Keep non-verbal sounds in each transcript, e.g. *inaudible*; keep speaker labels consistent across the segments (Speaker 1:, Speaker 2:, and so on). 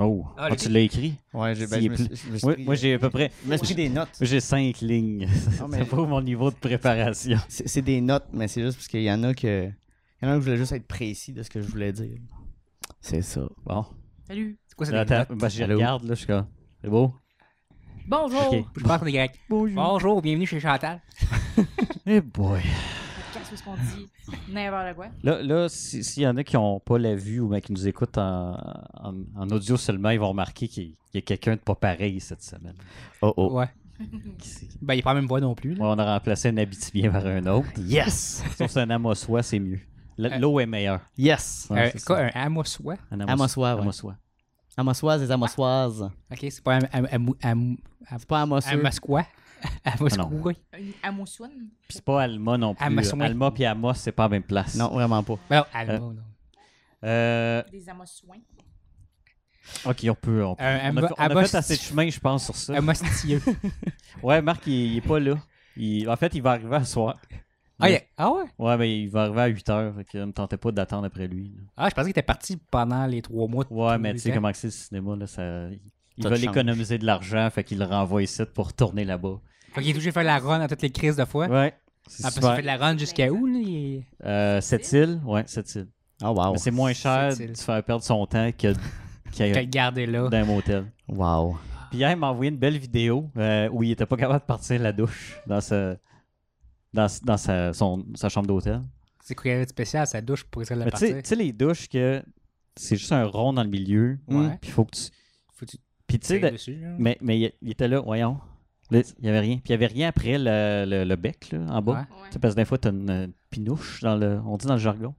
Speaker 1: Oh,
Speaker 2: Ah,
Speaker 1: Ah,
Speaker 2: le-
Speaker 1: tu l'as écrit?
Speaker 3: Ouais, j'ai ben,
Speaker 1: S'il
Speaker 3: je me
Speaker 1: est
Speaker 3: suis- je me suis
Speaker 1: Oui,
Speaker 3: pris-
Speaker 1: moi, j'ai à peu près...
Speaker 3: je me suis pris des notes.
Speaker 1: J'ai cinq lignes.
Speaker 3: *laughs* Non,
Speaker 1: C'est
Speaker 3: mais-
Speaker 1: pas mon niveau de préparation.
Speaker 3: C'est c'est des notes, mais c'est juste parce qu'il y en a que. Il y en a que je voulais juste être précis de ce que je voulais dire. C'est ça.
Speaker 1: Bon.
Speaker 2: Salut. C'est quoi ça, des
Speaker 1: Attends,
Speaker 2: notes?
Speaker 1: bah, j'y
Speaker 3: Allô?
Speaker 1: regarde, là, je suis comme... C'est beau?
Speaker 2: Bonjour.
Speaker 1: Ok.
Speaker 2: Je pense qu'on est correct. *laughs* Bonjour, bienvenue chez Chantal.
Speaker 1: Eh boy!
Speaker 4: podcast où ce qu'on dit n'importe quoi.
Speaker 1: Là, là si- s'il y en a qui n'ont pas la vue ou bien qui nous écoutent en, en- en audio seulement, ils vont remarquer qu'il qu'il y a quelqu'un de pas pareil cette semaine.
Speaker 3: Oh oh.
Speaker 2: Ouais.
Speaker 1: Qui c'est?
Speaker 2: Ben, il est pas la même voix non plus. là.
Speaker 1: Ouais, on a remplacé un Abitimien par un autre. Yes! Sauf que c'est un Amossois, c'est mieux.
Speaker 3: Euh,
Speaker 1: L- L'eau est meilleure.
Speaker 3: Yes.
Speaker 1: Ouais,
Speaker 2: Euh,
Speaker 1: c'est
Speaker 2: quoi,
Speaker 1: ça.
Speaker 2: un amossois?
Speaker 1: Un
Speaker 3: Amossois, ouais.
Speaker 1: Amossois.
Speaker 3: Amosoise et amosoises.
Speaker 2: Ok, c'est pas un am, am, am, am,
Speaker 3: C'est pas amosseux.
Speaker 2: *laughs* amosquois.
Speaker 1: Ah
Speaker 2: Amosquois.
Speaker 4: Une amoussoune.
Speaker 1: Puis c'est pas Alma non plus.
Speaker 2: Amossois.
Speaker 1: Alma puis Amos, c'est pas la même place.
Speaker 3: Non, vraiment pas.
Speaker 2: Ben non, Alma, non.
Speaker 1: Euh,
Speaker 4: Des amossouins.
Speaker 1: ok, on peut. On, peut-
Speaker 2: Un
Speaker 1: on a, fait- on a
Speaker 2: Amos-
Speaker 1: fait assez de chemin, je pense, sur ça. *laughs*
Speaker 2: Amostilleux.
Speaker 1: Ouais, Marc, il, il est pas là. Il- en fait, il va arriver à soir.
Speaker 2: ah, il est- ah ouais?
Speaker 1: Ouais, mais il va arriver à 8 heures. Fait que ne me tentait pas d'attendre après lui. là.
Speaker 2: Ah, je pensais qu'il était parti pendant les trois mois. de
Speaker 1: Ouais, mais tu sais
Speaker 2: prison.
Speaker 1: comment que c'est le cinéma. Là, ça, ils ils
Speaker 3: Ça
Speaker 1: veulent
Speaker 3: change.
Speaker 1: économiser de l'argent, fait qu'ils le renvoient ici pour tourner là-bas.
Speaker 2: Fait qu'il est obligé de faire la run à toutes les crises de fois.
Speaker 1: Ouais. C'est
Speaker 2: Ah, parce qu'il
Speaker 1: super.
Speaker 2: fait de la run jusqu'à où, là? il est-
Speaker 1: Euh, cette île, ouais, cette île.
Speaker 3: Oh wow.
Speaker 1: Mais c'est moins cher
Speaker 2: Cette
Speaker 1: de
Speaker 2: île.
Speaker 1: se faire perdre son temps que,
Speaker 2: *laughs*
Speaker 1: que
Speaker 2: T'as le gardé là.
Speaker 1: dans un motel.
Speaker 3: Wow.
Speaker 1: Puis hier, il m'a envoyé une belle vidéo euh, où il était pas capable de partir de la douche dans, ce, dans, dans sa, son- sa chambre d'hôtel.
Speaker 2: C'est quoi qu'il y avait de spécial, sa douche pour essayer de la
Speaker 1: Mais tu sais-
Speaker 2: partir.
Speaker 1: tu sais, les douches que c'est juste un rond dans le milieu.
Speaker 2: Ouais.
Speaker 1: Puis faut que tu.
Speaker 2: Faut que tu
Speaker 1: Puis tu sais,
Speaker 2: tires
Speaker 1: de-
Speaker 2: dessus, là.
Speaker 1: mais, mais il- il était là, voyons. Là, il y avait rien. Puis il y avait rien après le, le- le bec, là, en bas.
Speaker 2: Ouais.
Speaker 4: Ouais.
Speaker 1: Tu sais, parce que des fois, tu as une euh, pinouche, dans le, on dit dans le jargon.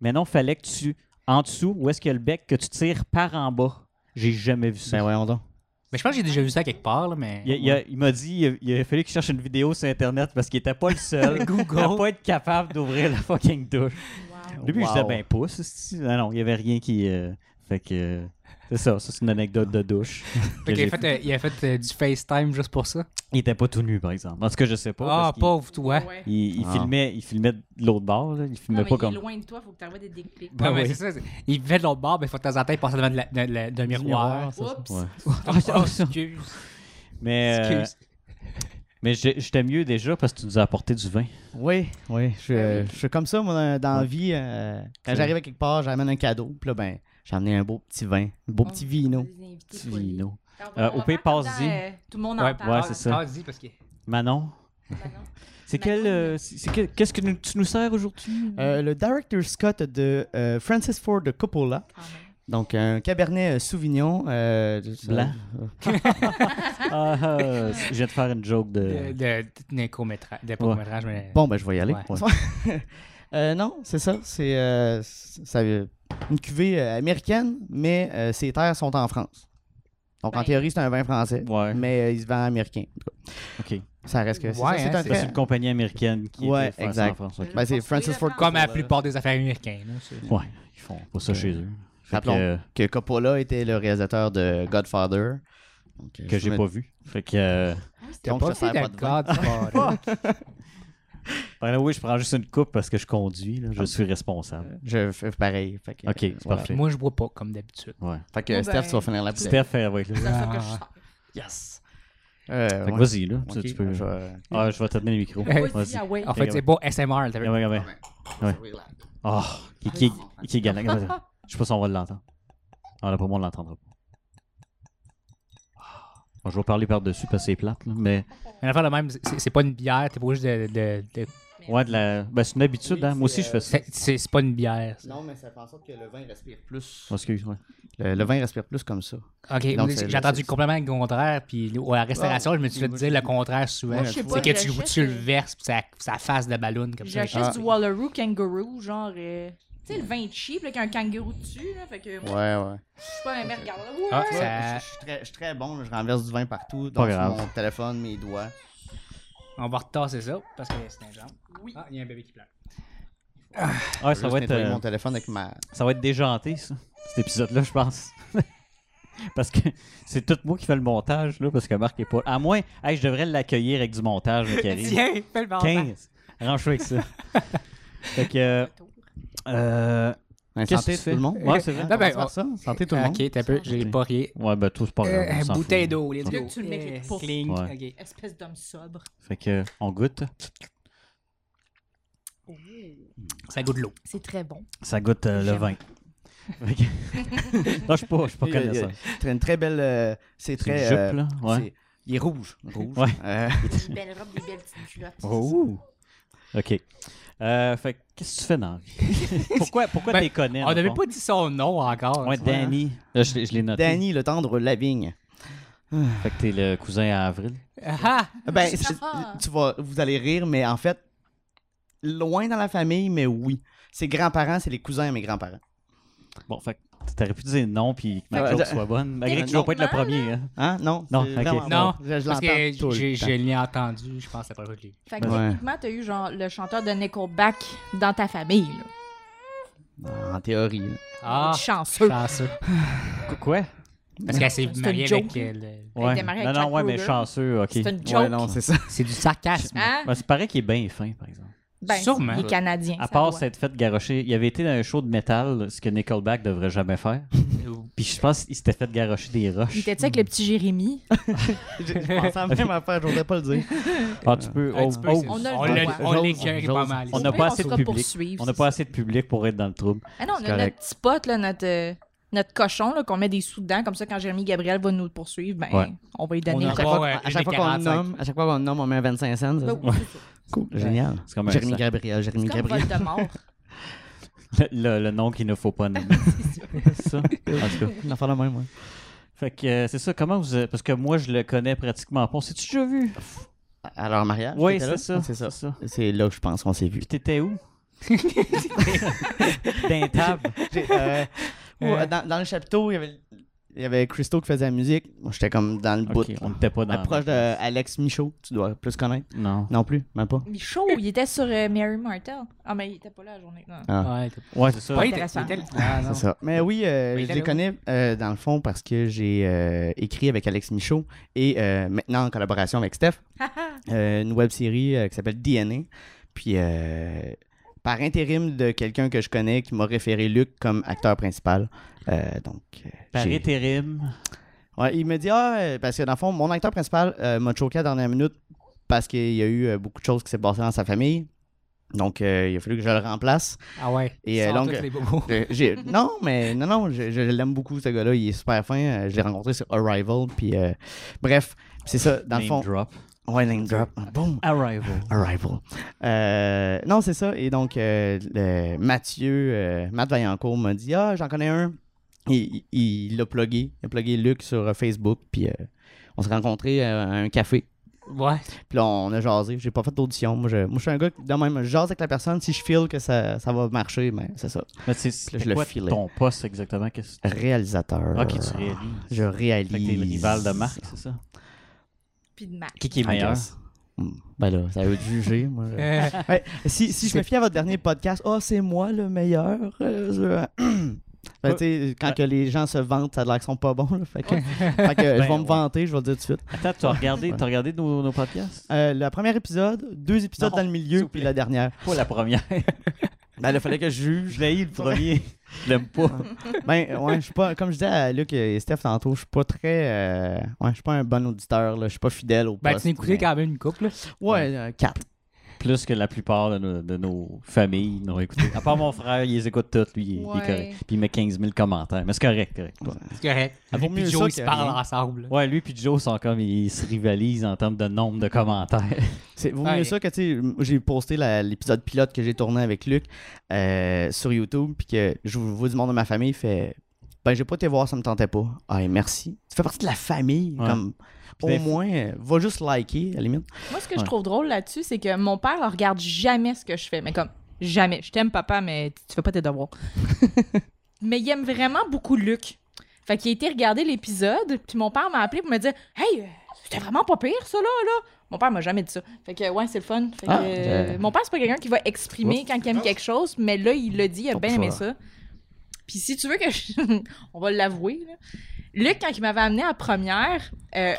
Speaker 1: Mais non, fallait que tu. En dessous, où est-ce qu'il y a le bec, que tu tires par en bas. J'ai jamais vu ça.
Speaker 3: Ben voyons donc.
Speaker 2: Mais je pense que j'ai déjà vu ça quelque part, là, mais.
Speaker 1: Il, il a- il m'a dit il a- il a fallu qu'il cherche une vidéo sur Internet parce qu'il était pas le seul à
Speaker 2: *laughs* *laughs* Google.
Speaker 1: pas être capable d'ouvrir la fucking douche.
Speaker 4: Wow.
Speaker 1: Au début, je disais,
Speaker 3: Wow.
Speaker 1: ben, pousse. esti. Ah non, il y avait rien qui. euh, Fait que. euh, C'est ça, ça c'est une anecdote de douche. *laughs* que
Speaker 2: Fait qu'il
Speaker 1: j'ai
Speaker 2: a fait, euh, il a fait euh, du FaceTime juste pour ça.
Speaker 1: Il était pas tout nu, par exemple. En tout cas, je sais pas.
Speaker 2: Ah,
Speaker 1: parce qu'il-
Speaker 2: pauvre toi.
Speaker 4: Ouais.
Speaker 1: Il, il
Speaker 3: Ah.
Speaker 1: filmait, il filmait de l'autre bord, là. il filmait
Speaker 4: Non, Ah, mais
Speaker 1: pas
Speaker 4: il est
Speaker 1: comme.
Speaker 4: loin de toi, faut que t'envoies des dick pics.
Speaker 2: Non,
Speaker 1: Ah
Speaker 2: mais
Speaker 1: oui.
Speaker 2: Ben c'est ça. c'est- Il fait de l'autre bord, mais il faut de temps en temps, il passe devant de la- de- de- d'un *laughs* miroir.
Speaker 3: ça, ça.
Speaker 4: Oups.
Speaker 1: Ouais. Ah,
Speaker 2: Oh,
Speaker 1: *laughs*
Speaker 2: excuse.
Speaker 1: Mais, euh,
Speaker 2: Excuse.
Speaker 1: mais j'ai- j'étais mieux déjà parce que tu nous as apporté du vin.
Speaker 3: Oui, oui. Je, je suis comme ça, moi, dans, dans la vie. euh, quand
Speaker 1: Ouais.
Speaker 3: j'arrive à quelque part, j'amène un cadeau. Puis là, ben, j'ai amené un beau petit vin. Un beau petit vino.
Speaker 1: Petit vino. Euh, au pire, passe-y.
Speaker 4: euh, Tout le monde
Speaker 2: Ouais,
Speaker 4: en parle.
Speaker 1: ouais, c'est ça.
Speaker 2: Ah, Vas-y, parce que.
Speaker 1: Manon,
Speaker 4: Manon.
Speaker 1: c'est
Speaker 4: Manon.
Speaker 1: quel. euh, c'est- c'est quel- Qu'est-ce que nous- tu nous sers aujourd'hui?
Speaker 3: Euh, le director Scott de euh, Francis Ford Coppola.
Speaker 4: Quand même.
Speaker 3: Donc, un Cabernet euh, Sauvignon. euh, de-
Speaker 1: Blanc. Ah, ah, *laughs* je viens de faire une joke
Speaker 2: De,
Speaker 1: de.
Speaker 2: de, de, court-métrage. De pas
Speaker 1: Ouais.
Speaker 2: court-métrage, mais.
Speaker 3: Bon, ben, je vais y aller.
Speaker 2: Ouais.
Speaker 3: *laughs* Euh, non, c'est ça. C'est euh, c'est- ça, euh, une cuvée euh, américaine, mais euh, ses terres sont en France. Donc, en
Speaker 4: Ben.
Speaker 3: théorie, c'est un vin français,
Speaker 1: Ouais,
Speaker 3: mais euh, il se vend américain. En tout
Speaker 1: ok.
Speaker 3: cas, Ça reste que c'est
Speaker 2: Ouais,
Speaker 3: ça, c'est
Speaker 2: hein,
Speaker 3: un
Speaker 1: Ben, C'est
Speaker 3: très-
Speaker 1: une compagnie américaine qui
Speaker 3: Ouais,
Speaker 1: est
Speaker 3: exact.
Speaker 1: en France. ok.
Speaker 3: Ben, c'est Francis Ford
Speaker 2: Comme à la plupart des affaires américaines. là, c'est-
Speaker 1: Ouais, ils font pas ça
Speaker 3: Ok.
Speaker 1: chez eux. Fait
Speaker 3: Rappelons
Speaker 1: que, euh,
Speaker 3: que Coppola était le réalisateur de Godfather. Donc, euh,
Speaker 1: que
Speaker 3: je
Speaker 1: j'ai
Speaker 3: me-
Speaker 1: pas vu. Fait que. euh,
Speaker 2: T'as
Speaker 3: Donc,
Speaker 2: pas
Speaker 3: ça sert
Speaker 2: fait la
Speaker 3: pas de vin.
Speaker 2: Godfather. *laughs*
Speaker 1: par là, oui, je prends juste une coupe parce que je conduis. là, je suis responsable.
Speaker 3: Je fais pareil. Fait que,
Speaker 1: Ok, c'est
Speaker 3: voilà.
Speaker 1: parfait.
Speaker 2: Moi, je bois pas comme d'habitude.
Speaker 1: Ouais.
Speaker 3: Fait que
Speaker 4: Bon,
Speaker 3: Steph,
Speaker 4: ben,
Speaker 3: tu vas finir la bouteille.
Speaker 1: Steph, euh, ouais, là.
Speaker 4: C'est ça que je
Speaker 2: Ah.
Speaker 4: sens.
Speaker 3: Yes. Euh,
Speaker 1: Fait que
Speaker 3: ouais.
Speaker 1: vas-y, là. Tu,
Speaker 3: Ok, ben,
Speaker 1: tu peux...
Speaker 3: je vais-
Speaker 1: Ah, je vais te donner le micro.
Speaker 2: Vas-y,
Speaker 1: Vas-y.
Speaker 4: ah ouais.
Speaker 2: En fait, c'est beau SMR. t'as vu?
Speaker 1: Viens, viens, viens. Oh, qui, qui, qui est galant.
Speaker 4: *laughs*
Speaker 1: Vas-y. Je sais pas si on va l'entendre. Ah, là, pour moi, on l'entendra pas. Bon, je vais parler par-dessus parce que c'est plate, là, mais...
Speaker 2: Une affaire la même, c'est c'est pas une bière, t'es pas obligé de. de, de-
Speaker 1: Ouais, de la... ben, c'est une habitude, hein. Moi aussi, je fais ça.
Speaker 2: c'est- C'est c'est pas une bière. ça.
Speaker 3: Non, mais ça fait en sorte que le vin respire plus.
Speaker 1: Oh, excuse, ouais.
Speaker 3: Le, le vin respire plus comme ça.
Speaker 2: Ok,
Speaker 3: Donc,
Speaker 2: j'ai
Speaker 3: c'est-
Speaker 2: j'ai entendu
Speaker 3: c'est-
Speaker 2: complètement le contraire, puis à la restauration,
Speaker 3: Ah,
Speaker 2: je me suis fait
Speaker 3: moi,
Speaker 2: dire le contraire souvent.
Speaker 4: Moi, je sais pas,
Speaker 2: C'est que tu,
Speaker 4: j'achète-
Speaker 2: tu le verses, puis ça, ça fasse de ballon comme ça.
Speaker 4: J'achète
Speaker 3: Ah.
Speaker 4: du Wallaroo Kangaroo, genre. euh, Tu sais, le vin est cheap, là, avec un kangourou dessus, là. Fait que.
Speaker 3: Ouais, ouais.
Speaker 4: Je suis pas un merde, regarde. Ouais.
Speaker 2: Ah, ça-
Speaker 3: Je, je suis très, je suis très bon, là, je renverse du vin partout,
Speaker 1: Pas
Speaker 3: dans
Speaker 1: grave.
Speaker 3: mon téléphone, mes doigts.
Speaker 2: On va retasser ça, parce que c'est un jambe.
Speaker 4: Oui.
Speaker 2: Ah, il y a un bébé qui pleure.
Speaker 1: Ouais,
Speaker 3: Je
Speaker 1: ça
Speaker 3: vais
Speaker 1: va
Speaker 3: juste
Speaker 1: être...
Speaker 3: nettoyer
Speaker 1: euh,
Speaker 3: mon téléphone avec ma.
Speaker 1: Ça va être déjanté, ça, cet épisode-là, je pense. *laughs* parce que c'est tout moi qui fais le montage, là, parce que Marc est pas. À moins, hey, je devrais l'accueillir avec du montage, mais qui arrive.
Speaker 2: Tiens, fais le bordel. *laughs*
Speaker 1: 15. Range avec ça. fait que. euh,
Speaker 4: Retour.
Speaker 1: euh,
Speaker 3: Ben,
Speaker 1: Qu'est-ce que
Speaker 3: santé
Speaker 1: tu
Speaker 3: tout
Speaker 1: fais?
Speaker 3: le monde.
Speaker 1: Ouais, c'est vrai.
Speaker 3: On
Speaker 2: Ah,
Speaker 3: va
Speaker 2: ben,
Speaker 3: faire ça. Santé tout le monde. Oh,
Speaker 2: Ok, t'as un peu, j'ai pas rien.
Speaker 1: Ouais, ben tout, c'est pas grave.
Speaker 2: Euh,
Speaker 1: on s'en
Speaker 2: bouteille
Speaker 1: fout.
Speaker 2: d'eau, let's
Speaker 4: Dieu
Speaker 2: go.
Speaker 4: que tu le mets, les
Speaker 2: Eh,
Speaker 4: pauvres.
Speaker 2: clink.
Speaker 1: Ouais.
Speaker 2: Ok.
Speaker 4: Espèce d'homme sobre.
Speaker 1: Fait que, on goûte. euh,
Speaker 2: Ça goûte l'eau.
Speaker 4: C'est très bon.
Speaker 1: Ça goûte euh, le
Speaker 4: J'aime.
Speaker 1: vin. Fait que- *laughs* non, je suis pas, je suis pas
Speaker 3: *laughs* Il y a- il y a-
Speaker 1: connaisseur.
Speaker 3: C'est une très belle. euh,
Speaker 1: C'est
Speaker 3: c'est
Speaker 1: une
Speaker 3: très. euh,
Speaker 1: jupe, là. Ouais.
Speaker 3: c'est- il est rouge. Rouge.
Speaker 1: Ouais.
Speaker 3: Euh,
Speaker 4: Des belles robes, des belles petites culottes.
Speaker 1: *laughs* Oh. OK. Euh, fait que, qu'est-ce que tu fais dans la vie? *laughs* Pourquoi, pourquoi
Speaker 2: Ben,
Speaker 1: t'es connais?
Speaker 2: On
Speaker 1: dans le
Speaker 2: n'avait
Speaker 1: fond?
Speaker 2: pas dit son nom encore.
Speaker 1: Ouais,
Speaker 2: tu vois.
Speaker 1: Danny. Là, je, l'ai- je l'ai noté.
Speaker 3: *laughs* Danny, le tendre Lavigne.
Speaker 1: Fait que t'es le cousin à Avril.
Speaker 2: Ah, ah!
Speaker 3: Ben,
Speaker 4: Ah.
Speaker 3: c'est- tu vas, vous allez rire, mais en fait, loin dans la famille, mais oui. Ses grands-parents, c'est les cousins à mes grands-parents.
Speaker 1: Bon, fait que t'aurais pu dire non puis que ma
Speaker 3: Ouais,
Speaker 1: joke
Speaker 3: je-
Speaker 1: soit bonne. Malgré que tu vas
Speaker 3: Non.
Speaker 1: pas être le premier. Hein.
Speaker 3: Hein? Non?
Speaker 1: Non,
Speaker 3: c'est
Speaker 1: ok.
Speaker 3: vraiment
Speaker 2: Non,
Speaker 3: pas. je, je
Speaker 2: parce que
Speaker 3: l'entends tout
Speaker 2: j'ai-
Speaker 3: le temps.
Speaker 2: je l'ai entendu, je pense, la première fois que je l'ai
Speaker 4: Fait que
Speaker 3: Ouais.
Speaker 4: techniquement, t'as eu genre le chanteur de Nickelback dans ta famille. Là.
Speaker 3: En théorie. là.
Speaker 2: Ah,
Speaker 4: Chanceux.
Speaker 2: chanceux.
Speaker 1: Qu- Quoi?
Speaker 2: Parce qu'elle s'est
Speaker 4: C'est une
Speaker 2: mariée
Speaker 4: joke.
Speaker 2: avec euh, le-
Speaker 4: Elle était
Speaker 1: Ouais.
Speaker 4: mariée
Speaker 1: Non,
Speaker 4: avec
Speaker 1: non,
Speaker 4: Chad
Speaker 1: ouais, mais
Speaker 4: Kroeger.
Speaker 1: chanceux, OK.
Speaker 4: C'est une joke.
Speaker 3: Ouais, non, c'est ça.
Speaker 2: C'est du sarcasme.
Speaker 4: Hein?
Speaker 1: Ben, c'est pareil qu'il est bien fin, par exemple.
Speaker 4: Ben,
Speaker 2: Sûrement.
Speaker 4: Il est canadien.
Speaker 1: À
Speaker 4: ça
Speaker 1: part
Speaker 4: doit.
Speaker 1: s'être fait garrocher, il avait été dans un show de métal, ce que Nickelback devrait jamais
Speaker 4: *laughs*
Speaker 1: faire. Puis je pense qu'il s'était fait garrocher des roches.
Speaker 4: Il était avec le petit Jérémy.
Speaker 3: Je, je
Speaker 1: *laughs*
Speaker 3: pensais à la même affaire, j'oserais pas le dire.
Speaker 1: Ah, tu peux.
Speaker 2: Ah,
Speaker 1: oh,
Speaker 2: tu peux,
Speaker 1: oh,
Speaker 2: c'est-
Speaker 4: On a le
Speaker 2: on
Speaker 4: droit.
Speaker 2: l'a- on
Speaker 3: J'ose,
Speaker 2: l'écœure
Speaker 3: j'ose.
Speaker 2: pas mal.
Speaker 1: On
Speaker 4: Au
Speaker 1: n'a
Speaker 4: pire,
Speaker 1: pas
Speaker 4: on
Speaker 1: assez
Speaker 4: se
Speaker 1: de
Speaker 4: fera
Speaker 1: public.
Speaker 4: poursuivre,
Speaker 1: On n'a
Speaker 4: c'est
Speaker 1: pas
Speaker 4: ça.
Speaker 1: assez de public pour être dans le trouble.
Speaker 4: Ah non, on
Speaker 3: C'est
Speaker 4: a notre
Speaker 3: correct.
Speaker 4: petit pote, là, notre, euh, notre cochon, là, qu'on met des sous dedans. Comme ça, quand Jérémy Gabriel va nous poursuivre, ben,
Speaker 1: Ouais.
Speaker 4: on va lui
Speaker 3: On
Speaker 4: donner.
Speaker 3: a-
Speaker 4: le
Speaker 3: à chaque
Speaker 4: cochon.
Speaker 2: avoir,
Speaker 3: fois-
Speaker 2: euh,
Speaker 3: à
Speaker 2: une
Speaker 3: chaque fois qu'on
Speaker 2: 45.
Speaker 3: nomme, à chaque fois qu'on nomme, on met un 25 cents. c'est ça?
Speaker 4: Ben oui, c'est ça.
Speaker 3: Cool, génial.
Speaker 1: C'est comme un
Speaker 3: Jérémy
Speaker 1: sac.
Speaker 3: Gabriel, Jérémy
Speaker 4: C'est comme
Speaker 3: Gabriel.
Speaker 4: Voldemort.
Speaker 1: Le, le- le nom qu'il ne faut pas
Speaker 3: *laughs*
Speaker 1: nommer. *laughs* c'est ça. En tout cas.
Speaker 3: On en fait la même, ouais.
Speaker 1: Fait que euh, c'est ça. Comment vous. euh, Parce que moi, je le connais pratiquement pas. On s'est-tu déjà vu?
Speaker 3: À leur mariage?
Speaker 1: Oui,
Speaker 3: Ah, t'étais là?
Speaker 1: c'est ça.
Speaker 3: C'est ça.
Speaker 1: ça.
Speaker 3: C'est là que je pense qu'on s'est vu.
Speaker 1: Puis t'étais
Speaker 3: *laughs*
Speaker 1: où? D'un table.
Speaker 3: *laughs* Euh, ouais, dans, dans le chapiteau, il y avait, il y avait Christo qui faisait la musique. Moi, j'étais comme dans le bout.
Speaker 1: Ok,
Speaker 3: là.
Speaker 1: on n'était pas dans.
Speaker 3: Euh, Proche de Alex Michaud, tu dois plus connaître.
Speaker 1: Non.
Speaker 3: Non plus, même pas.
Speaker 4: Michaud, il était sur euh, Mary Martel. Ah, mais il était pas là la journée. Non.
Speaker 3: Ah.
Speaker 2: Ouais,
Speaker 1: Ouais, c'est ça.
Speaker 2: pas
Speaker 4: intéressant.
Speaker 3: C'est ça. Mais oui, euh,
Speaker 2: Mais il
Speaker 3: je
Speaker 2: était
Speaker 3: les
Speaker 2: là.
Speaker 3: connais euh, dans le fond parce que j'ai euh, écrit avec Alex Michaud et euh, maintenant en collaboration avec Steph
Speaker 1: *laughs* Ah,
Speaker 3: euh, une web série qui s'appelle DNA. Puis euh, par intérim de quelqu'un que je connais qui m'a référé Luc comme acteur principal. Euh, donc, euh,
Speaker 1: Par
Speaker 3: j'ai-
Speaker 1: intérim.
Speaker 3: Ouais, il me dit, ah, euh, parce que dans le fond, mon acteur principal euh, m'a choqué à la dernière minute parce qu'il y a eu euh, beaucoup de choses qui s'est passées dans sa famille. Donc, euh, il a fallu que je le remplace.
Speaker 2: Ah ouais.
Speaker 3: Et, euh,
Speaker 2: Sors
Speaker 3: donc,
Speaker 2: tous les bobos.
Speaker 3: Euh, j'ai- non, mais non, non, je, je l'aime beaucoup, ce gars-là. Il est super fin. Euh, je l'ai rencontré sur Arrival. Puis, euh, bref, c'est ça, dans
Speaker 1: name
Speaker 3: le fond.
Speaker 1: drop.
Speaker 3: Ouais, name drop. Boom.
Speaker 1: Arrival.
Speaker 3: *laughs* Arrival. Euh, non, c'est ça. Et donc, euh, le- Mathieu, euh, Matt Vaillancourt m'a dit Ah, j'en connais un. Et il- il l'a plugué. Il a plugué Luc sur euh, Facebook. Puis, euh, on s'est rencontrés euh, à un café.
Speaker 2: Ouais.
Speaker 3: Puis là, on a jasé. J'ai pas fait d'audition. Moi je, moi, je suis un gars qui, de même, je jase avec la personne. Si je feel que ça, ça va marcher, ben, c'est ça.
Speaker 1: Mais c'est
Speaker 3: Puis là, je
Speaker 1: c'est
Speaker 3: le
Speaker 1: quoi
Speaker 3: filais.
Speaker 1: ton poste exactement? Qu'est-ce que Ah,
Speaker 3: Réalisateur.
Speaker 1: Ok, tu réalises.
Speaker 3: Je réalise.
Speaker 1: Fait que t'es le rival de Marc, c'est ça?
Speaker 4: Puis de Mac.
Speaker 1: Qui qui est
Speaker 3: I
Speaker 1: meilleur?
Speaker 3: guess. Hmm. Ben là, ça veut être jugé. Moi, je-
Speaker 2: Euh,
Speaker 3: Ouais, si, si je me fie à votre dernier podcast, ah, c'est moi le meilleur. euh, je- *clears throat* Ben, tu sais, quand que les gens se vantent, ça a l'air qu'ils sont pas bons. là, fait que, *laughs* fait que je vais
Speaker 1: ouais.
Speaker 3: me vanter, je vais le dire tout de suite.
Speaker 1: Attends, tu as regardé, t'as regardé nos, nos podcasts?
Speaker 3: Euh, le premier épisode, deux épisodes
Speaker 1: Non,
Speaker 3: dans le
Speaker 1: s'il vous
Speaker 3: milieu, puis
Speaker 1: plaît.
Speaker 3: la dernière.
Speaker 1: Pas la première.
Speaker 3: Ben, il fallait que je juge.
Speaker 1: Je l'ai eu le premier. Je l'aime pas.
Speaker 3: Ben, ouais, je suis pas, comme je disais à Luc et Steph tantôt, je suis pas très. euh, ouais, je suis pas un bon auditeur, là, je suis pas fidèle au
Speaker 2: Ben,
Speaker 3: poste,
Speaker 2: tu n'écoutais
Speaker 3: mais-
Speaker 2: quand même une couple, là.
Speaker 3: Ouais, euh, quatre.
Speaker 1: Plus que la plupart de nos, de nos familles n'ont écouté. À part mon frère, il les écoute toutes, lui, il- il,
Speaker 4: Ouais.
Speaker 1: est correct. Puis il met 15 000 commentaires. Mais c'est correct, correct.
Speaker 2: C'est correct.
Speaker 3: Ah, vaut
Speaker 2: Lui puis
Speaker 3: mieux
Speaker 2: Joe,
Speaker 3: ça
Speaker 2: ils se
Speaker 3: que
Speaker 2: parlent
Speaker 3: rien.
Speaker 2: ensemble. là.
Speaker 1: Ouais, lui puis Joe sont comme, ils se rivalisent en termes de nombre de commentaires.
Speaker 3: C'est vaut
Speaker 2: Ouais.
Speaker 3: mieux ça que, tu sais, j'ai posté la- l'épisode pilote que j'ai tourné avec Luc euh, sur YouTube, puis que je vous vois du monde de ma famille, fait. Ben, j'ai pas été voir, ça me tentait pas. Ah, et merci. Tu fais partie de la famille,
Speaker 1: Ouais.
Speaker 3: comme.
Speaker 1: Puis des-
Speaker 3: Au moins, euh, va juste liker, à la limite.
Speaker 4: Moi, ce que
Speaker 1: Ouais.
Speaker 4: je trouve drôle là-dessus, c'est que mon père ne regarde jamais ce que je fais. Mais comme, jamais. Je t'aime, papa, mais tu tu fais pas tes devoirs. mais il aime vraiment beaucoup Luc. Fait qu'il a été regarder l'épisode, puis mon père m'a appelé pour me dire Hey, euh, c'était vraiment pas pire, ça, là, là. Mon père m'a jamais dit ça. Fait que, ouais, c'est le fun. Fait que,
Speaker 3: Ah,
Speaker 4: euh,
Speaker 3: euh.
Speaker 4: Mon père, c'est pas quelqu'un qui va exprimer quand il aime quelque chose, mais là, il l'a dit, il a
Speaker 3: Bon
Speaker 4: bien aimé
Speaker 3: choix.
Speaker 4: ça. Puis si tu veux que je... *laughs* On va l'avouer, là. Luc, quand il m'avait amené à première, euh,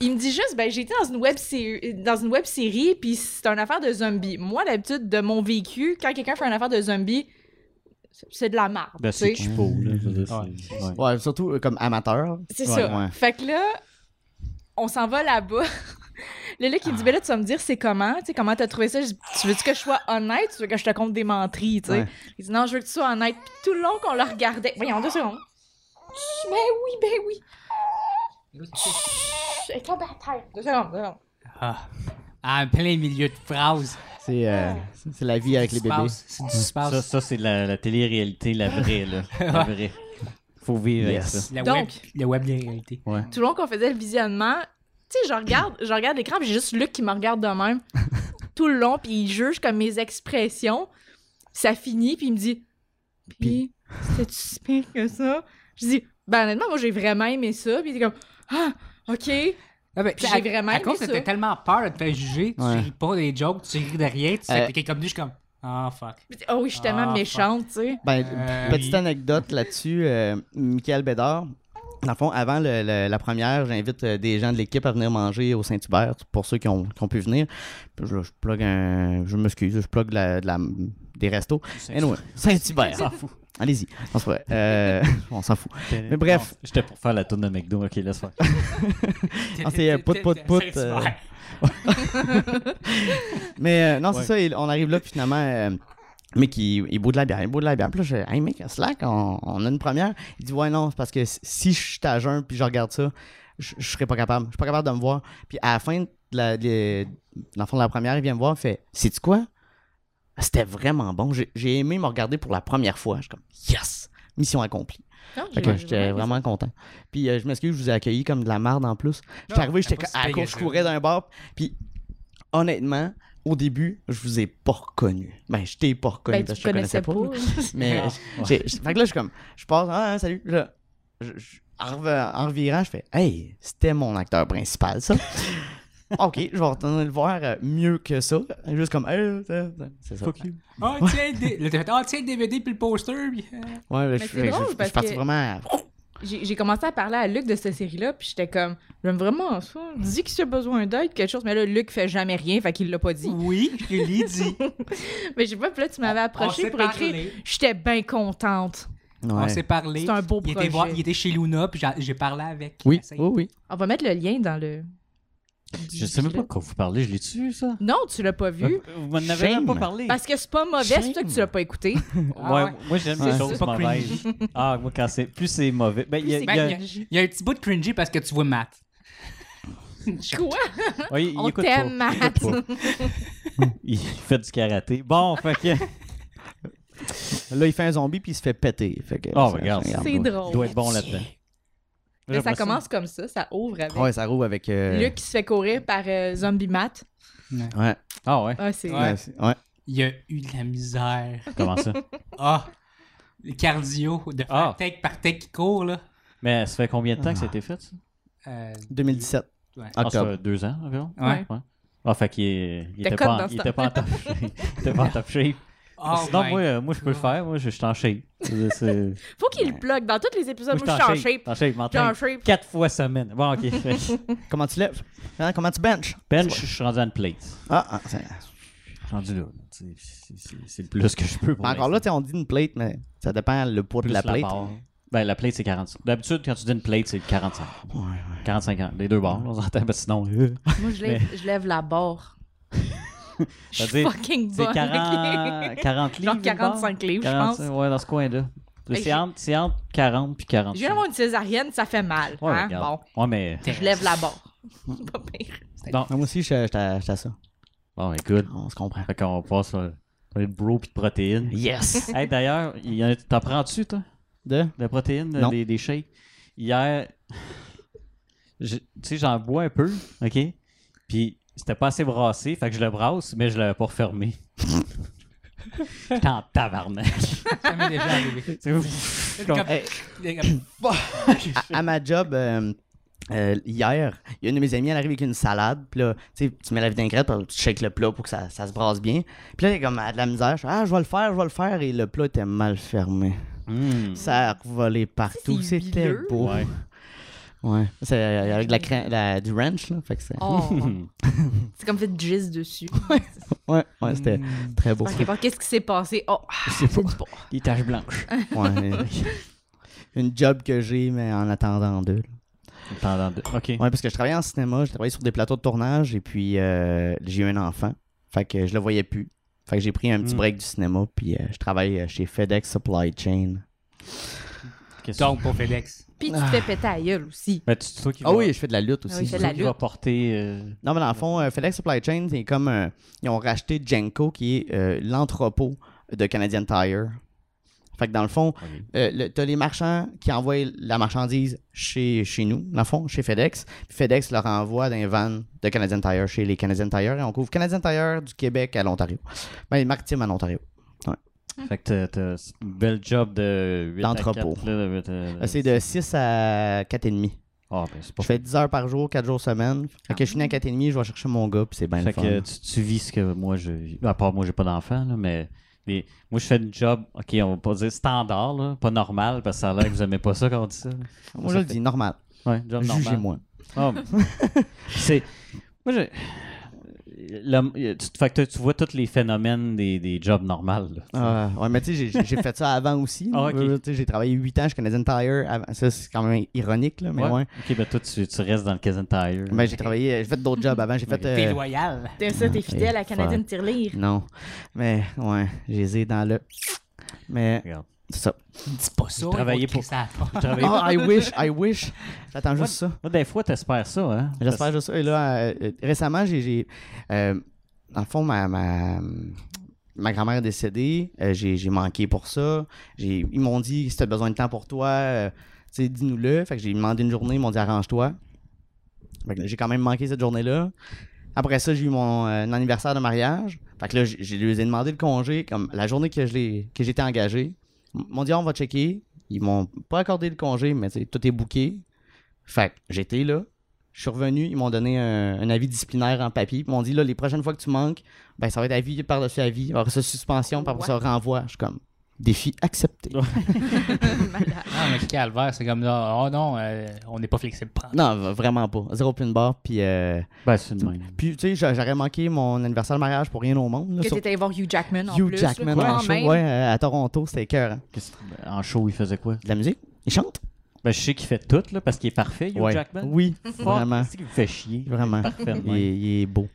Speaker 4: il me dit juste, ben, j'étais dans une web série, dans une web série, puis c'est une affaire de zombies. Moi, l'habitude de mon vécu, quand quelqu'un fait une affaire de zombies, c'est- c'est de la merde.
Speaker 1: *laughs*
Speaker 3: Ben,
Speaker 1: de
Speaker 4: tu sais.
Speaker 1: ses chipos, là. Je veux dire,
Speaker 2: Ouais.
Speaker 1: c'est- ouais.
Speaker 3: Ouais, surtout euh, comme amateur.
Speaker 4: C'est
Speaker 3: Ouais,
Speaker 4: ça.
Speaker 3: ouais.
Speaker 4: Fait que là, on s'en va là-bas. *laughs* Le là qui
Speaker 3: Ah.
Speaker 4: me dit, ben là, tu vas me dire c'est comment, tu sais, comment t'as trouvé ça. Je dis, tu veux-tu que je sois honnête, tu veux que je te compte des menteries, tu sais.
Speaker 3: Ouais.
Speaker 4: Il dit, non, je veux que tu sois honnête. Puis tout le long qu'on le regardait, voyons, deux secondes. Chut, Ben oui, ben oui. Chut, Elle est tombée à terre. Deux secondes, deux secondes.
Speaker 2: Ah. En plein milieu de phrase.
Speaker 3: C'est euh, c'est- c'est la vie avec les bébés.
Speaker 2: Space, C'est du
Speaker 1: Ça,
Speaker 2: space.
Speaker 1: ça c'est la, la télé-réalité, la vraie, là. La *laughs* vraie. Faut vivre
Speaker 3: Yes.
Speaker 1: avec ça.
Speaker 2: La
Speaker 4: Donc.
Speaker 2: web, le web de la réalité.
Speaker 1: Ouais.
Speaker 4: Tout le long qu'on faisait le visionnement, tu sais, je regarde, je regarde l'écran, puis j'ai juste Luc qui me regarde
Speaker 3: *laughs*
Speaker 4: de même. tout le long, puis il juge comme mes expressions. Ça finit, puis il me dit Puis, c'était-tu si pire que ça Je dis Ben, honnêtement, moi, j'ai vraiment aimé ça. Puis il est comme Ah, OK.
Speaker 2: Ah, ben, tu
Speaker 4: Puis
Speaker 2: sais,
Speaker 4: j'ai
Speaker 2: à-
Speaker 4: vraiment
Speaker 2: À
Speaker 4: aimé
Speaker 2: cause,
Speaker 4: ça.
Speaker 2: t'étais tellement peur de te faire juger, tu
Speaker 3: Ouais.
Speaker 2: ris pas des jokes, tu ris de rien, tu
Speaker 3: Euh,
Speaker 2: sais, t'es comme nu, je suis comme, ah fuck.
Speaker 4: Puis, oh oui, je suis tellement
Speaker 2: Ah,
Speaker 4: méchante, tu sais.
Speaker 3: Ben,
Speaker 2: Euh,
Speaker 3: petite
Speaker 2: oui.
Speaker 3: anecdote là-dessus, euh, Michael Bédard. Dans le fond, avant le- le- la première, j'invite euh, des gens de l'équipe à venir manger au Saint-Hubert, pour ceux qui ont, qui ont pu venir. Puis Je, je plug un. Je m'excuse, je plug de la- de la- des restos. Anyway, Saint-Hubert. Allez-y. On s'en fout. Euh, *laughs* on s'en fout. Mais bref.
Speaker 1: Non, J'étais pour faire la tourne de McDo. Ok, laisse faire.
Speaker 3: Ah, c'est, euh, pout, pout,
Speaker 2: *laughs*
Speaker 3: pout, euh, Mais euh, non, c'est
Speaker 1: Ouais.
Speaker 3: ça, il- on arrive là, puis finalement, euh, mec, il, il boit de la bière, il boit de la bière. Puis là, je hey mec, slack, on, on a une première. Il dit, ouais, non, c'est parce que si- si je suis à jeun, puis je regarde ça, je, je serais pas capable. Je suis pas capable de me voir. Puis à la fin de la, de- dans le fond de la première, il vient me voir, il fait, sais-tu quoi? C'était vraiment bon. J'ai, j'ai aimé me regarder pour la première fois. Je suis comme, yes! Mission accomplie.
Speaker 4: Non,
Speaker 3: Fait
Speaker 4: j'ai-
Speaker 3: que
Speaker 4: j'ai
Speaker 3: j'étais
Speaker 4: vraiment aimé
Speaker 3: vraiment content. Puis euh, je m'excuse, je vous ai accueilli comme de la merde en plus. J'étais
Speaker 2: Non,
Speaker 3: arrivé,
Speaker 4: ah,
Speaker 3: j'étais
Speaker 2: c'est pas
Speaker 3: à
Speaker 2: si pire
Speaker 3: la course, je
Speaker 2: que ça.
Speaker 3: courais d'un bar. Puis honnêtement, au début, je vous ai pas reconnu. Ben, je t'ai pas
Speaker 4: ça.
Speaker 3: reconnu
Speaker 4: Ben,
Speaker 3: parce
Speaker 4: tu
Speaker 3: que je te connaissais
Speaker 4: connaissais
Speaker 3: pas.
Speaker 4: pas.
Speaker 3: là. Mais
Speaker 1: Ouais.
Speaker 3: j'ai- j'ai- fait que là, je suis comme, je passe, ah, hein, salut. Là, je- je- en, rev- en revirant, je fais, hey, c'était mon acteur principal, ça. *laughs* ok, je vais retourner le voir euh, mieux que ça. Juste comme, hey, c'est- c'est ça.
Speaker 2: Ah, tiens, le dé- là, t'as fait, ah, tiens, le DVD puis le poster. Puis, euh,
Speaker 3: Ouais, là, je
Speaker 4: c'est
Speaker 3: je- je-
Speaker 4: drôle
Speaker 3: je suis
Speaker 4: parce
Speaker 3: parti
Speaker 4: que-
Speaker 3: vraiment.
Speaker 4: j'ai j'ai commencé à parler à Luc de cette série-là, puis j'étais comme, j'aime vraiment ça. Dis qu'il y a besoin d'aide, quelque chose. Mais là, Luc fait jamais rien, fait qu'il l'a pas dit.
Speaker 2: oui, je l'ai
Speaker 4: *laughs*
Speaker 2: dit.
Speaker 4: Mais je sais pas, puis là, tu m'avais approché
Speaker 2: s'est
Speaker 4: pour écrire.
Speaker 2: parlé.
Speaker 4: J'étais bien contente.
Speaker 2: On
Speaker 3: Ouais.
Speaker 2: s'est parlé.
Speaker 4: C'est un beau
Speaker 2: il
Speaker 4: projet.
Speaker 2: était, voir- il était chez Luna, puis j'ai- j'ai parlé avec.
Speaker 3: Oui,
Speaker 2: Ça,
Speaker 3: oui, oui.
Speaker 4: On va mettre le lien dans le.
Speaker 1: Je sais même pas de quoi vous parlez. Je l'ai-tu, vu, ça?
Speaker 4: Non, tu l'as pas vu.
Speaker 1: Vous m'en avez même
Speaker 3: Shame.
Speaker 1: pas parlé.
Speaker 4: Parce que c'est pas mauvais, c'est pour ça que tu l'as pas écouté.
Speaker 2: Ah
Speaker 1: ouais,
Speaker 2: ouais.
Speaker 1: Moi, j'aime
Speaker 3: Ouais.
Speaker 1: les choses
Speaker 2: C'est pas
Speaker 1: mauvaises. Ah, moi, quand c'est. Plus c'est mauvais. Ben, *laughs* il y a- il y a-
Speaker 2: Ben,
Speaker 1: *laughs*
Speaker 2: Il y a un petit bout de cringy parce que tu vois Matt.
Speaker 4: Quoi?
Speaker 1: Ouais, il- il
Speaker 4: On
Speaker 1: écoute
Speaker 4: t'aime,
Speaker 1: pas. Il écoute
Speaker 4: Matt.
Speaker 1: pas. Il fait du karaté. Bon, fait que.
Speaker 3: Là, il fait un zombie puis il se fait péter. Fait que,
Speaker 1: Oh,
Speaker 3: ça-
Speaker 1: regarde.
Speaker 3: ça
Speaker 4: *laughs* C'est
Speaker 3: ouais.
Speaker 4: drôle.
Speaker 1: Il doit être bon là-dedans.
Speaker 4: Mais ça commence comme ça, ça ouvre avec.
Speaker 3: Ouais, ça roule avec. euh,
Speaker 4: Luc qui se fait courir par euh, Zombie Matt.
Speaker 3: Ouais.
Speaker 1: Ah, ouais.
Speaker 4: Ah, c'est.
Speaker 2: Ouais.
Speaker 3: Ouais. c'est- ouais.
Speaker 2: Il y a eu de la misère.
Speaker 1: Comment ça?
Speaker 2: Ah, le cardio de
Speaker 1: Ah.
Speaker 2: par tech par tech qui court, là.
Speaker 1: Mais ça fait combien de temps que ça a été fait, ça?
Speaker 2: Euh,
Speaker 3: 2017.
Speaker 2: Ouais.
Speaker 1: Ah, ça
Speaker 3: Octobre.
Speaker 1: fait deux ans environ.
Speaker 2: Ouais.
Speaker 1: Ah, fait qu'il est- il
Speaker 4: T'es
Speaker 1: était
Speaker 4: cut
Speaker 1: pas,
Speaker 4: dans
Speaker 1: en-
Speaker 4: ce
Speaker 1: il
Speaker 4: temps.
Speaker 1: était pas en top
Speaker 4: *laughs*
Speaker 1: shape. Il était pas en top shape.
Speaker 2: Oh
Speaker 1: Sinon,
Speaker 2: my
Speaker 1: moi, euh, moi, je peux le faire. Moi, je je suis en shape. C'est- c'est-
Speaker 4: Faut qu'il le plug dans tous les épisodes. Moi,
Speaker 1: Moi,
Speaker 4: je suis en shape.
Speaker 1: En shape,
Speaker 4: Je suis en
Speaker 1: m'entraîne.
Speaker 4: shape.
Speaker 1: Quatre fois semaine. Bon,
Speaker 4: *laughs*
Speaker 1: OK. fait-
Speaker 3: Comment tu lèves Hein, Comment tu benches
Speaker 1: Bench, je suis rendu à une plate.
Speaker 3: Ah, ah, c'est-
Speaker 1: Je suis rendu là. tu sais, C'est c'est- c'est le plus que je peux. pour
Speaker 3: Mais encore là, tu sais, on dit une plate, mais ça dépend le poids
Speaker 1: Plus
Speaker 3: de la plate.
Speaker 1: barre. Ben, la plate, c'est 45. D'habitude, quand tu dis une plate, c'est 45. 45 ans. Les deux bords, on s'entend, parce que sinon... euh,
Speaker 4: Moi, je lève, je lève
Speaker 1: *laughs*
Speaker 4: la barre. Je suis
Speaker 1: C'est-à-dire,
Speaker 4: fucking
Speaker 1: *laughs* c'est
Speaker 4: bonne.
Speaker 1: 40, 40 livres.
Speaker 4: Genre
Speaker 1: une barre?
Speaker 4: 45 livres, je
Speaker 1: 45,
Speaker 4: pense.
Speaker 1: Ouais, dans ce coin-là.
Speaker 4: Hey,
Speaker 1: C'est
Speaker 4: j'ai-
Speaker 1: entre, c'est entre 40 puis 40.
Speaker 4: Je viens d'avoir une césarienne, ça fait mal.
Speaker 1: Ouais,
Speaker 4: hein?
Speaker 1: regarde.
Speaker 4: Bon,
Speaker 1: Ouais, mais...
Speaker 4: je lève la *laughs* barre. pas pire.
Speaker 1: Bon,
Speaker 3: Ah, Moi aussi, j'étais j'étais à ça.
Speaker 1: bon ben, good.
Speaker 3: On se comprend.
Speaker 1: Fait qu'on passe euh, sur les bro pis de protéines.
Speaker 3: Yes!
Speaker 1: Hey, d'ailleurs, il y en a- t'en prends-tu, toi?
Speaker 3: De?
Speaker 1: De protéines, de-
Speaker 3: Non.
Speaker 1: des, des shakes? Hier, je- tu sais, j'en bois un peu, OK? Puis c'était pas assez brassé, fait que je le brasse, mais je l'avais pas refermé. J'étais en tabarnak.
Speaker 2: Ça m'est déjà arrivé.
Speaker 1: C'est ouf.
Speaker 2: Comme-
Speaker 3: Hey.
Speaker 2: *laughs* comme-
Speaker 3: À, à ma job, euh, euh, hier, il y a une de mes amies, elle arrive avec une salade. Puis là, tu sais, tu mets la vinaigrette, puis tu shakes le plat pour que ça, ça se brasse bien. Puis là, elle est comme à de la misère. Je fais, ah, je vais le faire, je vais le faire. Et le plat était mal fermé.
Speaker 1: Mm.
Speaker 3: Ça a revolé partout.
Speaker 4: C'est
Speaker 3: C'était
Speaker 4: huileux.
Speaker 3: beau.
Speaker 1: Ouais.
Speaker 3: Ouais. C'est euh, *laughs* avec de la cra- la- du ranch, là. Fait que c'est.
Speaker 4: *laughs* Oh. c'est comme fait de jizz dessus.
Speaker 3: Ouais, ouais, c'était très beau.
Speaker 4: Hmm. Ok, bon, Qu'est-ce qui s'est passé? Oh, ah,
Speaker 3: C'est fou.
Speaker 4: c'est bon.
Speaker 1: *laughs* Des taches blanches.
Speaker 3: *laughs*
Speaker 4: *laughs*
Speaker 3: Ouais. Une job que j'ai, mais en attendant d'eux.
Speaker 1: Pendant deux. OK.
Speaker 3: Ouais, parce que je travaillais en cinéma, je travaillais sur des plateaux de tournage et puis euh, j'ai eu un enfant. Fait que je le voyais plus. Fait que j'ai pris un petit
Speaker 4: Hmm.
Speaker 1: Mm.
Speaker 3: break du cinéma puis euh, je travaille euh, chez FedEx Supply Chain.
Speaker 1: Qu'est-ce que-
Speaker 2: Donc, pour FedEx.
Speaker 4: Puis tu te fais péter à gueule aussi.
Speaker 1: Ben, tu- c'est toi qui
Speaker 3: Ah
Speaker 1: vas-
Speaker 3: oui, je fais de la lutte aussi.
Speaker 4: Ah oui, je
Speaker 1: c'est
Speaker 4: fais de
Speaker 1: toi
Speaker 4: la
Speaker 1: qui vas
Speaker 4: lutte.
Speaker 1: porter. euh,
Speaker 3: Non, mais dans le fond, euh, FedEx Supply Chain, c'est comme. euh, ils ont racheté Genko, qui est euh, l'entrepôt de Canadian Tire. Fait que dans le fond, euh, le- t'as les marchands qui envoient la marchandise chez, chez nous, dans le fond, chez FedEx. Puis FedEx leur envoie dans les vannes de Canadian Tire chez les Canadian Tire. Et on couvre Canadian Tire du Québec à l'Ontario. Ben, les maritimes à l'Ontario.
Speaker 1: Fait que t'as- t'as c'est une belle job de 8 à
Speaker 3: D'entrepôt.
Speaker 1: 4, là, de- de-
Speaker 3: Euh, C'est de 6 à 4,5.
Speaker 1: Ah, ben, c'est pas
Speaker 3: Je fais 10 heures par jour, 4 jours semaine. Fait que je finis à 4,5, je vais chercher mon gars, puis c'est bien le
Speaker 1: Fait
Speaker 3: fun.
Speaker 1: que tu, tu vis ce que moi je vis. À part moi, j'ai pas d'enfant, là, mais les- moi, je fais une job, ok, on va pas dire standard, là, pas normal, parce que ça a l'air que vous aimez pas ça quand on dit ça. là.
Speaker 3: Moi, je le dis, normal.
Speaker 1: Ouais, job normal.
Speaker 3: Jugez-moi.
Speaker 1: Ah,
Speaker 3: *laughs*
Speaker 1: mais- c'est. Moi, je. le- tu, fait que tu vois tous les phénomènes des, des jobs normaux. là.
Speaker 3: Ah, ouais, mais tu sais, j'ai- j'ai fait ça avant aussi.
Speaker 1: Ah,
Speaker 3: là.
Speaker 1: ok.
Speaker 3: Euh, tu sais, J'ai travaillé 8 ans chez Canadian Tire. Avant. Ça, c'est quand même ironique, là, mais ouais.
Speaker 1: Ok, ben toi, tu, tu restes dans le Kazan Tire.
Speaker 3: Mais j'ai travaillé, euh, j'ai fait d'autres jobs avant. J'ai fait.
Speaker 2: T'es
Speaker 3: euh,
Speaker 2: loyal.
Speaker 4: T'es ça, t'es fidèle à
Speaker 3: Ah, fuck.
Speaker 4: Canadian Tirelire.
Speaker 3: non. Mais ouais, j'ai les ai dans le. Mais
Speaker 1: Regarde.
Speaker 3: c'est ça.
Speaker 2: Dis pas ça.
Speaker 1: Travailler
Speaker 2: ils vont te
Speaker 1: pour-
Speaker 2: crisser à la porte.
Speaker 1: Travailler-
Speaker 3: *laughs* Oh, I wish, I wish. J'attends juste ça.
Speaker 1: Moi, des fois, t'espères ça, hein?
Speaker 3: J'espère juste ça. Et là, euh, euh, récemment, j'ai. j'ai, euh, dans le fond, ma, ma, ma grand-mère est décédée. Euh, j'ai j'ai manqué pour ça. J'ai- Ils m'ont dit si t'as besoin de temps pour toi, euh, tu sais, dis-nous-le. Fait que j'ai demandé une journée, ils m'ont dit arrange-toi. Fait que j'ai quand même manqué cette journée-là. Après ça, j'ai eu mon euh, anniversaire de mariage. Fait que là, j'ai- je les ai demandé le congé, comme la journée que je l'ai- que j'étais engagé. Ils m'ont dit, on va checker. Ils m'ont pas accordé le congé, mais tu sais, tout est booké. Fait que j'étais là. Je suis revenu, ils m'ont donné un, un avis disciplinaire en papier. Ils m'ont dit, là, les prochaines fois que tu manques, ben, ça va être avis par-dessus avis. Alors, ça, suspension, par ça, renvoi. Je suis comme, défi accepté.
Speaker 4: Malade.
Speaker 2: *laughs* Non, mais calvaire, c'est comme là. Oh non, euh, on n'est pas flexible. Prends.
Speaker 3: non, v- vraiment pas. Zéro pin bar, puis... euh,
Speaker 1: Ben, c'est une même.
Speaker 3: Puis, tu sais, j'a- j'aurais manqué mon anniversaire de mariage pour rien au monde. là,
Speaker 4: Que
Speaker 3: sur-
Speaker 4: t'étais allé voir Hugh Jackman en
Speaker 3: Hugh
Speaker 4: plus.
Speaker 3: Jackman
Speaker 4: là,
Speaker 3: en
Speaker 4: quand
Speaker 3: show,
Speaker 4: même.
Speaker 3: ouais, euh, à Toronto, c'était écœurant.
Speaker 1: Qu'est-ce que- En show, il faisait quoi?
Speaker 3: De la musique? Il chante?
Speaker 1: Ben, je sais qu'il fait tout, là, parce qu'il est parfait, Hugh
Speaker 3: Ouais.
Speaker 1: Jackman.
Speaker 3: Oui,
Speaker 1: *laughs* Fuck,
Speaker 3: vraiment.
Speaker 1: C'est qu'il me fait chier.
Speaker 3: Vraiment.
Speaker 1: Parfait,
Speaker 3: Il,
Speaker 1: ouais.
Speaker 3: est- il est beau.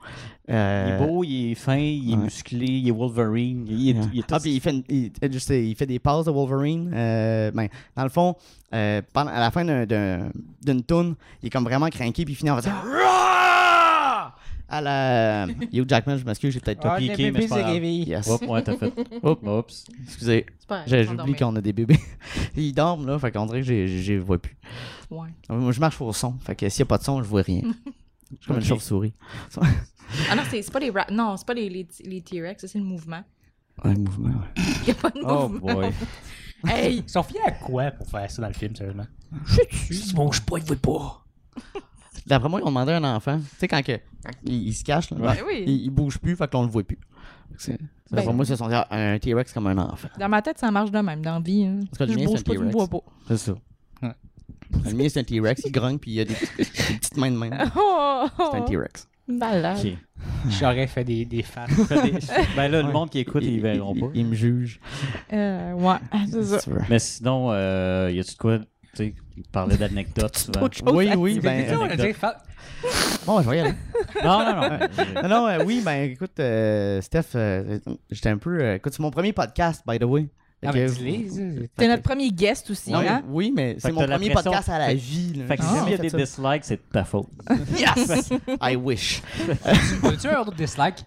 Speaker 1: Il
Speaker 3: Euh,
Speaker 1: est beau, il est fin, il est
Speaker 3: ouais.
Speaker 1: musclé, il est Wolverine, il est, il est tout-
Speaker 3: Ah, puis il fait, une- il- je sais, il fait des passes de Wolverine. Euh, ben, dans le fond, euh, pendant- à la fin d'un- d'un- d'une toune, il est comme vraiment cranky, puis il finit
Speaker 1: *laughs*
Speaker 3: en faisant Roar! à la euh, Hugh Jackman, je m'excuse, j'ai peut-être pas
Speaker 1: Ah, piqué, mais c'est pas grave.
Speaker 3: Yes.
Speaker 1: Oups, ouais, t'as fait.
Speaker 3: Oups.
Speaker 1: Oups.
Speaker 3: Excusez,
Speaker 4: C'est pas-
Speaker 3: j'ai-
Speaker 4: s'endormir.
Speaker 3: j'oublie qu'on a des bébés. *laughs* Ils dorment là, fait qu'on dirait que j'ai- j'ai- je les vois plus.
Speaker 4: Ouais.
Speaker 3: Moi, je marche au son, fait que s'il n'y a pas de son, je vois
Speaker 4: *laughs*
Speaker 3: rien. Je suis comme une
Speaker 1: Ok.
Speaker 3: chauve-souris.
Speaker 4: Ah non, c'est c'est pas les ra- Non, c'est pas les, les, les T-Rex, ça, c'est le mouvement. *laughs*
Speaker 3: Un mouvement, ouais.
Speaker 4: Il n'y a pas de
Speaker 1: Oh
Speaker 4: mouvement.
Speaker 1: boy.
Speaker 4: Hey,
Speaker 2: Ils sont fiers à quoi pour faire ça dans le film, sérieusement? Je suis bon, je pas, il veut pas.
Speaker 3: D'après moi, ils ont demandé à un enfant. Tu sais, quand, que, quand il, il se cache, là,
Speaker 4: Ouais. Oui.
Speaker 3: il, il bouge plus, fait que l'on le voit plus. Fait que c'est- D'après
Speaker 4: Ben-
Speaker 3: moi, ils se sont dit, ah, un T-Rex comme un enfant.
Speaker 4: dans ma tête, ça marche de même, dans la vie. hein.
Speaker 3: Parce que le
Speaker 4: Je
Speaker 3: mien,
Speaker 4: bouge
Speaker 3: c'est
Speaker 4: pas,
Speaker 3: un
Speaker 4: tu me
Speaker 3: T-Rex.
Speaker 4: vois pas.
Speaker 3: C'est ça.
Speaker 2: Ouais.
Speaker 3: Le mien, c'est un T-Rex, il grogne, puis il a des, des petites mains de même.
Speaker 4: *laughs* Oh,
Speaker 3: C'est un
Speaker 4: oh,
Speaker 3: T-Rex.
Speaker 4: malade.
Speaker 1: Ok.
Speaker 2: J'aurais fait des, des fans.
Speaker 1: Fais des- Ben là, le
Speaker 3: Ouais.
Speaker 1: monde qui écoute, ils verront pas.
Speaker 3: Il, il me juge.
Speaker 4: Euh, ouais, *laughs* c'est ça.
Speaker 3: Si tu veux.
Speaker 1: Mais sinon, euh, y a-tu de quoi, tu sais, parler d'anecdotes souvent?
Speaker 4: Autre chose
Speaker 3: Oui,
Speaker 4: à
Speaker 3: oui,
Speaker 4: dire.
Speaker 3: ben-
Speaker 2: on a dit fa-
Speaker 3: Bon, ben, je vais y
Speaker 4: *laughs*
Speaker 3: aller.
Speaker 1: Non, non, non.
Speaker 3: non, non, euh, oui, ben écoute, euh, Steph, euh, j'étais un peu. euh, écoute, c'est mon premier podcast, by the way. Fait
Speaker 2: Non,
Speaker 3: que-
Speaker 2: mais dis-les.
Speaker 4: T'es notre premier guest aussi,
Speaker 3: Non, mais-
Speaker 4: hein?
Speaker 3: oui, mais
Speaker 1: Fait
Speaker 3: c'est
Speaker 1: que
Speaker 3: mon
Speaker 1: t'as la
Speaker 3: premier
Speaker 1: pression-
Speaker 3: podcast à la
Speaker 1: fait-
Speaker 3: vie. là.
Speaker 1: *laughs* Fait que
Speaker 3: J'ai
Speaker 1: si
Speaker 4: Ah,
Speaker 1: jamais il y a
Speaker 3: fait
Speaker 1: des
Speaker 3: ça.
Speaker 1: dislikes, c'est de ta faute.
Speaker 3: Yes! I wish.
Speaker 2: As-tu un autre dislike?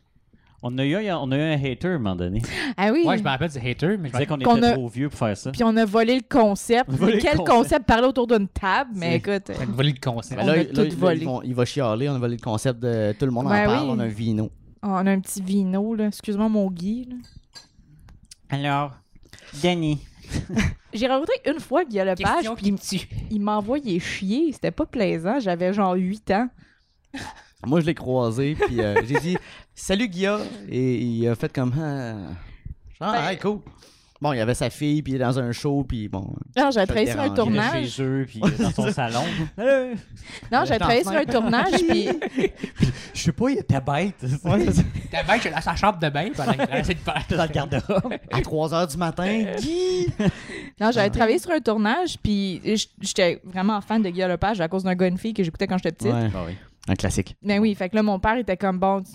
Speaker 1: On a eu, un- on a eu un hater à un moment donné.
Speaker 4: *laughs* Ah oui.
Speaker 2: Ouais, je me rappelle du hater, mais
Speaker 1: Il disait
Speaker 2: je
Speaker 1: qu'on
Speaker 4: Qu'on
Speaker 1: était
Speaker 4: a-
Speaker 1: trop vieux pour faire ça.
Speaker 4: *laughs* Puis on a volé le concept.
Speaker 1: volé le
Speaker 4: C'est quel
Speaker 1: concept.
Speaker 4: concept? Parler autour d'une table, mais écoute. euh,
Speaker 2: vais voler le conseil.
Speaker 3: Ben
Speaker 4: On
Speaker 3: là,
Speaker 4: a
Speaker 3: il-
Speaker 4: tout
Speaker 3: là, il-
Speaker 4: volé.
Speaker 3: ils vont- il va chialer, on a volé le concept de tout le monde en
Speaker 4: Ben
Speaker 3: parle,
Speaker 4: oui.
Speaker 3: on a un vino.
Speaker 4: on a un petit vino, là. Excuse-moi, mon Guy. là.
Speaker 1: Alors, Danny.
Speaker 4: J'ai rencontré une fois via le page,
Speaker 2: Question
Speaker 4: puis
Speaker 2: qui me tue. *laughs*
Speaker 4: il m'envoyait chier. C'était pas plaisant. J'avais genre 8 ans.
Speaker 3: Moi, je l'ai croisé, puis euh, j'ai dit « Salut, Guilla! » Et il a fait comme ah. « Ah,
Speaker 4: Ben-
Speaker 3: hey, cool! » Bon, il y avait sa fille, puis il est dans un show, puis bon.
Speaker 4: Non, j'ai
Speaker 3: Ça
Speaker 4: travaillé sur un
Speaker 3: dérange.
Speaker 4: tournage.
Speaker 1: Chez eux, puis dans son salon. Euh,
Speaker 4: Non, j'ai
Speaker 1: J'étais
Speaker 4: travaillé sur un tournage, puis
Speaker 1: Je sais pas, il était bête.
Speaker 3: Ouais, c'est ça.
Speaker 2: Ta bain, j'ai dans sa chambre de bain, pendant qu'il essaie de faire.
Speaker 1: dans le garde-robe.
Speaker 3: à 3 h du
Speaker 4: *laughs*
Speaker 3: matin, Guy!
Speaker 4: non, j'avais travaillé sur un tournage, puis j- j'étais vraiment fan de Guillaume Lepage à cause d'un gars et une fille que j'écoutais quand j'étais petite.
Speaker 3: Ouais. Un classique.
Speaker 4: Ben oui, fait que là, mon père était comme bon, tu-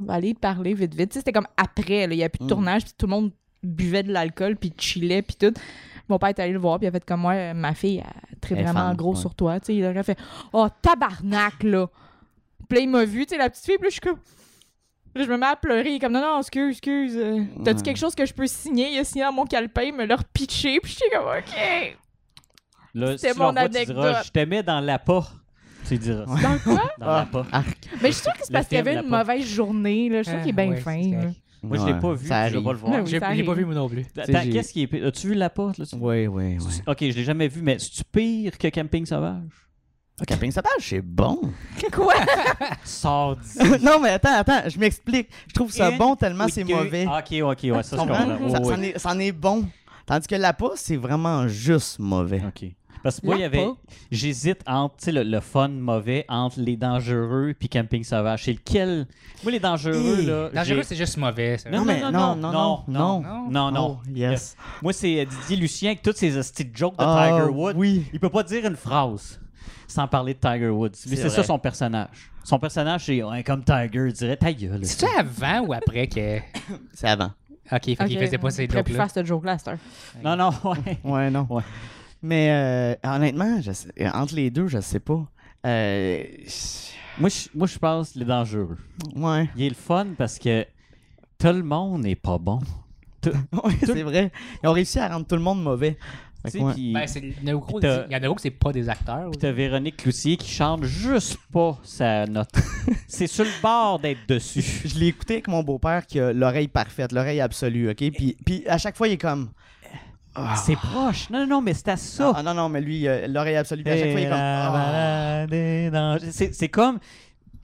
Speaker 4: on va aller parler vite, vite. Tu sais, c'était comme après, là, il n'y a plus de
Speaker 3: Mm.
Speaker 4: tournage, puis tout le monde buvait de l'alcool, puis chillait, puis tout. Mon père est allé le voir, puis il a fait comme moi, euh, ma fille, elle très
Speaker 3: Elle est
Speaker 4: vraiment
Speaker 3: fan,
Speaker 4: gros
Speaker 3: ouais.
Speaker 4: sur toi. Tu sais, il a fait oh, tabarnak, là. Puis là, il m'a vu, tu sais, la petite fille, puis là, je suis comme. Puis là, je me mets à pleurer, il est comme non, non, excuse, excuse. euh, T'as-tu
Speaker 3: Ouais.
Speaker 4: quelque chose que je peux signer? Il a signé dans mon calepin, il me l'a repitché, puis j'étais comme OK.
Speaker 1: Là,
Speaker 4: C'était
Speaker 1: si tu leur
Speaker 4: mon
Speaker 1: vois, tu diras,
Speaker 4: anecdote.
Speaker 1: je t'aimais dans l'appât. Tu diras.
Speaker 4: Dans
Speaker 1: *laughs*
Speaker 4: quoi?
Speaker 1: Dans l'appât.
Speaker 4: Mais je suis sûre que c'est
Speaker 1: Le
Speaker 4: parce qu'il y
Speaker 1: film,
Speaker 4: avait une
Speaker 1: la Ah,
Speaker 4: mauvaise journée, là. Je suis sûre qu'il est bien
Speaker 2: Ouais,
Speaker 4: fin,
Speaker 2: c'est
Speaker 4: là.
Speaker 2: correct.
Speaker 1: Moi, je l'ai pas vu,
Speaker 3: Ça
Speaker 1: puis je vais pas le
Speaker 3: arrive.
Speaker 1: voir.
Speaker 4: Ben
Speaker 2: J'ai
Speaker 4: oui. ça
Speaker 2: j'ai pas
Speaker 4: arrive.
Speaker 2: vu, moi non plus.
Speaker 1: Attends,
Speaker 3: j'ai-
Speaker 1: qu'est-ce qui est. pire? As-tu vu l'appât? là, tu-
Speaker 3: Oui, oui, oui.
Speaker 1: Ok, je l'ai jamais vu, mais c'est-tu pire que Camping Sauvage?
Speaker 3: Camping Sauvage, c'est bon.
Speaker 4: *laughs* Quoi?
Speaker 1: Sors d'ici.
Speaker 3: *laughs* non, mais attends, attends, je m'explique. Je trouve ça
Speaker 1: Une
Speaker 3: bon tellement
Speaker 1: ou
Speaker 3: c'est
Speaker 1: deux.
Speaker 3: mauvais.
Speaker 4: ah,
Speaker 1: Ok, ok, ouais, ça, je
Speaker 3: Tu comprends?
Speaker 1: comprends.
Speaker 3: Ça-
Speaker 1: Ouais,
Speaker 3: c'en est- C'en est bon. Tandis que la passe, c'est vraiment juste mauvais.
Speaker 1: ouais. Ok. Parce que moi, il y avait.
Speaker 4: L'appât.
Speaker 1: J'hésite entre tu sais, le, le fun mauvais, entre les dangereux puis Camping Sauvage. C'est lequel? Moi, les dangereux,
Speaker 3: Hey,
Speaker 1: là.
Speaker 2: Dangereux,
Speaker 1: j'ai-
Speaker 2: c'est juste mauvais. ça.
Speaker 1: Non,
Speaker 3: mais
Speaker 1: non, non,
Speaker 3: non,
Speaker 1: non,
Speaker 3: non,
Speaker 1: non,
Speaker 3: non,
Speaker 2: non.
Speaker 1: non, non.
Speaker 3: Oh, yes.
Speaker 1: Moi, c'est euh, Didier Lucien avec toutes ses hosties de jokes de
Speaker 3: Ah,
Speaker 1: Tiger Woods.
Speaker 3: Oui.
Speaker 1: Il peut pas dire une phrase sans parler de Tiger Woods. Mais
Speaker 3: C'est
Speaker 1: c'est ça
Speaker 3: vrai.
Speaker 1: son personnage. Son personnage, c'est ouais, comme Tiger, il dirait ta gueule.
Speaker 2: C'est-tu avant ou après que. Ok,
Speaker 3: C'est avant.
Speaker 2: fait qu'il
Speaker 4: Ok,
Speaker 2: faisait pas ces
Speaker 4: on pourrait plus
Speaker 2: jokes-là.
Speaker 4: faire ce joke-là, à cette heure.
Speaker 1: Non, *laughs* non, ouais.
Speaker 3: Ouais, non.
Speaker 1: Ouais.
Speaker 3: Mais euh, honnêtement, je sais- entre les deux, je sais pas. Euh,
Speaker 1: Moi, je, moi, je pense les dangereux.
Speaker 3: ouais.
Speaker 1: Il est le fun parce que tout le monde n'est pas bon.
Speaker 3: *laughs* Ouais, c'est vrai. Ils ont réussi à rendre tout le monde mauvais.
Speaker 1: Tu
Speaker 3: Fait
Speaker 1: sais,
Speaker 3: que ouais.
Speaker 1: puis-
Speaker 2: Ben, c'est- il y en a beaucoup
Speaker 1: Puis t'as-
Speaker 2: il y en a beaucoup que c'est pas des acteurs.
Speaker 1: Puis t'as Véronique Cloutier qui chante juste pas sa
Speaker 3: *laughs*
Speaker 1: note. c'est sur le bord d'être dessus.
Speaker 3: Je l'ai écouté avec mon beau-père qui a l'oreille parfaite, l'oreille absolue, OK? Puis, puis à chaque fois, il est comme... Ah.
Speaker 1: C'est proche. Non, non, non, mais c'est à ça.
Speaker 3: Ah non, non, mais lui, euh, l'oreille absolue, puis à chaque fois, il est comme...
Speaker 1: La
Speaker 3: Ah.
Speaker 1: balade est dangereuse. C'est c'est comme.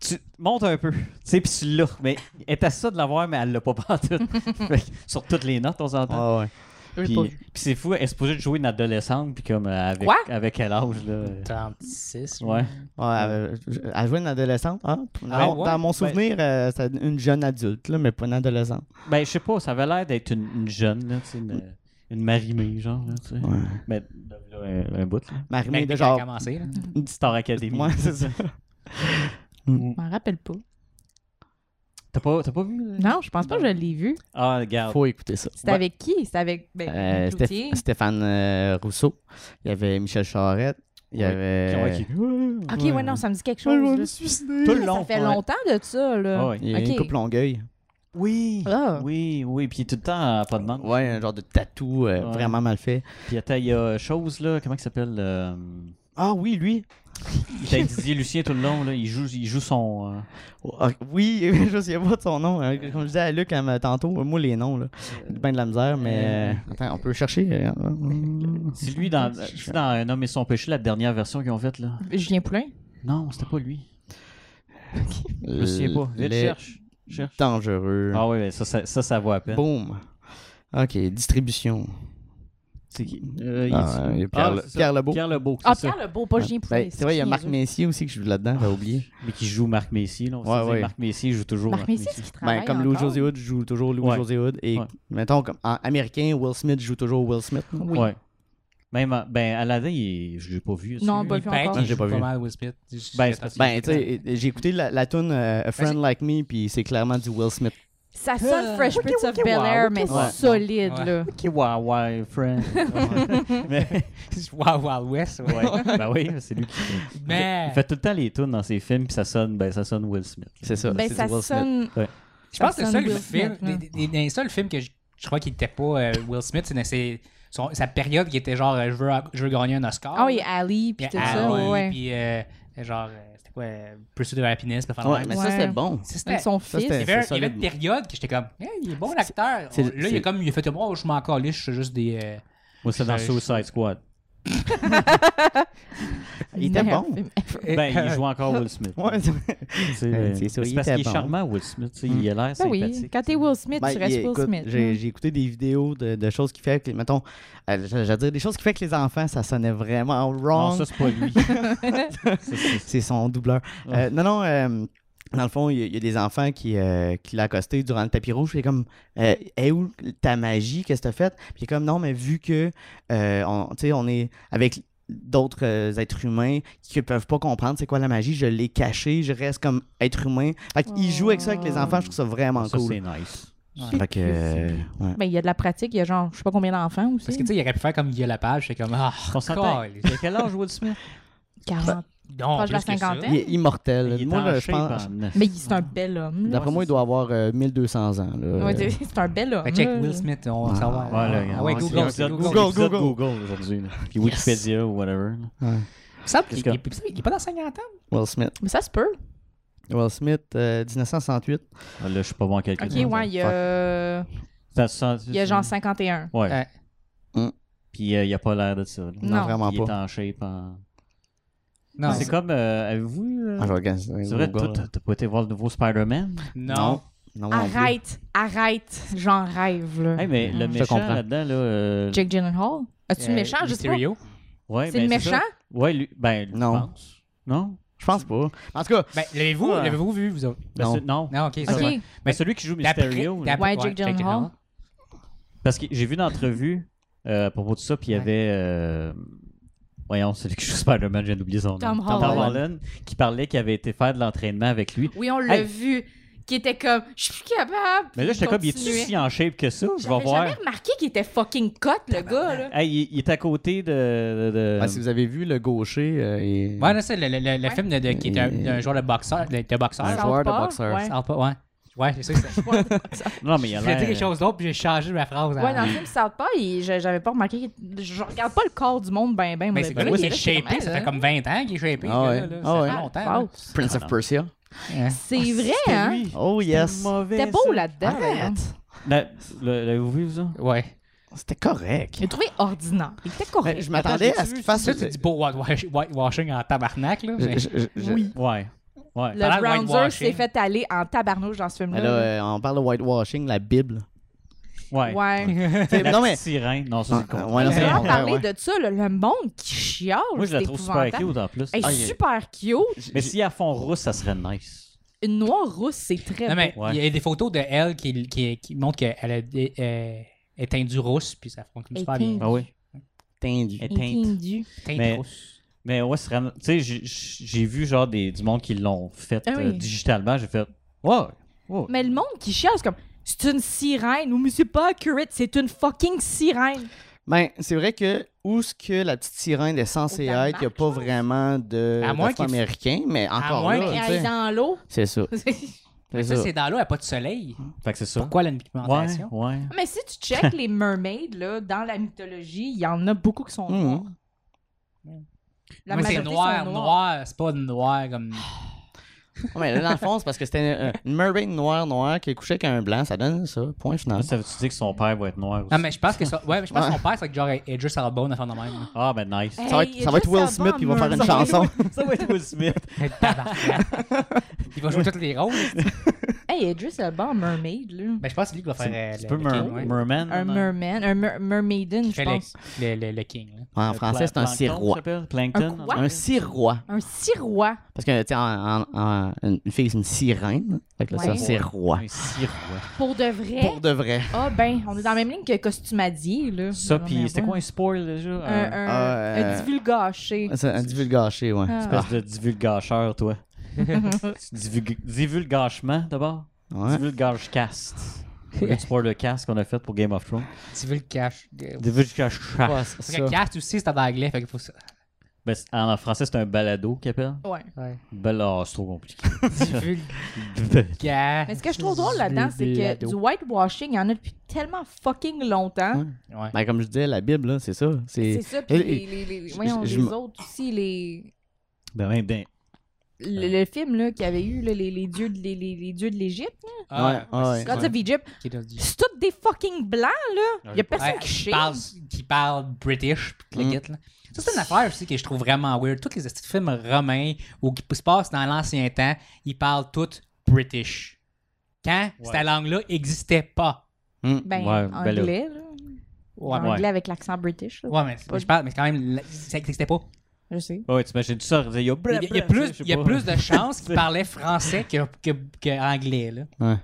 Speaker 1: Tu montes un peu, tu sais, puis tu l'as. Mais elle était ça de l'avoir, mais elle l'a pas *laughs* pantoute. Fait que Sur toutes les notes, on s'entend.
Speaker 3: Ah ouais.
Speaker 4: Je l'ai
Speaker 1: puis
Speaker 4: pas
Speaker 1: puis
Speaker 4: vu.
Speaker 1: c'est fou, elle est supposée de jouer une adolescente, puis comme euh, avec,
Speaker 4: Quoi?
Speaker 1: avec quel âge, là.
Speaker 2: 36.
Speaker 1: Ouais.
Speaker 3: Ouais, euh, elle, elle jouait une adolescente. hein?
Speaker 2: Ah
Speaker 3: Dans-
Speaker 2: ouais?
Speaker 3: Dans mon souvenir, euh, c'était une jeune adulte, là, mais pas une adolescente.
Speaker 1: Ben, je sais pas, ça avait l'air d'être une, une jeune, là, tu sais, une, une marimée, genre, là, tu sais.
Speaker 3: Ouais.
Speaker 1: Mais de- là, un, un bout, là.
Speaker 3: Marimée
Speaker 2: Mais
Speaker 3: de
Speaker 2: déjà
Speaker 3: genre.
Speaker 2: commencé. là.
Speaker 1: Une petite Star Academy.
Speaker 3: Ouais, c'est ça.
Speaker 4: Je m'en rappelle pas.
Speaker 1: T'as pas, t'as pas vu? là?
Speaker 4: Non, je pense pas que je l'ai vu.
Speaker 1: Ah, regarde.
Speaker 3: Faut écouter ça.
Speaker 4: C'était avec qui? C'était avec ben,
Speaker 3: Euh, Stéph-
Speaker 4: Cloutier.
Speaker 3: Stéphane euh, Rousseau. Il y avait Michel Charette. Il y
Speaker 1: Ouais.
Speaker 3: avait.
Speaker 1: Ouais, qui-
Speaker 4: Ok, ouais, non, ça me dit quelque
Speaker 3: Ouais, je
Speaker 4: chose.
Speaker 3: vais
Speaker 4: là.
Speaker 3: me suicider.
Speaker 1: Tout le long.
Speaker 4: Ça fait
Speaker 1: ouais.
Speaker 4: longtemps de ça, là.
Speaker 1: Ah ouais.
Speaker 3: Il y a
Speaker 4: Ok.
Speaker 3: une coupe Longueuil.
Speaker 1: Oui.
Speaker 4: Ah.
Speaker 1: Oui, oui. Puis tout le temps, euh, pas de manque.
Speaker 3: Ouais, un genre de tatou euh,
Speaker 1: Ouais.
Speaker 3: vraiment mal fait.
Speaker 1: Puis attends, il y a chose, là, comment il s'appelle euh,
Speaker 3: Ah oui, lui.
Speaker 1: Il était avec Didier Lucien tout le long, là. Il joue, il joue son. euh,
Speaker 3: Ah, Oui, *laughs* je sais pas de son nom. hein. Comme je disais à Luc euh, tantôt, euh, moi les noms, là. J'ai bien de la misère, mais. euh, Attends, on peut chercher. euh, *laughs* euh,
Speaker 1: C'est lui dans, c'est dans Un homme et son péché, la dernière version qu'ils ont faite, là.
Speaker 4: Julien Poulain?
Speaker 1: Non, c'était pas lui. Je me souviens pas. Vite,
Speaker 3: Euh, Les
Speaker 1: cherche. Cherche.
Speaker 3: Dangereux.
Speaker 1: Ah ouais, ça, ça, ça, ça vaut à peine.
Speaker 3: Boom. OK, distribution.
Speaker 1: C'est qui Euh, il est-
Speaker 3: Ah, il y a Pierre,
Speaker 1: Ah,
Speaker 3: Le-
Speaker 1: c'est ça.
Speaker 3: Pierre Lebeau.
Speaker 1: Pierre Lebeau,
Speaker 4: Ah,
Speaker 1: c'est ça.
Speaker 4: Pierre Lebeau, pas Julien Poulain.
Speaker 3: Ben, c'est vrai, il y a Marc Messier aussi que je joue là-dedans,
Speaker 1: Ah.
Speaker 3: j'avais oublié.
Speaker 1: Mais qui joue Marc Messier, là. On
Speaker 3: Ouais,
Speaker 1: se dit,
Speaker 3: ouais.
Speaker 1: Marc Messier joue toujours.
Speaker 4: Marc Messier, est-ce qu'il travaille
Speaker 3: Ben, comme Louis
Speaker 4: encore?
Speaker 3: José Hood, je joue toujours Louis
Speaker 1: Ouais.
Speaker 3: José Hood. Et
Speaker 1: Ouais.
Speaker 3: mettons, comme en américain, Will Smith joue toujours Will Smith. là.
Speaker 4: Oui.
Speaker 1: Ouais. Même, euh, ben, Aladdin, il est- je l'ai pas vu. ça.
Speaker 4: Non, pas
Speaker 2: Il
Speaker 4: vu
Speaker 2: paraît
Speaker 4: encore.
Speaker 2: qu'il
Speaker 3: Ah, J'ai
Speaker 2: joue
Speaker 3: pas
Speaker 2: pas
Speaker 3: vu.
Speaker 2: mal Will Smith. Je-
Speaker 1: Ben,
Speaker 2: je-
Speaker 1: c'est parce
Speaker 3: Ben, tu sais, j'ai écouté la, la tune euh, A Friend Like Me, puis c'est clairement du Will Smith.
Speaker 4: Ça sonne
Speaker 1: Euh,
Speaker 4: Fresh
Speaker 1: ok,
Speaker 4: Prince of
Speaker 1: ok,
Speaker 4: Bel-Air,
Speaker 1: wow,
Speaker 4: mais
Speaker 1: ok, wow.
Speaker 4: solide,
Speaker 2: Ouais.
Speaker 4: là.
Speaker 1: Qui Wawa,
Speaker 4: *laughs*
Speaker 1: friend. Mais,
Speaker 2: *laughs* Wild Wild West. ouais.
Speaker 1: ouais. Ben oui, c'est lui qui fait.
Speaker 2: Mais.
Speaker 1: Il fait tout le temps les tunes dans ses films, puis ça sonne, ben, ça sonne Will Smith.
Speaker 3: C'est ça.
Speaker 4: Ben,
Speaker 3: c'est
Speaker 4: ça
Speaker 3: du Will Smith.
Speaker 4: sonne...
Speaker 2: Je pense que le
Speaker 4: Personne
Speaker 2: seul
Speaker 4: Will
Speaker 2: film,
Speaker 4: Smith, là.
Speaker 2: des- des- des seuls films que je, je crois qu'il n'était pas euh, Will Smith, c'est dans ses- son- sa période qui était genre euh, je veux, je veux gagner un Oscar.
Speaker 4: Ah oui, Ali, puis tout ça,
Speaker 2: Ali,
Speaker 4: ouais.
Speaker 2: puis euh, genre, euh, c'était quoi, euh, Pursuit of Happiness, le
Speaker 3: Ouais, mais ça,
Speaker 4: Ouais.
Speaker 3: c'est bon.
Speaker 4: Avec Ben, son
Speaker 3: Ça,
Speaker 2: il
Speaker 4: fils.
Speaker 2: y
Speaker 3: c'était-
Speaker 2: avait,
Speaker 3: c'est
Speaker 2: il y avait
Speaker 3: solide.
Speaker 2: une période que j'étais comme, Hey, il est bon l'acteur.
Speaker 3: c'est-
Speaker 2: Là, il
Speaker 3: c'est-
Speaker 2: a comme, il a fait, bon, je m'en calisse, je suis juste des. euh,
Speaker 1: Moi, c'est dans
Speaker 2: Je-
Speaker 1: Suicide Squad.
Speaker 3: Il était
Speaker 4: *laughs* Meilleur
Speaker 3: bon.
Speaker 4: film.
Speaker 2: *laughs*
Speaker 1: Ben, il joue encore Will Smith.
Speaker 3: Ouais,
Speaker 1: Tu sais,
Speaker 3: Ben,
Speaker 1: euh,
Speaker 3: c'est ça, il
Speaker 1: parce
Speaker 3: était
Speaker 1: qu'il est
Speaker 3: bon.
Speaker 1: charmant, Will Smith. tu sais,
Speaker 3: Mm.
Speaker 1: Il a l'air
Speaker 4: Ben
Speaker 1: sympathique.
Speaker 4: oui, quand t'es Will Smith,
Speaker 3: Ben,
Speaker 4: tu restes
Speaker 3: écoute,
Speaker 4: Will Smith. hein.
Speaker 3: J'ai j'ai écouté des vidéos de, de choses qui fait que, mettons, euh, j'allais j'allais dire, des choses qui fait que les enfants, ça sonnait vraiment
Speaker 1: Non,
Speaker 3: wrong.
Speaker 1: ça, c'est pas
Speaker 3: *laughs*
Speaker 1: lui. Ça, c'est-
Speaker 3: c'est son doubleur. Euh, non, non, euh, dans le fond, il y, a- il y a des enfants qui, euh, qui l'ont accosté durant le tapis rouge. C'est comme, euh, est où ta magie? Qu'est-ce que t'as fait? Puis il est comme, non, mais vu que, euh, on, tu sais, on est avec d'autres euh, êtres humains qui ne peuvent pas comprendre c'est quoi la magie, je l'ai caché, je reste comme être humain. Fait qu'il joue avec ça avec
Speaker 4: Oh.
Speaker 3: les enfants, je trouve ça vraiment
Speaker 1: ça,
Speaker 3: cool.
Speaker 1: c'est nice.
Speaker 2: c'est-
Speaker 3: Fait que, euh, ouais.
Speaker 4: Ben, il y a de la pratique, il y a genre, je sais pas combien d'enfants aussi.
Speaker 2: Parce que tu sais, il aurait pu faire comme Guy Lapage, c'est comme Ah,
Speaker 1: On s'entend.
Speaker 2: câlisse.
Speaker 1: Il a quel âge, Will Smith?
Speaker 4: 40.
Speaker 2: Non,
Speaker 4: Proche de la
Speaker 2: plus que ça.
Speaker 4: cinquantaine.
Speaker 3: Il est immortel.
Speaker 1: Il est
Speaker 3: Euh, moi,
Speaker 1: en
Speaker 3: là, je
Speaker 1: shape hein.
Speaker 3: pense.
Speaker 1: en neuf.
Speaker 4: Mais il- c'est un bel homme. là.
Speaker 3: D'après moi, il doit avoir euh, 1200 ans. là.
Speaker 4: Ouais, c'est- c'est un bel homme.
Speaker 1: Ben,
Speaker 2: Fait Ben, check
Speaker 4: là.
Speaker 2: Will Smith, on va
Speaker 3: Ah,
Speaker 2: savoir.
Speaker 1: Ouais, là, regarde,
Speaker 2: ah ouais,
Speaker 1: on-
Speaker 2: Google,
Speaker 1: c'est
Speaker 2: c'est
Speaker 1: l'épisode
Speaker 2: Google.
Speaker 1: Google,
Speaker 3: Google,
Speaker 1: Google, aujourd'hui. là. Puis Wikipédia ou whatever. là.
Speaker 2: Il
Speaker 3: Ouais.
Speaker 2: me semble qu'il-
Speaker 1: Parce que-
Speaker 2: il il- il est pas dans 50 ans.
Speaker 3: Will Smith.
Speaker 4: Mais ça se peut.
Speaker 3: Will Smith, euh, 1968.
Speaker 1: Ah, Là, je suis pas bon en calcul.
Speaker 4: Ok, ouais, il y a,
Speaker 1: Ça se sent-
Speaker 4: il y a genre 51.
Speaker 1: Ouais.
Speaker 2: Ouais.
Speaker 1: Puis euh, il a pas l'air de ça. là.
Speaker 3: Non,
Speaker 4: Non.
Speaker 3: vraiment
Speaker 1: il est
Speaker 3: pas. Ah,
Speaker 1: en shape. en-
Speaker 2: Non,
Speaker 1: C'est comme, euh, avez-vous... vu, euh,
Speaker 3: Ah, je regarde ça,
Speaker 1: c'est vrai,
Speaker 3: Google.
Speaker 1: toi, t'as t'as pas été voir le nouveau Spider-Man?
Speaker 2: non.
Speaker 3: Non, non plus.
Speaker 4: Arrête, arrête, j'en rêve, là.
Speaker 1: Hey, mais le
Speaker 4: Mm.
Speaker 3: Je te
Speaker 1: méchant
Speaker 3: comprends.
Speaker 1: là-dedans, là... euh,
Speaker 4: Jake Gyllenhaal? As-tu le
Speaker 2: Euh,
Speaker 4: méchant? Je sais pas.
Speaker 2: Mysterio.
Speaker 1: ouais,
Speaker 4: C'est
Speaker 1: ben,
Speaker 4: le
Speaker 1: ça.
Speaker 4: méchant?
Speaker 1: Ouais, lui... Ben, lui,
Speaker 3: Non.
Speaker 1: je pense. Non?
Speaker 3: Je pense pas. En tout cas,
Speaker 2: Ben, l'avez-vous
Speaker 1: Ouais.
Speaker 2: l'avez-vous vu, vous autres?
Speaker 1: Ben,
Speaker 3: Non.
Speaker 1: c'est- non.
Speaker 2: Non, ok, ça
Speaker 4: Ok.
Speaker 2: va.
Speaker 1: Mais celui qui joue
Speaker 2: Puis après-
Speaker 1: Mysterio...
Speaker 2: puis
Speaker 1: là.
Speaker 2: après-
Speaker 4: Ouais, Jake
Speaker 2: Jake
Speaker 4: Gyllenhaal.
Speaker 1: Parce que j'ai vu une entrevue euh, à propos de ça, puis il y
Speaker 2: Ouais.
Speaker 1: avait. euh, voyons, celui qui joue Spider-Man, j'ai oublié son nom.
Speaker 4: Tom
Speaker 1: Tom
Speaker 4: Holland.
Speaker 1: Holland, qui parlait qu'il avait été faire de l'entraînement avec lui.
Speaker 4: Oui, on l'a
Speaker 1: Hey.
Speaker 4: vu. Qui était comme, je suis plus capable.
Speaker 1: Mais là, j'étais comme, il est
Speaker 4: Continuez.
Speaker 1: si en shape que ça? Je vais
Speaker 4: J'avais
Speaker 1: voir.
Speaker 4: jamais remarqué qu'il était fucking cut, le gars, là.
Speaker 1: Hey, il, il est à côté de. de- de-
Speaker 3: ah, si vous avez vu le gaucher, euh, il-
Speaker 2: Ouais, non, c'est le, le- le- le film de, de- qui est un, d'un joueur de boxeur. De, de boxeur.
Speaker 3: un
Speaker 4: South
Speaker 3: joueur de
Speaker 4: Park,
Speaker 3: boxeur.
Speaker 4: ouais.
Speaker 2: Ah, pas- ouais. Ouais, c'est ça. c'est-
Speaker 1: Non, mais il
Speaker 2: Je
Speaker 1: a
Speaker 2: voulais dire
Speaker 1: l'air.
Speaker 2: quelque chose d'autre, puis j'ai changé ma phrase. hein.
Speaker 4: Ouais, dans le film South Park, il- je- j'avais pas remarqué. qu'il- Je regarde pas le corps du monde ben ben.
Speaker 2: Mais
Speaker 4: moi,
Speaker 2: c'est
Speaker 4: ben,
Speaker 2: quoi,
Speaker 4: il
Speaker 2: c'est
Speaker 4: est là, j'étais
Speaker 2: shapé.
Speaker 4: comme,
Speaker 2: Ça fait
Speaker 4: hein?
Speaker 2: comme 20 ans qu'il est shapé.
Speaker 3: Ah
Speaker 2: là,
Speaker 3: ouais.
Speaker 2: là,
Speaker 3: Ah
Speaker 2: ça
Speaker 3: ouais.
Speaker 2: fait longtemps.
Speaker 4: Wow.
Speaker 2: là.
Speaker 3: Prince
Speaker 1: Ah,
Speaker 3: of Persia.
Speaker 2: Ouais.
Speaker 4: C'est vrai, hein?
Speaker 3: Oh yes.
Speaker 1: Mauvais,
Speaker 4: C'était beau
Speaker 1: ça.
Speaker 3: Ah,
Speaker 4: là-dedans.
Speaker 3: ben,
Speaker 4: d'ailleurs.
Speaker 1: La- le- L'avez-vous vu, ça?
Speaker 2: Ouais.
Speaker 3: C'était correct.
Speaker 4: J'ai trouvé ordinaire. Il était
Speaker 3: Mais
Speaker 2: Ben,
Speaker 4: correct.
Speaker 3: je m'attendais
Speaker 2: Attends,
Speaker 3: à ce
Speaker 2: j'ai-tu vu-
Speaker 3: qu'il fasse.
Speaker 2: Ça, c'est du beau whitewash- whitewashing en tabarnak, là. mais-
Speaker 3: Je- je- je-
Speaker 4: Oui.
Speaker 1: Ouais. Ouais.
Speaker 4: Le
Speaker 2: Parlant de
Speaker 4: Browser
Speaker 2: whitewashing.
Speaker 4: s'est fait aller en tabarnouche dans ce
Speaker 3: Mais
Speaker 4: film-là.
Speaker 3: là, euh, on parle de whitewashing, la Bible.
Speaker 1: Ouais.
Speaker 4: ouais.
Speaker 1: *laughs* La
Speaker 3: non,
Speaker 1: non,
Speaker 3: mais-
Speaker 1: sirène. Non, ça, c'est
Speaker 3: Ah,
Speaker 1: con.
Speaker 3: ouais, non,
Speaker 4: J'ai
Speaker 3: Ben c'est
Speaker 4: vraiment
Speaker 3: vrai,
Speaker 4: parlé
Speaker 3: ouais.
Speaker 4: de ça, là, le monde qui chiale.
Speaker 1: Moi, je la
Speaker 4: c'est
Speaker 1: trouve super
Speaker 4: épouvantable.
Speaker 1: cute en plus.
Speaker 4: Elle est
Speaker 1: Ah, il-
Speaker 4: super cute.
Speaker 1: Mais si elle fond rousse, ça serait nice.
Speaker 4: Une noire rousse, c'est très
Speaker 2: Non, mais
Speaker 1: Ouais.
Speaker 2: il y a des photos de elle qui, qui, qui montrent qu'elle a des- euh, est teindue rousse, puis ça fonctionne super bien.
Speaker 4: Éteinte.
Speaker 1: Ah oui.
Speaker 3: Tendu.
Speaker 1: Elle est
Speaker 4: beau.
Speaker 1: teinte.
Speaker 4: Étendue.
Speaker 2: Teinte
Speaker 1: Mais-
Speaker 2: rousse.
Speaker 1: Mais ouais, c'est vraiment- Tu sais, j'ai- j'ai vu genre des, du monde qui l'ont fait
Speaker 4: Ah oui.
Speaker 1: euh, digitalement. J'ai fait. Ouais. ouais.
Speaker 4: Mais le monde qui chiale, c'est comme c'est une sirène ou mais c'est pas accurate, c'est une fucking sirène.
Speaker 3: Ben, c'est vrai que où ce que la petite sirène est censée
Speaker 4: Au Danemark,
Speaker 3: être, il n'y a pas
Speaker 4: je pense.
Speaker 3: vraiment de
Speaker 2: À moins qu'il-
Speaker 3: américain, mais encore
Speaker 2: moins
Speaker 3: là,
Speaker 2: qu'il-
Speaker 3: Ah, tu
Speaker 4: Elle est
Speaker 3: sais.
Speaker 4: dans l'eau. *laughs*
Speaker 3: C'est ça. C'est
Speaker 2: Ça,
Speaker 3: ça.
Speaker 2: c'est dans l'eau, elle n'a pas de soleil.
Speaker 1: Fait que c'est ça.
Speaker 2: Pourquoi elle a une
Speaker 1: Hein? Ouais,
Speaker 2: pigmentation?
Speaker 1: ouais.
Speaker 4: mais si tu checkes les mermaids là, dans la mythologie, il y en a beaucoup qui sont
Speaker 3: Mhm.
Speaker 4: noirs. La
Speaker 2: Mais c'est
Speaker 4: majorité
Speaker 2: noir,
Speaker 4: sont
Speaker 2: noir,
Speaker 4: noirs.
Speaker 2: c'est pas noir comme.
Speaker 3: Ouais, mais là, dans le fond, c'est parce que c'était euh, une mermaid noire noire qui est couchée avec un blanc. Ça donne ça. Point final.
Speaker 1: Ça veut-tu dire que son père va être noir
Speaker 3: Ah,
Speaker 1: aussi?
Speaker 2: Non, mais je pense que ça. Ouais, mais je pense
Speaker 3: Ouais.
Speaker 2: que son père, c'est que genre Idris Elba, une affaire de
Speaker 1: *laughs*
Speaker 2: même.
Speaker 1: Ah, ben nice.
Speaker 4: Hey,
Speaker 3: Ça va être- ça va être
Speaker 4: Idris
Speaker 3: Will
Speaker 4: Elba
Speaker 3: Smith qui va
Speaker 4: en
Speaker 3: faire une
Speaker 4: mermaid.
Speaker 3: chanson.
Speaker 1: Ça va être Will Smith.
Speaker 2: Tabarnak. Il va jouer tous les rôles.
Speaker 4: Hey, Idris Elba en mermaid là.
Speaker 2: Ben, je pense que c'est lui qui va faire. euh,
Speaker 1: C'est
Speaker 2: le-
Speaker 1: un peu
Speaker 2: le
Speaker 1: mer-
Speaker 2: king, ouais.
Speaker 1: Merman. hein?
Speaker 4: Un
Speaker 1: non?
Speaker 4: merman, un mer- mermaiden,
Speaker 2: Il
Speaker 4: je
Speaker 2: fait
Speaker 4: pense.
Speaker 2: le, le, le- le king. là.
Speaker 3: En français, c'est
Speaker 1: Plankton,
Speaker 3: un
Speaker 1: Euh, ça
Speaker 3: sirois.
Speaker 1: s'appelle? Plankton.
Speaker 4: Un
Speaker 1: en
Speaker 4: quoi?
Speaker 1: anglais?
Speaker 3: Un sirois.
Speaker 4: Un siroi.
Speaker 3: Parce que, tu sais, en- en- en- une fille, c'est une sirène. Fait que là, c'est un
Speaker 4: Ouais.
Speaker 3: sirois.
Speaker 1: Un sirois.
Speaker 4: Pour de vrai.
Speaker 3: Pour de vrai.
Speaker 4: Ah ben, on est dans la même ligne que Costumadier là.
Speaker 1: Ça,
Speaker 4: Dans
Speaker 1: puis
Speaker 4: mes
Speaker 1: c'était
Speaker 4: voix.
Speaker 1: quoi un spoil déjà?
Speaker 4: un,
Speaker 1: Un
Speaker 4: un,
Speaker 3: Ah,
Speaker 4: un
Speaker 3: euh,
Speaker 4: divulgaché.
Speaker 3: C'est un divulgaché, ouais.
Speaker 4: Ah.
Speaker 1: espèce de divulgacheur, toi.
Speaker 4: Mm-hmm.
Speaker 2: Euh.
Speaker 1: Divulg- Divulgachement, d'abord.
Speaker 3: Ouais.
Speaker 2: *laughs*
Speaker 1: Divulgachcast. Le spoil le cast qu'on a fait pour Game of Thrones.
Speaker 2: *laughs* Tu veux le cash. euh,
Speaker 1: Divulgachcast.
Speaker 3: Ouais, c'est
Speaker 2: Parce que
Speaker 3: ça.
Speaker 2: cast aussi, c'est en anglais. Fait qu'il faut ça.
Speaker 1: Ben, c'est- en français, c'est un balado qu'il appelle.
Speaker 3: euh,
Speaker 4: Ouais.
Speaker 2: Ouais.
Speaker 1: Ben là, c'est trop compliqué.
Speaker 2: Tu
Speaker 1: *laughs* Ben,
Speaker 4: Mais ce que je trouve drôle là-dedans, c'est que du whitewashing, il y en a depuis tellement fucking longtemps.
Speaker 3: Ouais.
Speaker 2: Ouais.
Speaker 3: Ben, comme je disais, la Bible, là, c'est ça. C'est
Speaker 4: C'est ça, puis
Speaker 3: Et-
Speaker 4: les, les, les-
Speaker 3: je-
Speaker 4: voyons,
Speaker 3: je- je
Speaker 4: les
Speaker 3: me-
Speaker 4: autres aussi, les...
Speaker 1: ben, ben,
Speaker 4: le, le film là, qu'il y avait eu, là, les, les dieux de les, les- les dieux de l'Égypte,
Speaker 2: Ah,
Speaker 3: Ouais, ouais,
Speaker 2: c'est
Speaker 4: Gods
Speaker 2: ça.
Speaker 4: of Egypt,
Speaker 2: Qui est dit-
Speaker 4: c'est tous des fucking blancs, là. Il y a personne
Speaker 2: Ouais,
Speaker 4: qui
Speaker 2: qui
Speaker 4: chie.
Speaker 2: parle, qui parle british, pis le
Speaker 3: Mm.
Speaker 2: git, là. Ça, c'est une affaire aussi que je trouve vraiment weird. Tous les petits films romains ou qui se passent dans l'ancien temps, ils parlent tout british. Quand
Speaker 1: Ouais.
Speaker 2: cette langue-là n'existait pas.
Speaker 4: Ben,
Speaker 1: Ouais, ben là.
Speaker 4: anglais, là.
Speaker 2: Ouais,
Speaker 4: anglais avec l'accent british, là.
Speaker 2: ouais, mais, mais je parle, mais c'est quand même, la- ça n'existait pas.
Speaker 4: Je sais.
Speaker 1: Ouais, t'imagines ça, il y a,
Speaker 2: Il y a, il y a plus, il y a plus de chances
Speaker 4: *laughs*
Speaker 2: qu'ils parlaient français que, que, que anglais, là.
Speaker 3: Ouais.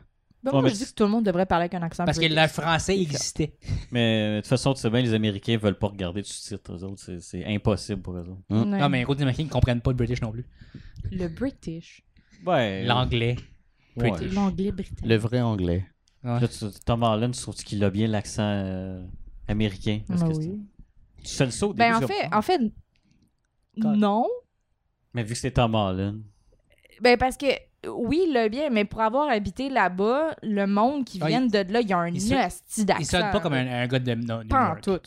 Speaker 1: Ouais,
Speaker 4: Ben, moi,
Speaker 1: mais
Speaker 4: je dis
Speaker 1: c'est-
Speaker 4: que tout le monde devrait parler avec un accent
Speaker 2: Parce que
Speaker 4: british.
Speaker 2: le français existait.
Speaker 1: Mais euh, de toute façon, tu sais bien, les Américains veulent pas regarder de sous-titres, eux autres. C'est- C'est impossible pour eux autres.
Speaker 3: Mm.
Speaker 4: Ouais.
Speaker 2: Non, mais les gros Américains ne comprennent pas le british non plus.
Speaker 4: Le british.
Speaker 1: Ouais.
Speaker 2: L'anglais.
Speaker 1: ouais.
Speaker 2: British.
Speaker 4: L'anglais britannique.
Speaker 3: Le vrai anglais.
Speaker 2: Ouais.
Speaker 1: Là, tu- Tom Holland, tu trouves qu'il a bien l'accent euh, américain? Parce
Speaker 4: Ben
Speaker 1: que
Speaker 4: oui.
Speaker 1: c'est- Tu fais le saut au
Speaker 4: Ben,
Speaker 1: début,
Speaker 4: en
Speaker 1: c'est
Speaker 4: fait,
Speaker 1: comme-
Speaker 4: en fait,
Speaker 2: Correct.
Speaker 4: non.
Speaker 1: Mais vu que c'est Tom Holland.
Speaker 4: Ben, parce que, oui, le bien, mais pour avoir habité là-bas, le monde qui
Speaker 2: Ah,
Speaker 4: vient de là, il y a un
Speaker 2: il sonne-
Speaker 4: hostie d'accent.
Speaker 2: Il sonne pas comme
Speaker 4: euh,
Speaker 2: un, un gars de de New
Speaker 4: Pas en
Speaker 2: York.
Speaker 4: tout.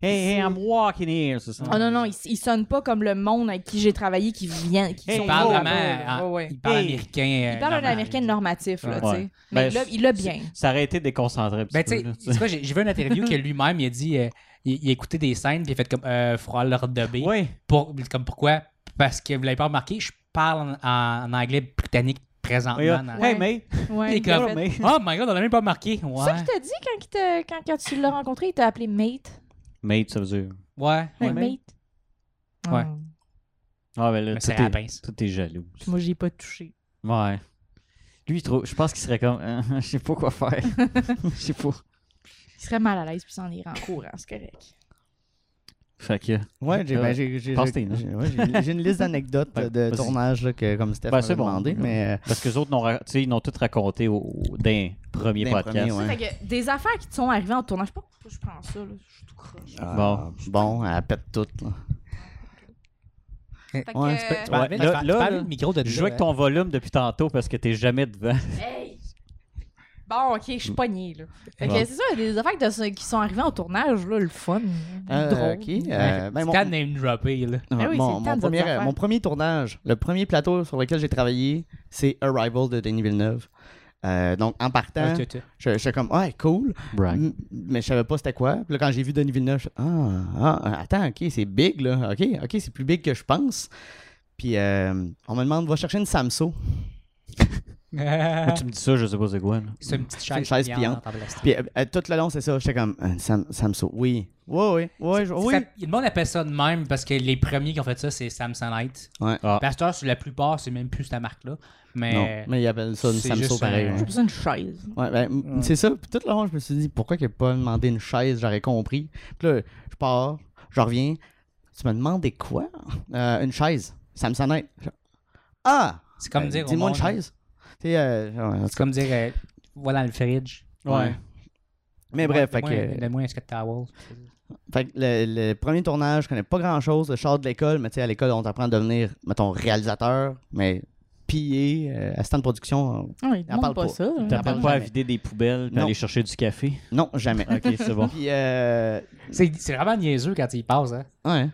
Speaker 1: Hey, hey, I'm walking here, c'est ça?
Speaker 4: Oh non, non, il, il sonne pas comme le monde avec qui j'ai travaillé qui vient. Qui
Speaker 1: Hey,
Speaker 4: sont
Speaker 2: Il parle
Speaker 1: Oh,
Speaker 4: là-bas,
Speaker 2: vraiment
Speaker 4: là.
Speaker 2: en-
Speaker 4: Ouais, ouais.
Speaker 2: il parle
Speaker 1: Hey.
Speaker 2: américain.
Speaker 4: Il parle un américain normatif, euh, là, tu
Speaker 1: Ouais.
Speaker 4: sais. Mais
Speaker 1: Ben,
Speaker 4: là, il l'a bien.
Speaker 1: Ça aurait été déconcentré. un petit
Speaker 2: Ben,
Speaker 1: peu,
Speaker 2: tu sais,
Speaker 1: là, tu sais.
Speaker 2: c'est quoi, j'ai j'ai vu une interview
Speaker 4: *laughs*
Speaker 2: que lui-même, il a dit, euh, il, il a écouté des scènes, puis il a fait comme, euh, froid l'ordre de B.
Speaker 1: Ouais.
Speaker 2: Pour, comme pourquoi? Parce que vous l'avez pas remarqué, je parle en, en anglais britannique présentement.
Speaker 1: Ouais,
Speaker 2: dans-
Speaker 1: Hey, mate.
Speaker 4: Ouais,
Speaker 2: T'es
Speaker 4: il l'a
Speaker 2: comme-
Speaker 1: Hello,
Speaker 4: fait.
Speaker 1: mate.
Speaker 2: Oh my god, on l'a même pas remarqué. Ouais.
Speaker 4: Ça qu'il t'a dit quand, il t'a- quand, quand tu l'as rencontré, il t'a appelé mate. Euh,
Speaker 1: Mate, ça veut dire.
Speaker 2: Ouais.
Speaker 4: Hey,
Speaker 1: Ouais, mate.
Speaker 4: mate.
Speaker 2: Ouais.
Speaker 4: Ah,
Speaker 1: Ah, ben là,
Speaker 2: Mais
Speaker 1: tout
Speaker 2: c'est la
Speaker 1: est,
Speaker 2: pince.
Speaker 1: tout est jaloux.
Speaker 4: Moi, j'ai pas touché.
Speaker 1: Ouais. Lui, il trouve- je pense qu'il serait comme. *laughs* euh, je sais pas quoi
Speaker 4: *laughs*
Speaker 1: faire. Je sais pas.
Speaker 4: Il serait mal à l'aise puis s'en irait en courant, c'est correct.
Speaker 1: Fait que.
Speaker 3: Ouais, j'ai
Speaker 1: Euh,
Speaker 3: ben, j'ai- j'ai-
Speaker 1: passe tes notes.
Speaker 3: j'ai- ouais, j'ai- j'ai une liste *laughs* d'anecdotes
Speaker 1: Ouais,
Speaker 3: de
Speaker 1: vas-y.
Speaker 3: tournage là, que comme Steph
Speaker 1: Ben,
Speaker 3: m'avait
Speaker 1: c'est bon.
Speaker 3: demandé, mais euh,
Speaker 1: Parce que les autres, n'ont ra- tu sais, ils l'ont tout raconté au, au- d'un premier
Speaker 3: D'un
Speaker 1: podcast.
Speaker 3: premier, ouais.
Speaker 4: Fait que des affaires qui te sont arrivées en tournage, je sais pas pourquoi je prends ça, là. je suis tout croche.
Speaker 3: ah,
Speaker 1: Bon.
Speaker 3: bon, elle pète toute. là.
Speaker 4: Fait
Speaker 3: Ouais,
Speaker 4: que,
Speaker 3: tu peux- tu
Speaker 2: Tu parles-
Speaker 1: Ouais,
Speaker 2: tu
Speaker 1: là-
Speaker 2: parles- tu
Speaker 1: là,
Speaker 2: parles
Speaker 1: là,
Speaker 2: le micro de
Speaker 1: Je joue avec ton volume depuis tantôt parce que t'es jamais devant.
Speaker 4: Hey! Bon, ok, je suis pognée, là. Fait que
Speaker 1: Bon.
Speaker 4: c'est ça, des affaires que t'as- qui sont arrivées en tournage, là, le fun.
Speaker 3: Euh,
Speaker 4: drôle.
Speaker 3: ok, euh, ben,
Speaker 2: C'est
Speaker 3: mon-
Speaker 2: quand name droppé, là.
Speaker 3: Ouais,
Speaker 4: Ah oui, c'est
Speaker 3: mon,
Speaker 4: le temps
Speaker 3: mon
Speaker 4: de
Speaker 3: premier,
Speaker 4: votre affaire.
Speaker 3: mon premier tournage, le premier plateau sur lequel j'ai travaillé, c'est Arrival de Denis Villeneuve. Euh, donc, en
Speaker 2: Ah,
Speaker 3: partant,
Speaker 2: tu- *laughs* tu-
Speaker 3: je j'étais comme, ouais, cool, m- mais je savais pas c'était quoi. Puis là, quand j'ai vu Denis Villeneuve, je suis, ah, ah, attends, ok, c'est big, là, ok, ok, c'est plus big que je pense. Puis, euh, on me demande, va chercher une Samso.
Speaker 2: Ah.
Speaker 1: Moi, tu me dis ça, je sais pas c'est quoi. là.
Speaker 2: C'est une petite chaise,
Speaker 3: une chaise pliante.
Speaker 2: en plastique.
Speaker 3: Puis, euh, euh, tout le long, c'est ça, j'étais comme, euh, Sam, Samso, oui, oui, oui, oui, je- oui.
Speaker 2: Ça- le monde appelle ça de même parce que les premiers qui ont fait ça, c'est Samsonite.
Speaker 3: Ouais.
Speaker 1: Ah.
Speaker 2: Pasteur, sur la plupart, c'est même plus cette marque-là.
Speaker 3: Non,
Speaker 2: Mais.
Speaker 3: mais il appelle ça une
Speaker 2: Eh, c'est
Speaker 3: Samso
Speaker 2: juste
Speaker 3: pareil.
Speaker 2: un-
Speaker 3: ouais.
Speaker 4: J'ai besoin d'une chaise.
Speaker 3: Ouais, ben, m- c'est ça. Puis tout le long, je me suis dit, pourquoi qu'il n'a pas demandé une chaise J'aurais compris. Puis là, je pars, je reviens. Tu m'as demandé quoi Euh, Une chaise. Ça me sonnait. Je- Ah
Speaker 2: C'est comme
Speaker 3: Ben,
Speaker 2: dire. au
Speaker 3: Dis-moi une
Speaker 2: monde-
Speaker 3: chaise. Tu sais, euh, ouais, en tout
Speaker 2: C'est comme dire, euh, voilà le fridge.
Speaker 3: cas, ouais. Mais bref, fait que,
Speaker 2: Le moins, est-ce que towel?
Speaker 3: fait que le, le premier tournage, je connais pas grand chose. Je sors de l'école, mais tu sais, à l'école, on t'apprend à devenir, mettons, réalisateur, mais pillé, euh, assistant de production.
Speaker 4: Non, il te
Speaker 3: Y'en
Speaker 4: montre
Speaker 3: parle
Speaker 4: pas
Speaker 3: pas.
Speaker 4: ça. hein.
Speaker 1: T'apprends
Speaker 3: parle
Speaker 1: pas à
Speaker 3: jamais.
Speaker 1: vider des poubelles puis
Speaker 3: Non.
Speaker 1: aller chercher du café.
Speaker 3: Non, jamais.
Speaker 1: Ok, c'est bon.
Speaker 3: *laughs* Puis, euh,
Speaker 2: C'est c'est vraiment niaiseux quand il passe, hein.
Speaker 3: ouais.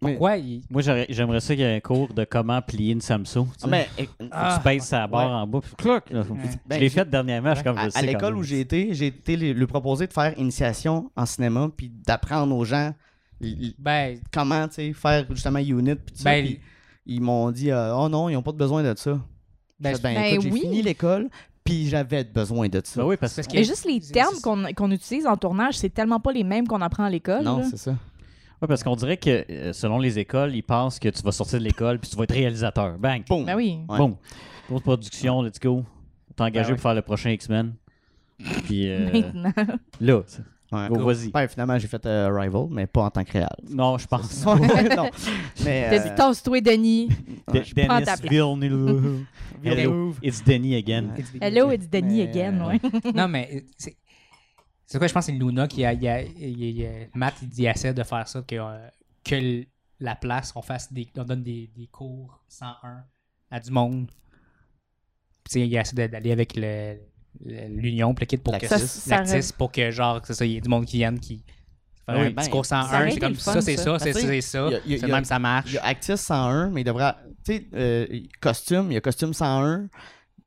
Speaker 2: Pourquoi il.
Speaker 1: Moi, j'aurais- j'aimerais ça qu'il y ait un cours de comment plier une Samsung. tu sais.
Speaker 3: Ah, mais, euh,
Speaker 1: Faut que tu baisses sa barre en bas. Puis, cloc, là.
Speaker 3: Ben,
Speaker 1: *laughs* je l'ai
Speaker 3: j'ai-
Speaker 1: fait dernièrement. je suis comme je
Speaker 3: À,
Speaker 1: sais
Speaker 3: à l'école
Speaker 1: comment.
Speaker 3: où j'ai été, j'ai été le, le proposer de faire initiation en cinéma, puis d'apprendre aux gens l- l-
Speaker 2: Ben,
Speaker 3: comment tu sais, faire justement unit. Puis tout ça,
Speaker 2: Ben,
Speaker 3: puis ils m'ont dit euh, Oh non, ils n'ont pas de besoin de ça.
Speaker 2: ben,
Speaker 3: J'ai fait,
Speaker 2: c'est-
Speaker 3: Ben,
Speaker 4: Ben
Speaker 3: écoute,
Speaker 4: oui.
Speaker 3: j'ai fini l'école, puis j'avais besoin de ça.
Speaker 1: Ben oui, parce que.
Speaker 2: parce que.
Speaker 4: Mais juste les
Speaker 2: c'est-
Speaker 4: termes
Speaker 2: c'est-
Speaker 4: qu'on qu'on utilise en tournage, c'est tellement pas les mêmes qu'on apprend à l'école.
Speaker 3: non,
Speaker 4: Ben là.
Speaker 3: c'est ça.
Speaker 1: Ouais, parce qu'on dirait que euh, selon les écoles, ils pensent que tu vas sortir de l'école puis tu vas être réalisateur. Bang!
Speaker 3: Boum.
Speaker 4: Ben oui.
Speaker 3: Ouais.
Speaker 1: Boum! Grosse production, let's go. T'es engagé
Speaker 2: Ben ouais.
Speaker 1: pour faire le prochain X-Men. Puis
Speaker 4: *laughs*
Speaker 1: euh,
Speaker 4: Maintenant.
Speaker 1: là, tu sais.
Speaker 3: Ouais.
Speaker 1: Go, vas-y.
Speaker 3: Ben, finalement, j'ai fait euh, Rival, mais pas en tant que
Speaker 4: *laughs*
Speaker 3: réal.
Speaker 1: Non, je pense.
Speaker 3: Ouais, non. Mais, euh,
Speaker 4: T'as dit
Speaker 3: *laughs*
Speaker 4: tasse-toi, Denis.
Speaker 1: De-
Speaker 3: je
Speaker 4: prends
Speaker 1: Dennis
Speaker 4: ta place.
Speaker 1: Villeneuve. Hello,
Speaker 3: Villeneuve.
Speaker 1: it's Denny again.
Speaker 4: Hello, it's Denis
Speaker 3: Mais,
Speaker 4: again,
Speaker 3: euh,
Speaker 4: ouais.
Speaker 2: Non, mais c'est. C'est quoi, je pense que c'est Luna qui a. il a- il- il- il- Matt, il dit essaie de faire ça, que, euh, que l- la place, on, fasse des, on donne des, des cours 101 à du monde. Puis, tu sais, il essaie de- d'aller avec le- le- l'union, puis le kit pour que
Speaker 3: L'actis.
Speaker 2: l'actis, pour que, genre, que c'est ça, il y ait du monde qui vienne, qui Faire
Speaker 3: Ouais,
Speaker 2: un
Speaker 3: ben,
Speaker 2: petit cours
Speaker 4: ça aurait
Speaker 2: 101, c'est
Speaker 4: été
Speaker 2: comme
Speaker 4: le fun,
Speaker 2: ça, c'est
Speaker 4: ça.
Speaker 2: ça,
Speaker 3: Ben,
Speaker 2: c'est
Speaker 3: tu sais,
Speaker 2: c'est ça.
Speaker 3: y a- y a-
Speaker 2: C'est
Speaker 3: y
Speaker 2: de
Speaker 3: a-
Speaker 2: même, ça
Speaker 3: Il
Speaker 2: marche.
Speaker 3: y a Actis 101, mais il devrait. Tu sais, euh, costume, il y a costume 101,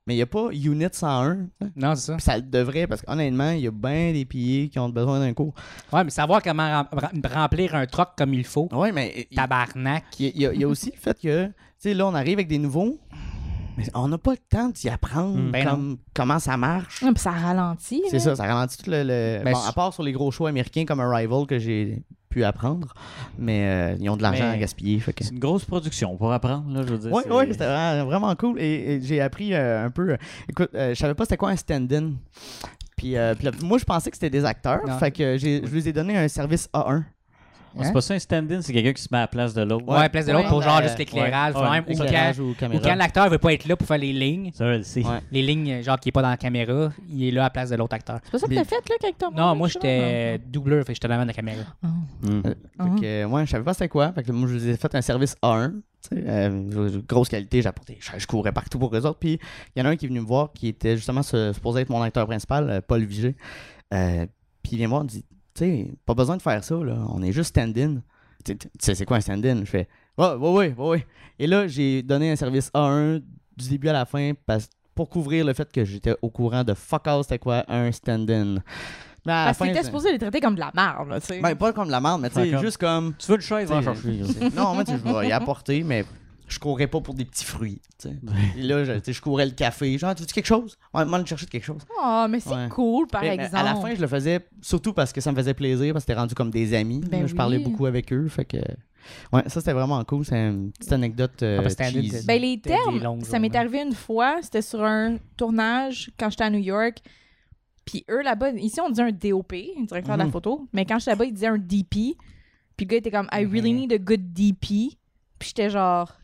Speaker 3: mais il n'y a pas Unit 101.
Speaker 2: Non, c'est ça.
Speaker 3: Puis ça le devrait, parce qu'honnêtement, il y a bien des piliers qui ont besoin d'un cours.
Speaker 2: Ouais, mais savoir comment rem- rem- remplir un troc comme il faut,
Speaker 3: Oui, mais il
Speaker 2: tabarnak.
Speaker 3: il y, a- il y a- il y a aussi le fait que, tu sais, là, on arrive avec des nouveaux, mais on n'a pas le temps d'y apprendre
Speaker 2: Mm. Ben
Speaker 3: comme- comment ça marche.
Speaker 4: Ouais, puis ça ralentit.
Speaker 3: C'est ça, ça ralentit tout le. le-
Speaker 2: Ben,
Speaker 3: bon,
Speaker 2: c'est-
Speaker 3: à part sur les gros choix américains comme Arrival que j'ai pu apprendre, mais euh, ils ont de l'argent
Speaker 1: Mais-
Speaker 3: à gaspiller. Fait que...
Speaker 1: C'est une grosse production pour apprendre, là, je veux dire.
Speaker 3: Oui,
Speaker 1: c'est-
Speaker 3: oui, c'était vra- vraiment cool. Et, et j'ai appris euh, un peu. euh, écoute, euh, je savais pas c'était quoi un stand-in. Puis, euh, puis là, moi, je pensais que c'était des acteurs.
Speaker 2: Non.
Speaker 3: Fait que j'ai- je lui ai donné un service A1.
Speaker 1: euh, C'est pas ça un stand-in, c'est quelqu'un qui se met à la place de l'autre.
Speaker 2: Ouais, place de l'autre pour genre juste l'éclairage,
Speaker 1: ouais,
Speaker 2: faut même, ou quand,
Speaker 3: Éclairage ou
Speaker 2: ou
Speaker 3: caméra.
Speaker 2: quand l'acteur veut pas être là pour faire les lignes,
Speaker 1: Ça, elle le sait.
Speaker 3: Ouais.
Speaker 2: les lignes genre qui est pas dans la caméra, il est là à la place de l'autre acteur.
Speaker 4: C'est pas ça que t'as fait, là, quelque temps?
Speaker 2: Non, moi j'étais doubleur, fait que j'étais devant la caméra.
Speaker 4: Ah,
Speaker 1: Mm.
Speaker 3: Fait que, ouais, je savais pas c'était quoi. Fait que moi, je lui ai fait un service A1. tu sais, euh, je- grosse qualité, j'apportais, je, je courais partout pour eux autres. Puis il y en a un qui est venu me voir, qui était justement ce- supposé être mon acteur principal, euh, Paul Vigé. Euh, puis il vient me voir, il dit, tu sais, pas besoin de faire ça, là. On est juste stand-in. Tu sais, tu sais, c'est quoi un stand-in? Je fais, ouais, ouais, ouais, ouais, ouais. Et là, j'ai donné un service A1 du début à la fin parce, pour couvrir le fait que j'étais au courant de fuck out, c'était quoi un stand-in. Mais à la
Speaker 4: Parce que
Speaker 3: fin,
Speaker 4: t'étais
Speaker 3: c'est-
Speaker 4: supposé les traiter comme de la marde, là, tu sais.
Speaker 3: ben, pas comme de la merde, mais tu
Speaker 1: Fuck
Speaker 3: sais,
Speaker 1: off.
Speaker 3: juste comme.
Speaker 1: Tu veux une chaise, va en
Speaker 3: T'sais,
Speaker 1: chercher.
Speaker 3: c'est- Non, moi, tu sais, je vais y apporter, mais je courrais pas pour des petits fruits. tu sais. Et là, je, tu sais, je courais le café. Genre, tu veux quelque chose? Ouais, moi, je cherchais quelque chose.
Speaker 4: Oh, mais c'est
Speaker 3: Ouais.
Speaker 4: cool, par
Speaker 3: Mais- mais
Speaker 4: exemple.
Speaker 3: à la fin, je le faisais surtout parce que ça me faisait plaisir, parce que c'était rendu comme des amis.
Speaker 4: Ben
Speaker 3: je parlais
Speaker 4: oui.
Speaker 3: beaucoup avec eux. Fait que. Ouais, ça, c'était vraiment cool. C'est une petite anecdote. euh,
Speaker 2: Ah, parce que c'était un
Speaker 3: cheesy.
Speaker 2: autre-
Speaker 4: Ben, les
Speaker 2: T'as des
Speaker 4: termes,
Speaker 2: longues
Speaker 4: ça m'est
Speaker 2: journées.
Speaker 4: arrivé une fois, c'était sur un tournage quand j'étais à New York. Puis eux là-bas, ici on dit un DOP, un directeur de la
Speaker 3: Mhm.
Speaker 4: photo, mais quand j'étais là-bas, ils disaient un DP. Puis le gars était comme I really
Speaker 2: Mhm.
Speaker 4: need a good DP. Puis j'étais genre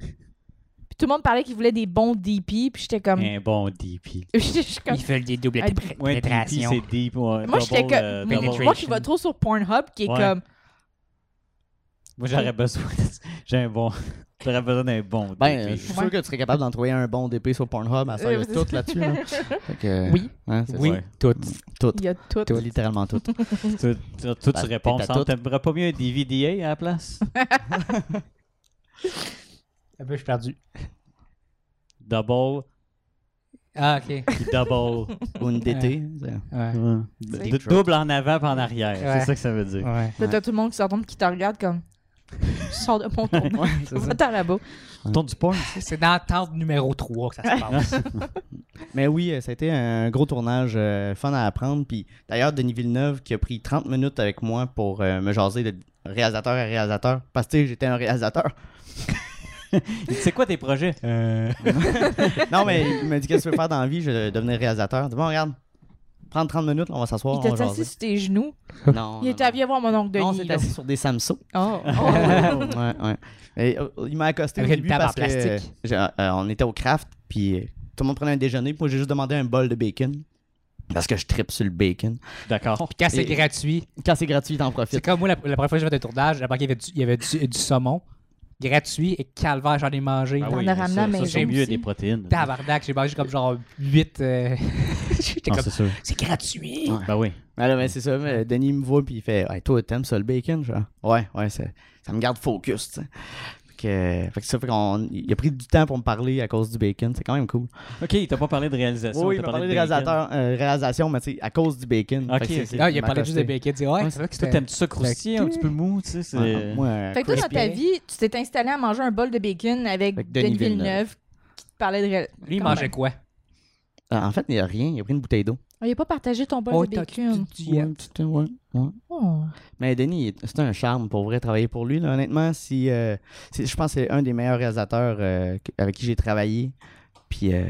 Speaker 4: Puis tout le monde parlait qu'il voulait des bons DP, puis j'étais comme
Speaker 1: Un bon DP.
Speaker 4: *laughs* Je suis comme-
Speaker 2: Il fait des doubles
Speaker 4: Ah,
Speaker 2: pré-
Speaker 1: Ouais, DP,
Speaker 2: pénétrations.
Speaker 1: c'est deep. Ouais,
Speaker 4: Moi j'étais
Speaker 1: double,
Speaker 4: comme
Speaker 1: euh,
Speaker 4: mais
Speaker 1: double.
Speaker 4: moi qui va trop sur Pornhub qui est
Speaker 1: Ouais.
Speaker 4: comme
Speaker 1: Moi, j'aurais besoin. de- *laughs* J'ai un bon. J'aurais besoin d'un bon DP.
Speaker 3: Ben, je suis sûr que tu serais capable d'en trouver un bon DP sur Pornhub à faire
Speaker 4: Euh,
Speaker 3: le tout là-dessus.
Speaker 4: *laughs*
Speaker 3: là. Fait que-
Speaker 2: Oui.
Speaker 3: Hein, c'est
Speaker 2: Oui,
Speaker 3: ça.
Speaker 2: toutes.
Speaker 3: Tout.
Speaker 4: il y a tout.
Speaker 3: Tout, littéralement tout.
Speaker 1: Toi, toi- toi,
Speaker 3: Bah,
Speaker 1: tu réponds.
Speaker 3: t'es à
Speaker 1: Sam,
Speaker 3: tout.
Speaker 1: T'aimerais pas mieux un DVDA à la place?
Speaker 2: Un peu, je suis perdu.
Speaker 1: double,
Speaker 2: Ah, ok.
Speaker 1: puis
Speaker 3: *laughs*
Speaker 1: double.
Speaker 3: Ou une DT. c'est-
Speaker 2: Ouais.
Speaker 1: D- Double en avant, puis en arrière.
Speaker 2: Ouais.
Speaker 1: C'est ça que ça veut dire.
Speaker 2: Ouais.
Speaker 4: Là, t'as tout le monde qui se retourne qui te regarde comme *laughs* je sors de mon tournage.
Speaker 3: *laughs* Ouais,
Speaker 4: *laughs*
Speaker 3: c'est ça.
Speaker 4: Va-t'en là-bas.
Speaker 1: Tourne du porn.
Speaker 2: C'est dans tente numéro 3 que ça se
Speaker 3: *laughs*
Speaker 2: passe.
Speaker 3: Mais oui, euh, ça a été un gros tournage euh, fun à apprendre. Puis d'ailleurs, Denis Villeneuve qui a pris 30 minutes avec moi pour euh, me jaser de réalisateur à réalisateur. Parce que tu sais, j'étais un réalisateur.
Speaker 1: Il dit, C'est quoi tes projets?
Speaker 3: Euh. *laughs* non, mais il m'a dit qu'est-ce que tu veux faire dans la vie, je vais devenir réalisateur. Je dis, bon, regarde, prends 30 minutes, là, on va s'asseoir. on
Speaker 4: Il t'a
Speaker 3: va
Speaker 4: assis
Speaker 3: jaser.
Speaker 4: sur tes genoux.
Speaker 3: Non, Oh, non,
Speaker 4: Il
Speaker 3: non.
Speaker 4: était habillé voir mon oncle
Speaker 3: Non, on
Speaker 4: Denis.
Speaker 3: s'est
Speaker 4: là.
Speaker 3: assis sur des Samsung. *laughs*
Speaker 4: Oh,
Speaker 3: ouais, ouais. Et, euh, il m'a accosté au
Speaker 2: Avec une
Speaker 3: début
Speaker 2: table en
Speaker 3: parce que euh,
Speaker 2: plastique.
Speaker 3: j'ai- euh, on était au craft, puis euh, tout le monde prenait un déjeuner, puis moi j'ai juste demandé un bol de bacon. Parce que je tripe sur le bacon.
Speaker 1: D'accord.
Speaker 2: Puis quand c'est
Speaker 3: Et-
Speaker 2: gratuit,
Speaker 3: Quand c'est gratuit, t'en profites.
Speaker 2: c'est comme moi, la, la première fois que j'ai fait un tournage, j'ai remarqué qu'il y avait du, il y avait du- du saumon gratuit et calvaire, j'en ai mangé.
Speaker 1: Ah
Speaker 4: oui.
Speaker 1: mais
Speaker 4: ramené à
Speaker 1: ça,
Speaker 4: la
Speaker 1: ça, c'est
Speaker 4: maison
Speaker 1: mieux
Speaker 4: aussi. Bah,
Speaker 1: des protéines.
Speaker 2: Tabarnak, j'ai mangé comme genre 8. *laughs* J'étais
Speaker 1: Non,
Speaker 2: comme,
Speaker 1: c'est sûr.
Speaker 2: c'est gratuit.
Speaker 3: Ah, Ouais.
Speaker 1: Ben oui.
Speaker 3: Ah là, mais c'est ça, mais Denis me voit puis il fait hey, Toi, t'aimes ça le bacon genre? Ouais, ouais, ça, ça me garde focus. tu sais. Fait que, fait que ça fait qu'on. Il a pris du temps pour me parler à cause du bacon, c'est quand même cool.
Speaker 1: OK, il t'a pas parlé de réalisation.
Speaker 3: oui, il
Speaker 1: t'as
Speaker 3: m'a parlé de
Speaker 1: de bacon.
Speaker 3: réalisateur, euh, réalisation, mais tu sais, à cause du bacon.
Speaker 1: Ok,
Speaker 3: Fait que c'est-
Speaker 1: ok.
Speaker 3: c'est-
Speaker 2: Ah, il a
Speaker 3: m'a
Speaker 2: parlé juste de
Speaker 3: accosté.
Speaker 2: bacon. Il dit, ouais,
Speaker 3: Ouais,
Speaker 2: c'est vrai que
Speaker 1: Toi,
Speaker 2: c'était.
Speaker 1: t'aimes-tu ça croustillant, un petit peu mou, tu sais? c'est-
Speaker 3: Ouais, ouais, moi, euh,
Speaker 4: Fait que toi, dans ta
Speaker 3: crispy.
Speaker 4: vie, tu t'es installé à manger un bol de bacon avec,
Speaker 3: Avec
Speaker 4: Denis
Speaker 3: Denis
Speaker 4: Villeneuve,
Speaker 3: Villeneuve.
Speaker 4: qui te parlait de réel.
Speaker 2: Lui, il
Speaker 4: Quand
Speaker 2: mangeait
Speaker 4: même.
Speaker 2: quoi?
Speaker 3: Ah, en fait, il a rien, il a pris une bouteille d'eau.
Speaker 4: Il n'a pas partagé ton bol de
Speaker 2: Oh, t'as-
Speaker 4: bacon.
Speaker 2: tu- tu- tu-
Speaker 3: Ouais, tu- tu- ouais, ouais.
Speaker 4: Oh.
Speaker 3: Mais Denis, il- c'est un charme pour vrai travailler pour lui. là. Honnêtement, si, euh, c'est- je pense que c'est un des meilleurs réalisateurs euh, que- avec qui j'ai travaillé. Puis, euh,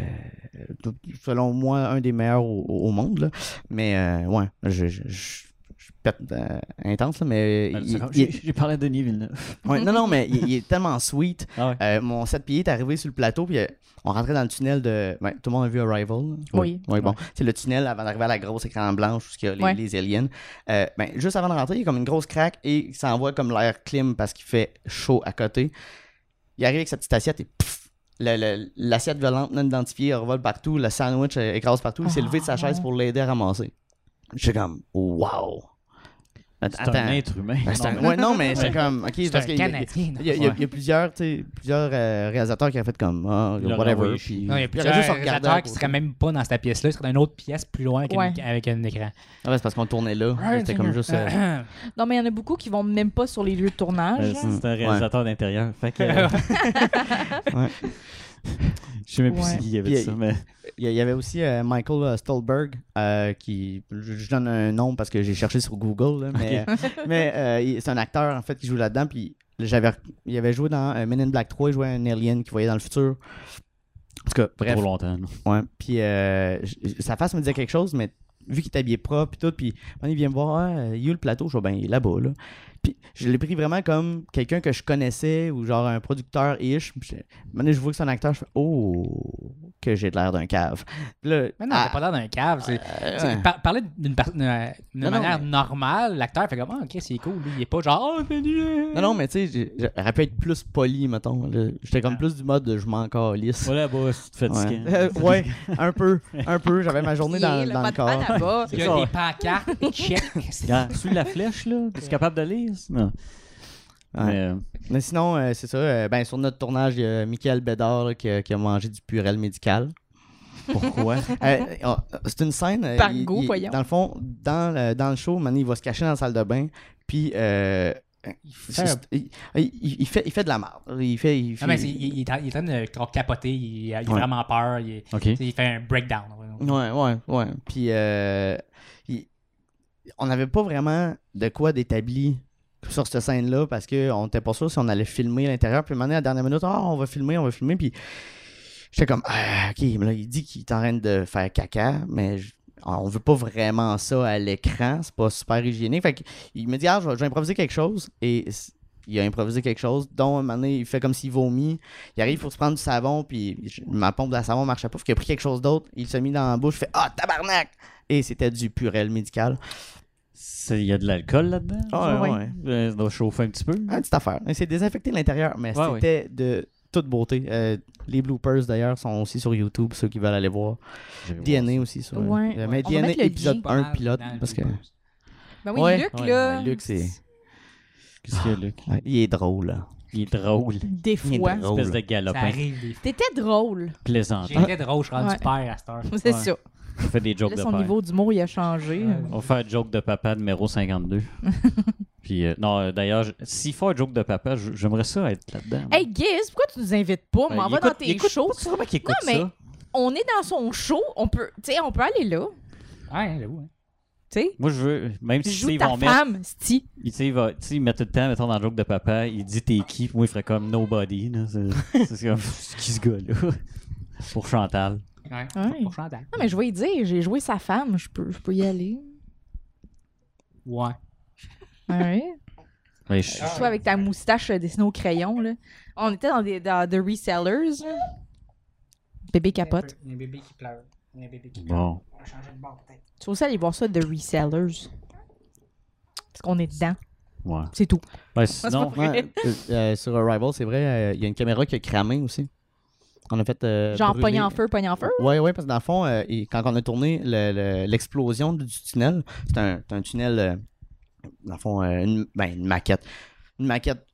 Speaker 3: tout- selon moi, un des meilleurs au, au- au monde. là. Mais, euh, ouais, je, je, je- je pète euh, intense, là, mais.
Speaker 1: Ben,
Speaker 3: il-
Speaker 1: c'est-
Speaker 3: il-
Speaker 1: J'ai j'ai parlé à Denis Villeneuve.
Speaker 3: ouais, non, non, mais il, il est tellement sweet.
Speaker 1: Ah ouais.
Speaker 3: Euh, mon set pied est arrivé sur le plateau, puis euh, on rentrait dans le tunnel de. ouais, tout le monde a vu Arrival. là?
Speaker 4: Oui.
Speaker 3: Oui, bon. C'est le tunnel avant d'arriver à la grosse écran blanche où il y a les,
Speaker 4: Ouais.
Speaker 3: les aliens. Euh, ben, juste avant de rentrer, il y a comme une grosse craque et ça envoie comme l'air clim parce qu'il fait chaud à côté. Il arrive avec sa petite assiette et pff, le- le- l'assiette violente non identifiée revole partout, le sandwich
Speaker 4: Ah,
Speaker 3: euh, écrase partout. Il s'est levé de sa chaise pour l'aider à ramasser. J'ai comme, wow!
Speaker 1: C'est un être humain.
Speaker 3: Ben, c'est un-
Speaker 1: Non, mais-
Speaker 3: ouais, non, mais c'est
Speaker 1: Ouais.
Speaker 3: comme. ok
Speaker 2: C'est
Speaker 3: parce
Speaker 2: un
Speaker 3: qu'il y a-
Speaker 2: Canadien. non?
Speaker 3: Il y a, il y a-
Speaker 1: Ouais.
Speaker 3: il y a plusieurs, tu sais, plusieurs euh, réalisateurs qui ont fait comme ah,
Speaker 1: Il l'aurait
Speaker 3: whatever.
Speaker 1: envoyé
Speaker 3: Puis,
Speaker 1: chier.
Speaker 2: Non, il y a
Speaker 3: puis
Speaker 2: plusieurs
Speaker 3: juste regardé à
Speaker 2: réalisateurs qui
Speaker 3: côté.
Speaker 2: seraient même pas dans cette pièce-là, ils seraient dans une autre pièce plus loin avec,
Speaker 4: Ouais.
Speaker 2: une- avec un écran.
Speaker 3: Ah ouais, c'est parce qu'on tournait là. C'était comme juste. euh, *laughs*
Speaker 4: Non, mais il y en a beaucoup qui vont même pas sur les lieux de tournage.
Speaker 1: Euh, c'est un réalisateur d'intérieur. Fait que. euh, *laughs*
Speaker 3: Ouais.
Speaker 1: Je sais même plus
Speaker 4: Ouais.
Speaker 1: c'est qui qui avait
Speaker 3: Puis,
Speaker 1: dit ça, mais.
Speaker 3: Il y- il y avait aussi euh, Michael euh, Stolberg euh, qui. Je, je donne un nom parce que j'ai cherché sur Google, là, mais, mais euh, il- c'est un acteur en fait qui joue là-dedans. Puis j'avais, il avait joué dans euh, Men in Black 3, il jouait un alien qui voyait dans le futur. En tout cas, bref.
Speaker 1: Trop longtemps. non.
Speaker 3: Ouais. Puis euh, j- j- sa face me disait quelque chose, mais vu qu'il était habillé propre puis tout, puis quand il vient me voir, Ah, il y a eu le plateau, je vois ben il est là-bas là. Puis je l'ai pris vraiment comme quelqu'un que je connaissais ou genre un producteur ish. Puis j'ai- maintenant je vois que c'est un acteur, je fais oh que j'ai de l'air d'un cave. Puis là,
Speaker 2: Mais non,
Speaker 3: ah,
Speaker 2: t'as pas l'air d'un cave. c'est-
Speaker 3: euh,
Speaker 2: c'est-
Speaker 3: ouais.
Speaker 2: par- parler d'une par- d'une- euh, d'une
Speaker 3: Non, non,
Speaker 2: manière
Speaker 3: mais-
Speaker 2: normale, l'acteur fait comme Ah, ok, c'est cool. Lui, il est pas genre Ah, c'est nul.
Speaker 3: non non mais tu sais, j'ai- j'aurais pu être plus poli mettons. là. J'étais
Speaker 2: Ah.
Speaker 3: comme plus du mode de je m'en calisse.
Speaker 1: Voilà, bah, si tu te fatigues.
Speaker 3: Euh, ouais, un peu, un peu. J'avais
Speaker 2: *laughs*
Speaker 3: ma journée dans,
Speaker 4: Pied, là,
Speaker 3: dans
Speaker 4: pas
Speaker 3: le
Speaker 4: de
Speaker 3: corps.
Speaker 4: panne
Speaker 3: *laughs*
Speaker 4: à bas.
Speaker 2: Il y a
Speaker 1: ça,
Speaker 2: des
Speaker 1: ouais.
Speaker 2: pancartes, des checks.
Speaker 1: Regarde, suis la flèche, *laughs* là. Tu es capable de lire? Non.
Speaker 3: Ouais.
Speaker 1: Mais, euh,
Speaker 3: Mais sinon, euh, c'est ça. euh, ben, sur notre tournage, il y a Michael Bédard là, qui, a- qui a mangé du purel médical.
Speaker 1: pourquoi?
Speaker 3: *laughs* Euh, euh, c'est une scène. euh,
Speaker 4: Par
Speaker 3: il-
Speaker 4: goût,
Speaker 3: il-
Speaker 4: voyons.
Speaker 3: Dans le fond, dans le, dans le show, Mané, il va se cacher dans la salle de bain. Puis, euh,
Speaker 2: Il fait un-
Speaker 3: c'est- il, il- il fait, il fait de la merde. Il fait. il fait-
Speaker 2: Non, mais c'est- il, il est en- il est en train de trop capoter. Il, il a
Speaker 3: Ouais.
Speaker 2: vraiment peur. Il, est-
Speaker 1: OK.
Speaker 2: il fait un breakdown.
Speaker 3: Ouais, ouais, ouais. Puis, euh, il- on n'avait pas vraiment de quoi d'établi sur cette scène-là parce qu'on n'était pas sûr si on allait filmer à l'intérieur. Puis, à un moment donné, à la dernière minute, Ah, on va filmer, on va filmer. Puis, j'étais comme, Ah, ok, mais là, il dit qu'il est en train de faire caca, mais je- ah, on veut pas vraiment ça à l'écran. C'est pas super hygiénique. Fait qu'il me dit, ah, je vais, je vais improviser quelque chose. Et c- il a improvisé quelque chose, dont à un moment donné, il fait comme s'il vomit. Il arrive pour se prendre du savon, puis je- ma pompe de savon marchait pas. Fait qu'il a pris quelque chose d'autre, il s'est mis dans la bouche, fait Ah, tabarnak! Et c'était du purel médical.
Speaker 1: C'est- Il y a de l'alcool là-dedans?
Speaker 3: Ah, ouais,
Speaker 1: ça,
Speaker 3: ouais.
Speaker 1: Euh, Ça doit chauffer un petit peu.
Speaker 3: Une petite affaire. Il s'est désinfecté l'intérieur, mais
Speaker 1: Ouais,
Speaker 3: c'était de toute beauté. Euh, les bloopers d'ailleurs sont aussi sur YouTube, ceux qui veulent aller voir.
Speaker 1: Je vais voir
Speaker 3: DNA aussi sur.
Speaker 4: Ouais.
Speaker 3: euh,
Speaker 4: On
Speaker 3: Mais
Speaker 4: va
Speaker 3: DNA
Speaker 4: mettre le
Speaker 3: épisode
Speaker 4: lien.
Speaker 3: 1 pilote, parce que
Speaker 4: Ben oui,
Speaker 3: Ouais.
Speaker 4: Luc,
Speaker 3: Ouais,
Speaker 4: là.
Speaker 3: Luc, c'est-
Speaker 1: ça. Qu'est-ce qu'il y a, Luc?
Speaker 3: ouais, il est drôle. là.
Speaker 1: Il est drôle.
Speaker 4: Des
Speaker 3: Il est
Speaker 4: fois.
Speaker 3: drôle.
Speaker 1: Espèce de
Speaker 2: Ça
Speaker 1: galopin.
Speaker 2: arrive des fois.
Speaker 4: T'étais drôle. *laughs*
Speaker 1: Plaisantin.
Speaker 2: J'étais drôle, je suis rendu
Speaker 4: Ouais.
Speaker 2: père à cette heure.
Speaker 1: Ouais.
Speaker 4: C'est ça.
Speaker 1: On fait des jokes
Speaker 4: Là,
Speaker 1: de
Speaker 4: son
Speaker 1: père.
Speaker 4: niveau d'humour, il a changé.
Speaker 2: Ouais.
Speaker 1: On va faire un joke de papa numéro
Speaker 4: *laughs*
Speaker 1: 52. Puis, euh, non, euh, d'ailleurs, je- s'il faut un joke de papa, je- j'aimerais ça être là-dedans. moi.
Speaker 4: Hey, Giz, pourquoi tu nous invites pas?
Speaker 1: Ben,
Speaker 4: Mais on
Speaker 1: il
Speaker 4: va dans
Speaker 1: écoute- il
Speaker 4: tes
Speaker 1: écoute-
Speaker 4: shows.
Speaker 1: C'est vraiment qu'il écoute
Speaker 4: Non, mais-
Speaker 1: ça.
Speaker 4: On est dans son show. On peut, tu sais, on peut aller là.
Speaker 2: Ouais, j'avoue. hein.
Speaker 4: Tu sais,
Speaker 1: Moi, je veux, même si tu sais,
Speaker 4: joue
Speaker 1: ils
Speaker 4: ta
Speaker 1: vont mettre,
Speaker 4: femme, Sti.
Speaker 1: il, tu sais, il va, tu sais, il met tout le temps, mettons, dans le joke de papa, il dit t'es qui, puis moi, il ferait comme nobody, là.
Speaker 4: *laughs*
Speaker 1: C'est c'est comme, c'est qui ce gars-là? *laughs* Pour Chantal.
Speaker 2: Ouais.
Speaker 4: Ouais.
Speaker 2: Pour Chantal.
Speaker 4: Non, mais je vais y dire, j'ai joué sa femme, je peux, je peux y
Speaker 3: *laughs*
Speaker 4: aller.
Speaker 2: Ouais.
Speaker 4: Ouais.
Speaker 1: Mais je-
Speaker 4: Toi, avec ta moustache euh, dessinée au crayon, là. On était dans, des, dans The Resellers. là. Bébé capote.
Speaker 2: Il y a un bébé qui pleure. Il y a un bébé qui
Speaker 1: Bon. Ben,
Speaker 2: On va changer de bord, peut-être.
Speaker 4: Tu vas aussi aller voir ça, The Resellers. Parce qu'on est dedans.
Speaker 1: Ouais.
Speaker 4: C'est tout.
Speaker 1: Ben,
Speaker 4: c'est
Speaker 1: sinon,
Speaker 4: pas vrai.
Speaker 3: Ouais, euh, euh, sur Arrival, c'est vrai, euh, il y a une caméra qui a cramé aussi. On a fait. euh,
Speaker 4: Genre,
Speaker 3: brûler-
Speaker 4: pogne en feu, pogne en feu.
Speaker 3: Oui, ouais, parce que dans le fond, euh, et quand on a tourné le- le- l'explosion du tunnel, c'est un, c'est un tunnel, euh, dans le fond, euh, une, ben, une maquette. Une maquette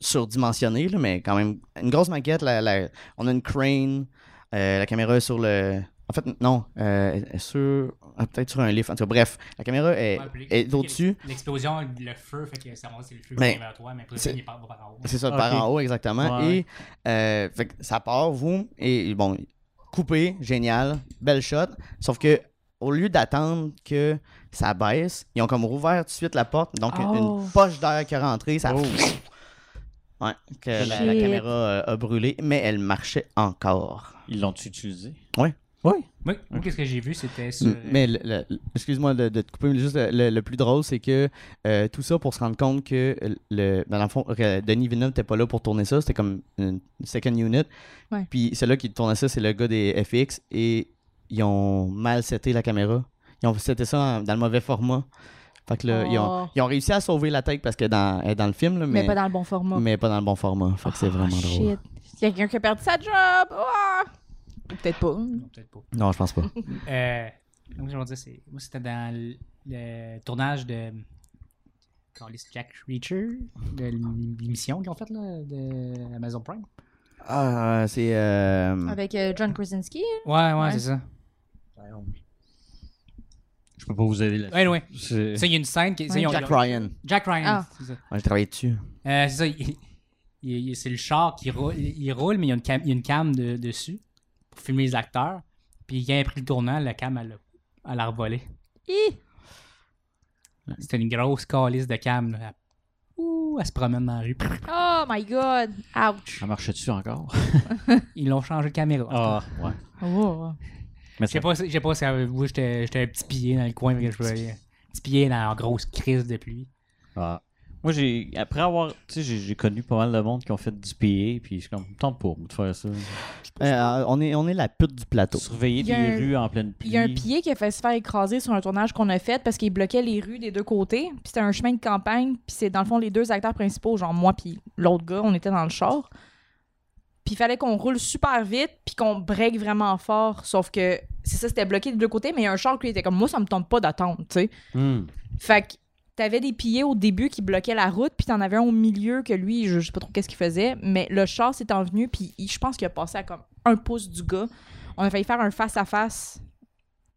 Speaker 3: surdimensionnée, là, mais quand même, une grosse maquette. la- la- on a une crane, euh, la caméra est sur le. En fait, non, euh, sur. ah, Peut-être sur un lift. En tout cas, bref, la caméra est,
Speaker 2: Ouais, puis
Speaker 3: est au-dessus.
Speaker 2: L'explosion, le feu, fait que ça montre c'est le feu
Speaker 3: Mais-
Speaker 2: qui vient vers toi, mais après
Speaker 3: c'est-
Speaker 2: ça, il part par en haut.
Speaker 3: C'est ça, de
Speaker 1: Ah, Ok.
Speaker 3: par en haut, exactement.
Speaker 1: Ouais,
Speaker 3: et euh, fait que ça part, vous, et bon, coupé, génial, belle shot. Sauf que au lieu d'attendre que ça baisse, ils ont comme rouvert tout de suite la porte. Donc, une-
Speaker 4: Oh.
Speaker 3: une poche d'air qui est rentrée,
Speaker 1: Oh.
Speaker 3: ça. Ouais, que la, la
Speaker 4: Shit.
Speaker 3: caméra euh, a brûlé, mais elle marchait encore.
Speaker 1: ils l'ont utilisé?
Speaker 2: Moi, moi, qu'est-ce que j'ai vu, c'était sur.
Speaker 3: M- Euh, Mais, le- le- le- excuse-moi de, de te couper, mais juste le, le- le plus drôle, c'est que euh, tout ça pour se rendre compte que, le, ben, dans le fond, euh, Denis Villeneuve n'était pas là pour tourner ça, c'était comme une second unit.
Speaker 4: Ouais.
Speaker 3: Puis celui-là qui tournait ça, c'est le gars des FX et ils ont mal seté la caméra. Ils ont seté ça en- dans le mauvais format. Fait que là, ils, ont,
Speaker 4: Oh.
Speaker 3: ils ont réussi à sauver la tête parce que dans, elle est dans le film, là, mais,
Speaker 4: Mais pas dans le bon format.
Speaker 3: mais pas dans le bon format. Fait que c'est vraiment
Speaker 4: Oh,
Speaker 3: drôle.
Speaker 4: shit. Il y a quelqu'un qui a perdu sa job. Ah! Ou Peut-être pas.
Speaker 3: Hmm.
Speaker 2: Non, peut-être pas.
Speaker 3: Non, je pense
Speaker 4: *laughs*
Speaker 3: pas.
Speaker 2: Euh, donc, je vais dire, c'est. Moi, c'était dans le, le tournage de. Callis Jack Reacher, de l'émission qu'ils ont faite, là, de Amazon Prime.
Speaker 3: Ah, c'est. euh,
Speaker 4: Avec euh, John Krasinski.
Speaker 2: Ouais, ouais,
Speaker 4: Ouais.
Speaker 2: c'est ça.
Speaker 1: Je peux pas vous aider là.
Speaker 2: Ouais,
Speaker 4: Ben
Speaker 2: ouais.
Speaker 1: C'est-
Speaker 2: Ça, il y a une scène qui. ça,
Speaker 4: Ouais,
Speaker 2: ils ont-
Speaker 3: Jack Ryan.
Speaker 2: Jack Ryan.
Speaker 4: Ah.
Speaker 2: C'est ça.
Speaker 3: Ouais, je travaillais dessus.
Speaker 2: Euh, c'est ça. il- il- il- c'est le char qui roule, il roule mais il y a une cam, il y a une cam de- dessus pour filmer les acteurs. Puis il a pris le tournant, la cam, elle l'a- elle l'a revolé.
Speaker 4: Hi!
Speaker 2: C'était une grosse calice de cam. là. Elle- Ouh, elle se promène dans la rue.
Speaker 4: Oh my god! Ouch!
Speaker 1: Ça marche dessus encore?
Speaker 2: Ils l'ont changé de caméra.
Speaker 1: Ah, ouais.
Speaker 4: Oh.
Speaker 1: Mais
Speaker 2: Je sais pas, si- je sais pas si euh, moi j'étais j'étais un petit pied dans le coin, mais que je voyais- petit pied dans la grosse crise de pluie.
Speaker 1: Ah. Moi, j'ai. Après avoir. Tu sais, j'ai- j'ai connu pas mal de monde qui ont fait du PA, puis je suis comme, tente pas moi, de faire ça.
Speaker 3: Euh, on, est, on est la pute du plateau.
Speaker 1: Surveiller
Speaker 4: Il y a
Speaker 1: des
Speaker 4: un-
Speaker 1: rues en pleine pluie.
Speaker 4: Il y a un pied qui a fait se faire écraser sur un tournage qu'on a fait parce qu'il bloquait les rues des deux côtés. Puis c'était un chemin de campagne. Puis c'est dans le fond les deux acteurs principaux, genre moi puis l'autre gars, on était dans le char. Puis il fallait qu'on roule super vite puis qu'on break vraiment fort. Sauf que c'est ça, c'était bloqué des deux côtés, mais il y a un char qui était comme moi, ça me tombe pas d'attendre, tu sais.
Speaker 1: Hmm.
Speaker 4: Fait que t'avais des pillés au début qui bloquaient la route, puis t'en avais un au milieu que lui, je, je sais pas trop qu'est-ce qu'il faisait, mais le char s'est envenu, puis il- je pense qu'il a passé à comme un pouce du gars. On a failli faire un face-à-face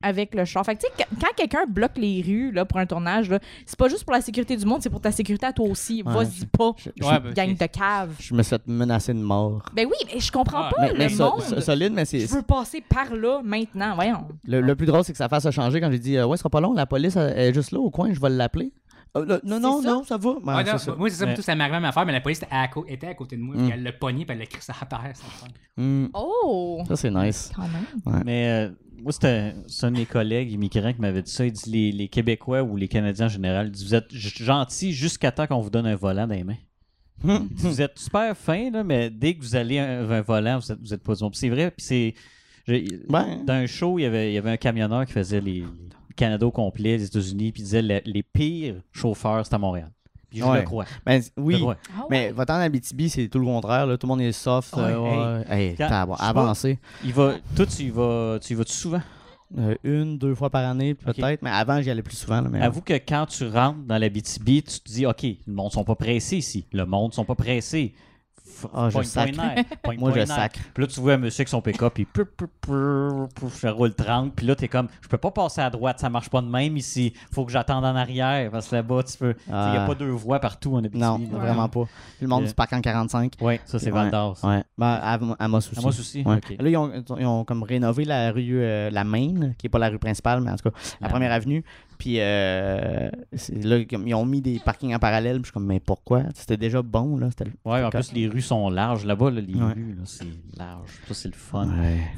Speaker 4: avec le char. Fait que tu sais, quand- quand quelqu'un bloque les rues là, pour un tournage, là, c'est pas juste pour la sécurité du monde, c'est pour ta sécurité à toi aussi.
Speaker 3: Ouais.
Speaker 4: Vas-y pas,
Speaker 3: Je, je-
Speaker 2: Ouais, ben,
Speaker 4: gang de cave.
Speaker 3: je me suis fait menacer de mort.
Speaker 4: Ben oui, mais je comprends
Speaker 2: Ah,
Speaker 4: pas
Speaker 3: Mais,
Speaker 4: le
Speaker 3: mais so-
Speaker 4: monde.
Speaker 3: so- solide, mais c'est.
Speaker 4: je veux passer par là maintenant, voyons.
Speaker 3: Le, le plus drôle, c'est que sa face a changé quand j'ai dit euh, Ouais, ce sera pas long, la police elle est juste là au coin, je vais l'appeler. Euh, là, non,
Speaker 4: C'est
Speaker 3: non,
Speaker 4: ça?
Speaker 3: non, ça va. Ben,
Speaker 2: Ouais, Ah, non,
Speaker 3: c'est ça.
Speaker 2: Moi, c'est ça,
Speaker 1: Mais-
Speaker 2: tout ça m'est arrivé à ma affaire, mais la police était à, cô- était à côté de moi.
Speaker 3: Mm.
Speaker 2: puis Elle l'a pogné puis elle l'a crissé à terre. cette affaire.
Speaker 3: Mm.
Speaker 4: Oh!
Speaker 3: Ça, c'est nice.
Speaker 4: Quand même.
Speaker 1: Mais euh, moi, c'était c'est un de mes collègues immigrants qui m'avait dit ça. Il dit les, les Québécois ou les Canadiens en général, il dit, vous êtes j- gentils jusqu'à temps qu'on vous donne un volant dans les mains.
Speaker 3: Hum.
Speaker 1: Il dit, vous êtes super fin, là, mais dès que vous allez un, un volant, vous êtes, vous êtes pas bon. Puis c'est vrai, puis c'est. je-
Speaker 3: Ouais.
Speaker 1: Dans un show, il y avait, il y avait un camionneur qui faisait les, le Canada au complet, les États-Unis, puis il disait les, les pires chauffeurs, c'est à Montréal. Puis je
Speaker 3: Ouais.
Speaker 1: le crois. je
Speaker 3: Ben,
Speaker 1: le
Speaker 3: oui.
Speaker 1: crois.
Speaker 4: Ah ouais.
Speaker 3: Mais va-t'en en Abitibi, c'est tout le contraire. Là. Tout le monde est soft.
Speaker 1: Ouais,
Speaker 3: euh, ouais. Hey,
Speaker 1: Quand-
Speaker 3: t'as- bon,
Speaker 1: je sais
Speaker 3: avancé.
Speaker 1: Il va, toi, tu y vas, tu y vas souvent.
Speaker 3: Euh, une, deux fois par année, peut-être. Mais avant, j'y allais plus souvent. là, mais-
Speaker 1: Avoue que quand tu rentres dans la BTB, tu te dis, OK, le monde sont pas pressés ici. Le monde sont pas pressés. F-
Speaker 3: Ah, je
Speaker 1: pogne,
Speaker 3: sacre.
Speaker 1: pogne, nerf, pogne,
Speaker 3: Moi, je
Speaker 1: pogne, nerf.
Speaker 3: sacre.
Speaker 1: Puis là, tu vois un monsieur avec son pick-up, puis pur, pur, pur, pur, ça roule 30. Puis là, t'es comme, je peux pas passer à droite, ça marche pas de même ici. Faut que j'attende en arrière, parce que là-bas, tu peux. Il n'y
Speaker 3: Ah.
Speaker 1: a pas deux voies partout en Abitibi.
Speaker 3: Non,
Speaker 1: là.
Speaker 3: vraiment pas. Puis le monde
Speaker 1: Euh.
Speaker 3: du parc en 45.
Speaker 1: Ouais, ça, c'est
Speaker 3: Ouais.
Speaker 1: Val d'Or. ça.
Speaker 3: Ouais. Ben, à, à Amos aussi.
Speaker 1: À moi aussi.
Speaker 3: Ouais.
Speaker 1: OK.
Speaker 3: Là, ils ont, ils ont comme rénové la rue euh, La Main, qui est pas la rue principale, mais en tout cas, la,
Speaker 1: La
Speaker 3: première avenue. Puis euh, c'est là, comme, ils ont mis des parkings en parallèle. Puis je suis comme, mais pourquoi C'était déjà bon, là. C'était le-
Speaker 1: Ouais, en plus, les rues sont larges là-bas. là, les
Speaker 3: Ouais.
Speaker 1: rues, là, c'est large. Ça, c'est le fun.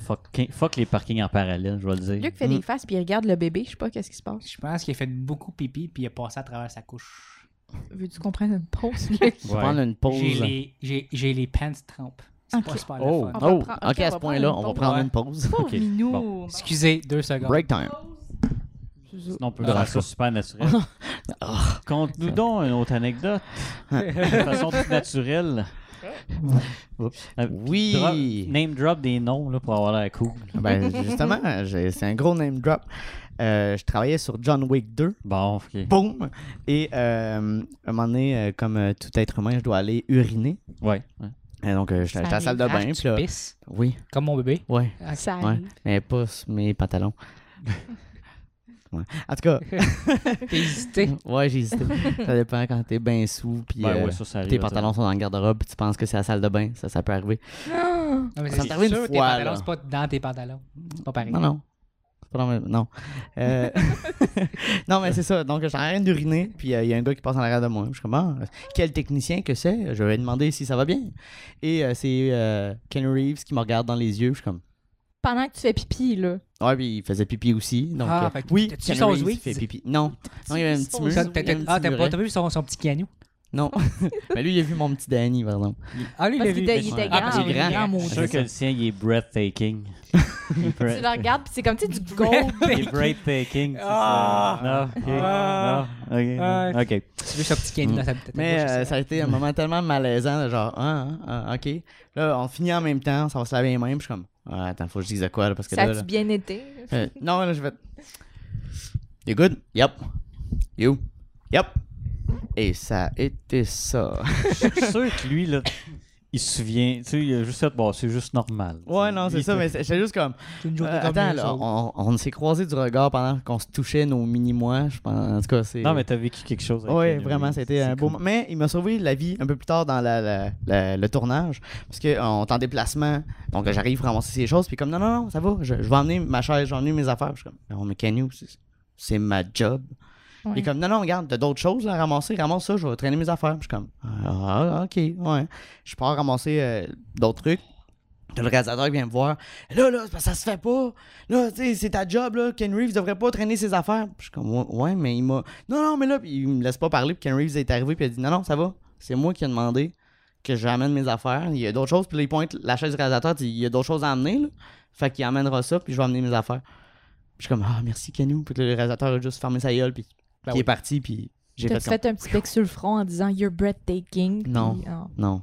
Speaker 1: Fuck, fuck les parkings en parallèle, je vais le dire.
Speaker 4: Luc
Speaker 3: Mm.
Speaker 4: fait des faces puis il regarde le bébé, je sais pas qu'est-ce qui se passe.
Speaker 2: Je pense qu'il a fait beaucoup pipi puis il a passé à travers sa couche.
Speaker 4: Veux-tu qu'on prenne une *laughs* pause, Luc?
Speaker 3: Faut prendre une
Speaker 2: J'ai
Speaker 3: pause.
Speaker 2: les, j'ai- j'ai les pants trempes. C'est
Speaker 4: Ok.
Speaker 2: pas super Ah, le
Speaker 1: Oh.
Speaker 2: fun.
Speaker 4: On va
Speaker 3: Oh,
Speaker 4: prendre-
Speaker 3: ok, à ce
Speaker 4: prendre
Speaker 3: point-là,
Speaker 4: une
Speaker 3: on va
Speaker 4: pause.
Speaker 3: prendre
Speaker 2: Ouais.
Speaker 3: une pause.
Speaker 4: Pauvre
Speaker 1: Ok,
Speaker 4: minou!
Speaker 1: bon.
Speaker 2: Excusez, deux secondes.
Speaker 3: Break time.
Speaker 1: Sinon, on peut
Speaker 2: Ah,
Speaker 1: faire ça super
Speaker 3: *laughs*
Speaker 1: naturel.
Speaker 3: Ah.
Speaker 1: Conte-nous donc une autre anecdote. de façon toute naturelle. Oups. Euh, drop-
Speaker 3: Oui.
Speaker 1: name drop des noms là, pour avoir l'air cool.
Speaker 3: Ben, justement, j'ai- c'est un gros name drop. Euh, je travaillais sur John Wick 2.
Speaker 1: Bon, ok.
Speaker 3: Boum! Et euh, à un moment donné, euh, comme euh, tout être humain, je dois aller uriner.
Speaker 1: Ouais. ouais.
Speaker 3: Et donc, euh, j'étais j'étais à la salle de
Speaker 2: Ah,
Speaker 3: bain.
Speaker 2: tu
Speaker 3: puis là-
Speaker 2: pisses,
Speaker 3: Oui,
Speaker 2: comme mon
Speaker 4: *laughs*
Speaker 2: bébé.
Speaker 3: ouais.
Speaker 4: Ça
Speaker 3: Ouais,
Speaker 4: arrive.
Speaker 3: mais pas sur mes pantalons. Ouais. En tout cas,
Speaker 2: T'as hésité.
Speaker 3: *laughs* ouais, j'ai hésité. Ça dépend quand t'es bien sous, puis
Speaker 1: Ben,
Speaker 3: euh,
Speaker 1: ouais, ça, ça arrive.
Speaker 3: tes
Speaker 1: à tout le
Speaker 3: pantalons sont dans le garde-robe, puis tu penses que c'est la salle de bain. Ça, ça peut arriver.
Speaker 2: Non, mais
Speaker 3: Ça
Speaker 2: c'est
Speaker 3: t'est arrivé une
Speaker 2: sûr, tes
Speaker 3: fois,
Speaker 2: pantalons,
Speaker 3: là.
Speaker 2: c'est pas dans tes pantalons. C'est pas pareil.
Speaker 3: Non, non. C'est pas dans le même- Non. Euh, *laughs* non, mais c'est ça. Donc, j'étais en train d'uriner, puis euh, il y a un gars qui passe en arrière de moi. Je suis comme, Ah, quel technicien que c'est Je vais demander si ça va bien. Et euh, c'est euh, Ken Reeves qui me regarde dans les yeux. Je suis comme,
Speaker 4: Pendant que tu fais pipi, là.
Speaker 3: ouais, Ah, puis il faisait pipi aussi. Donc,
Speaker 2: Ah,
Speaker 3: euh,
Speaker 2: fait que
Speaker 3: oui,
Speaker 2: t'as-tu
Speaker 3: Ken
Speaker 2: son
Speaker 3: Reeves
Speaker 2: Zwick?
Speaker 3: fait pipi. Non, non, il y avait un petit
Speaker 4: son
Speaker 3: mur.
Speaker 2: Ça,
Speaker 4: Zwick?
Speaker 3: il
Speaker 2: t'as-
Speaker 3: y avait un
Speaker 2: t'as- Ah,
Speaker 3: petit
Speaker 2: t'as
Speaker 3: muret.
Speaker 2: pas t'as vu son, son petit canot?
Speaker 3: *laughs* Non. mais lui, il a vu mon petit Danny, par exemple.
Speaker 2: Ah, lui,
Speaker 4: Parce qu'il était,
Speaker 2: mais-
Speaker 4: il était
Speaker 2: Ah,
Speaker 4: grand,
Speaker 2: parce
Speaker 3: qu'il
Speaker 4: il
Speaker 3: est
Speaker 4: est
Speaker 3: grand.
Speaker 4: grand,
Speaker 1: temps. Je suis sûr
Speaker 4: maudit.
Speaker 1: que le sien, il est
Speaker 3: *laughs*
Speaker 1: breathtaking. Il est
Speaker 4: Tu le
Speaker 1: breath-
Speaker 4: regardes, puis c'est comme, tu sais, du gold. *laughs*
Speaker 1: il est breathtaking. c'est ça.
Speaker 2: Ah.
Speaker 1: Non, ok.
Speaker 2: Ah.
Speaker 1: Non, ok, non, ok.
Speaker 2: Tu veux son petit canot dans sa tête.
Speaker 3: Mais
Speaker 2: gauche,
Speaker 3: euh,
Speaker 2: c'est
Speaker 3: ça a été un moment tellement malaisant, de genre, ah, ah, ah, ok. Là, on finit en même temps, ça va se laver les mains, puis je suis comme, ah, attends, faut que je dise de quoi, là, parce que
Speaker 4: Ça
Speaker 3: là.
Speaker 4: a-tu
Speaker 3: là,
Speaker 4: bien été?
Speaker 3: euh, non, là, je vais. You good? Yep. You? Yep. Et ça a été ça.
Speaker 1: Je suis sûr que lui, là, il se souvient. Tu sais, il a juste fait, bon, c'est juste normal.
Speaker 3: Ouais, non, c'est ça, mais c'est- j'étais juste comme.
Speaker 2: C'est une joke
Speaker 3: euh,
Speaker 2: de
Speaker 3: attends,
Speaker 2: commune,
Speaker 3: là,
Speaker 2: ça.
Speaker 3: on, on s'est croisés du regard pendant qu'on se touchait nos mini-mois. Je pense, en tout cas, c'est.
Speaker 1: Non, mais t'as vécu quelque chose. avec
Speaker 3: Oui,
Speaker 1: lui,
Speaker 3: vraiment,
Speaker 1: oui.
Speaker 3: c'était
Speaker 1: C'est
Speaker 3: un beau
Speaker 1: cool.
Speaker 3: moment. Mais il m'a sauvé la vie un peu plus tard dans la- la- la- le tournage, parce qu'on est en déplacement. Donc, j'arrive pour ramasser ces choses, puis comme, non, non, non, ça va, je, je vais emmener ma chaise, je vais emmener mes affaires. Puis Je suis comme, non, mais Kenyu, c'est- c'est ma job. Il est comme, non, non, regarde, t'as d'autres choses à ramasser, ramasse ça, je vais traîner mes affaires. Puis Je suis comme, ah, ok, ouais. Je pars ramasser euh, d'autres trucs. Puis Le réalisateur vient me voir. Là, là, c'est parce que ça se fait pas. Là, tu sais, c'est ta job, là. Ken Reeves devrait pas traîner ses affaires. Puis je suis comme, ouais, ouais, mais il m'a. Non, non, mais là, puis il me laisse pas parler. Puis Ken Reeves est arrivé, puis il a dit, non, non, ça va. C'est moi qui ai demandé que j'amène mes affaires. Il y a d'autres choses. Puis là, il pointe la chaise du réalisateur, dit, il y a d'autres choses à amener, là. Fait qu'il amènera ça, puis je vais amener mes affaires. Puis je suis comme, ah, merci, Kenou. Puis le réalisateur a juste fermé sa gueule, puis
Speaker 2: Ben
Speaker 3: puis il
Speaker 2: oui.
Speaker 3: est parti, puis j'ai fait,
Speaker 4: T'as-tu fait un petit bec sur le front en disant You're breathtaking?
Speaker 3: Non.
Speaker 4: Puis, oh.
Speaker 3: comme, non.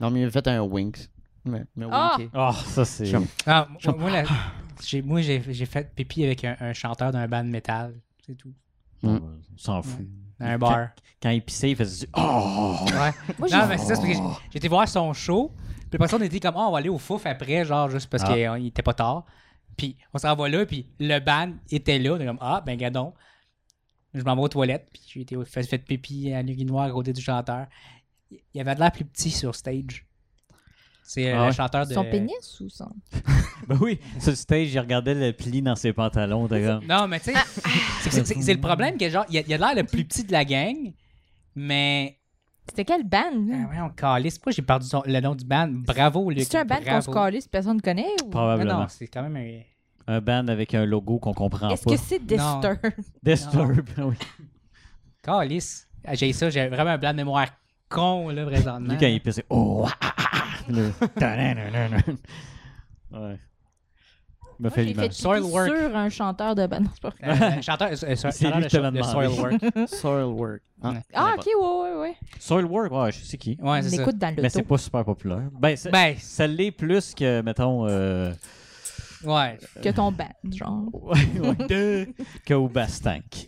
Speaker 3: Non, mais il a fait un wink. Mais, mais
Speaker 4: Ah!
Speaker 3: winké.
Speaker 1: Ah, ça, c'est.
Speaker 3: Chum.
Speaker 2: Ah, moi-
Speaker 3: Genre-
Speaker 2: moi, la-
Speaker 3: *laughs*
Speaker 2: j'ai- moi, j'ai j'ai fait pipi avec un, un chanteur d'un band de métal. C'est tout.
Speaker 1: Ah, On s'en fout.
Speaker 2: Dans un bar.
Speaker 1: Quand il pissait, il faisait du. Oh! *laughs*
Speaker 2: Ouais.
Speaker 4: Moi, j'ai-
Speaker 2: non, mais c'est ça, c'est parce que j'ai- j'étais voir son show. Puis après ça, on était comme, Ah, on va aller au fouf après, genre, juste parce
Speaker 1: Ah.
Speaker 2: qu'il euh, il était pas tard. Puis on s'en va là, puis le band était là. On est comme, ah, ben, gadon. Je m'en vais aux toilettes, puis j'ai été fait, fait pipi à l'urinoir à côté du chanteur. Il il avait de l'air plus petit sur stage. C'est euh,
Speaker 1: Ah ouais.
Speaker 2: le chanteur de.
Speaker 4: Son pénis ou son.
Speaker 1: Ben oui, sur le stage, il regardait le pli dans ses pantalons. T'es comme.
Speaker 2: Non, mais
Speaker 4: Ah.
Speaker 2: tu sais, c'est- c'est- c'est c'est le problème que, genre, il a, il a l'air le plus petit de la gang, mais.
Speaker 4: C'était quelle band?
Speaker 2: Ah,
Speaker 4: là?
Speaker 2: voyons, calisse. Pourquoi j'ai perdu son- le nom du band? Bravo, Luc.
Speaker 4: C'est-tu Hmm. un band qu'on se
Speaker 2: bravo.
Speaker 4: calait si personne ne connaît? ou-
Speaker 2: Non,
Speaker 1: Probablement.
Speaker 2: non, c'est quand même un.
Speaker 1: Un band avec un logo qu'on comprend
Speaker 4: Est-ce
Speaker 1: pas.
Speaker 4: que c'est Disturb?
Speaker 1: Disturb, *laughs* oui.
Speaker 2: Calice. Ah, J'ai ça, j'ai vraiment un blanc de mémoire con, là, présentement.
Speaker 1: Lui, quand il pissait. Oh! ah, ah, ah, puis là, ta-da-da-da-da. Ouais. Il m'a fait
Speaker 4: Moi, j'ai fait
Speaker 1: l'image.
Speaker 4: pipi
Speaker 2: Soilwork.
Speaker 4: sur un chanteur de band. Non, c'est pas vrai.
Speaker 1: *laughs*
Speaker 2: Euh, chanteur, euh, euh,
Speaker 1: C'est lui
Speaker 2: chanteur de,
Speaker 1: qui te l'a
Speaker 2: de
Speaker 1: demandé.
Speaker 2: Soilwork.
Speaker 4: *laughs*
Speaker 3: Soilwork. Ah,
Speaker 2: Ouais.
Speaker 4: Ah, ok, ouais, ouais, ouais.
Speaker 1: Soilwork, ouais, je sais qui.
Speaker 2: Ouais,
Speaker 4: On
Speaker 2: c'est ça.
Speaker 4: l'écoute dans
Speaker 1: Mais
Speaker 4: l'auto.
Speaker 1: c'est pas super populaire. Ben, ça,
Speaker 2: Ben, c'est-
Speaker 1: ça l'est plus que, mettons, euh,
Speaker 2: ouais.
Speaker 4: Que ton band,
Speaker 3: *laughs*
Speaker 4: genre.
Speaker 1: ouais,
Speaker 4: *laughs*
Speaker 1: ouais, de- que au Bastank.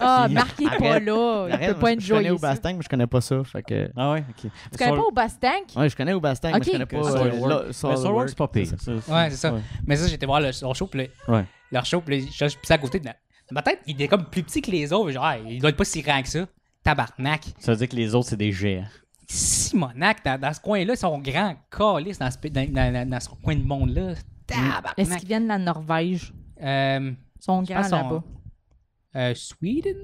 Speaker 4: Ah,
Speaker 1: C'est-
Speaker 4: marqué pas
Speaker 3: Arrête.
Speaker 4: là. Il
Speaker 3: Arrête, je, je
Speaker 4: peut pas
Speaker 3: connais
Speaker 4: enjoyer ça.
Speaker 3: Oubastang, mais je connais pas ça. Fait que...
Speaker 1: Ah ouais, ok.
Speaker 4: Tu connais pas au Bastank?
Speaker 3: Ouais, je connais Oubastang,
Speaker 4: Ok.
Speaker 3: mais je connais pas
Speaker 1: Que
Speaker 3: euh,
Speaker 1: Soilwork.
Speaker 3: le-
Speaker 1: Mais Soilwork, c'est pas pire.
Speaker 2: Ouais, c'est ça. Mais ça, j'étais voir le- leur show, puis là,
Speaker 1: Ouais.
Speaker 2: leur show, puis là, je je suis pissé à côté. de la- Dans ma tête, il est comme plus petit que les autres. Genre, ah, il doit être pas si grand que ça. Tabarnak.
Speaker 1: Ça veut dire que les autres, c'est des géants.
Speaker 2: Simonac, dans, dans ce coin-là, ils sont grands calice dans ce, pe- dans, dans- dans- dans ce coin de monde-là.
Speaker 4: Est-ce
Speaker 2: Tabarnak.
Speaker 4: qu'ils viennent de la Norvège?
Speaker 2: Euh,
Speaker 4: Ils sont
Speaker 2: je pense
Speaker 4: grands
Speaker 2: qu'ils sont-
Speaker 4: là-bas.
Speaker 2: euh, Sweden?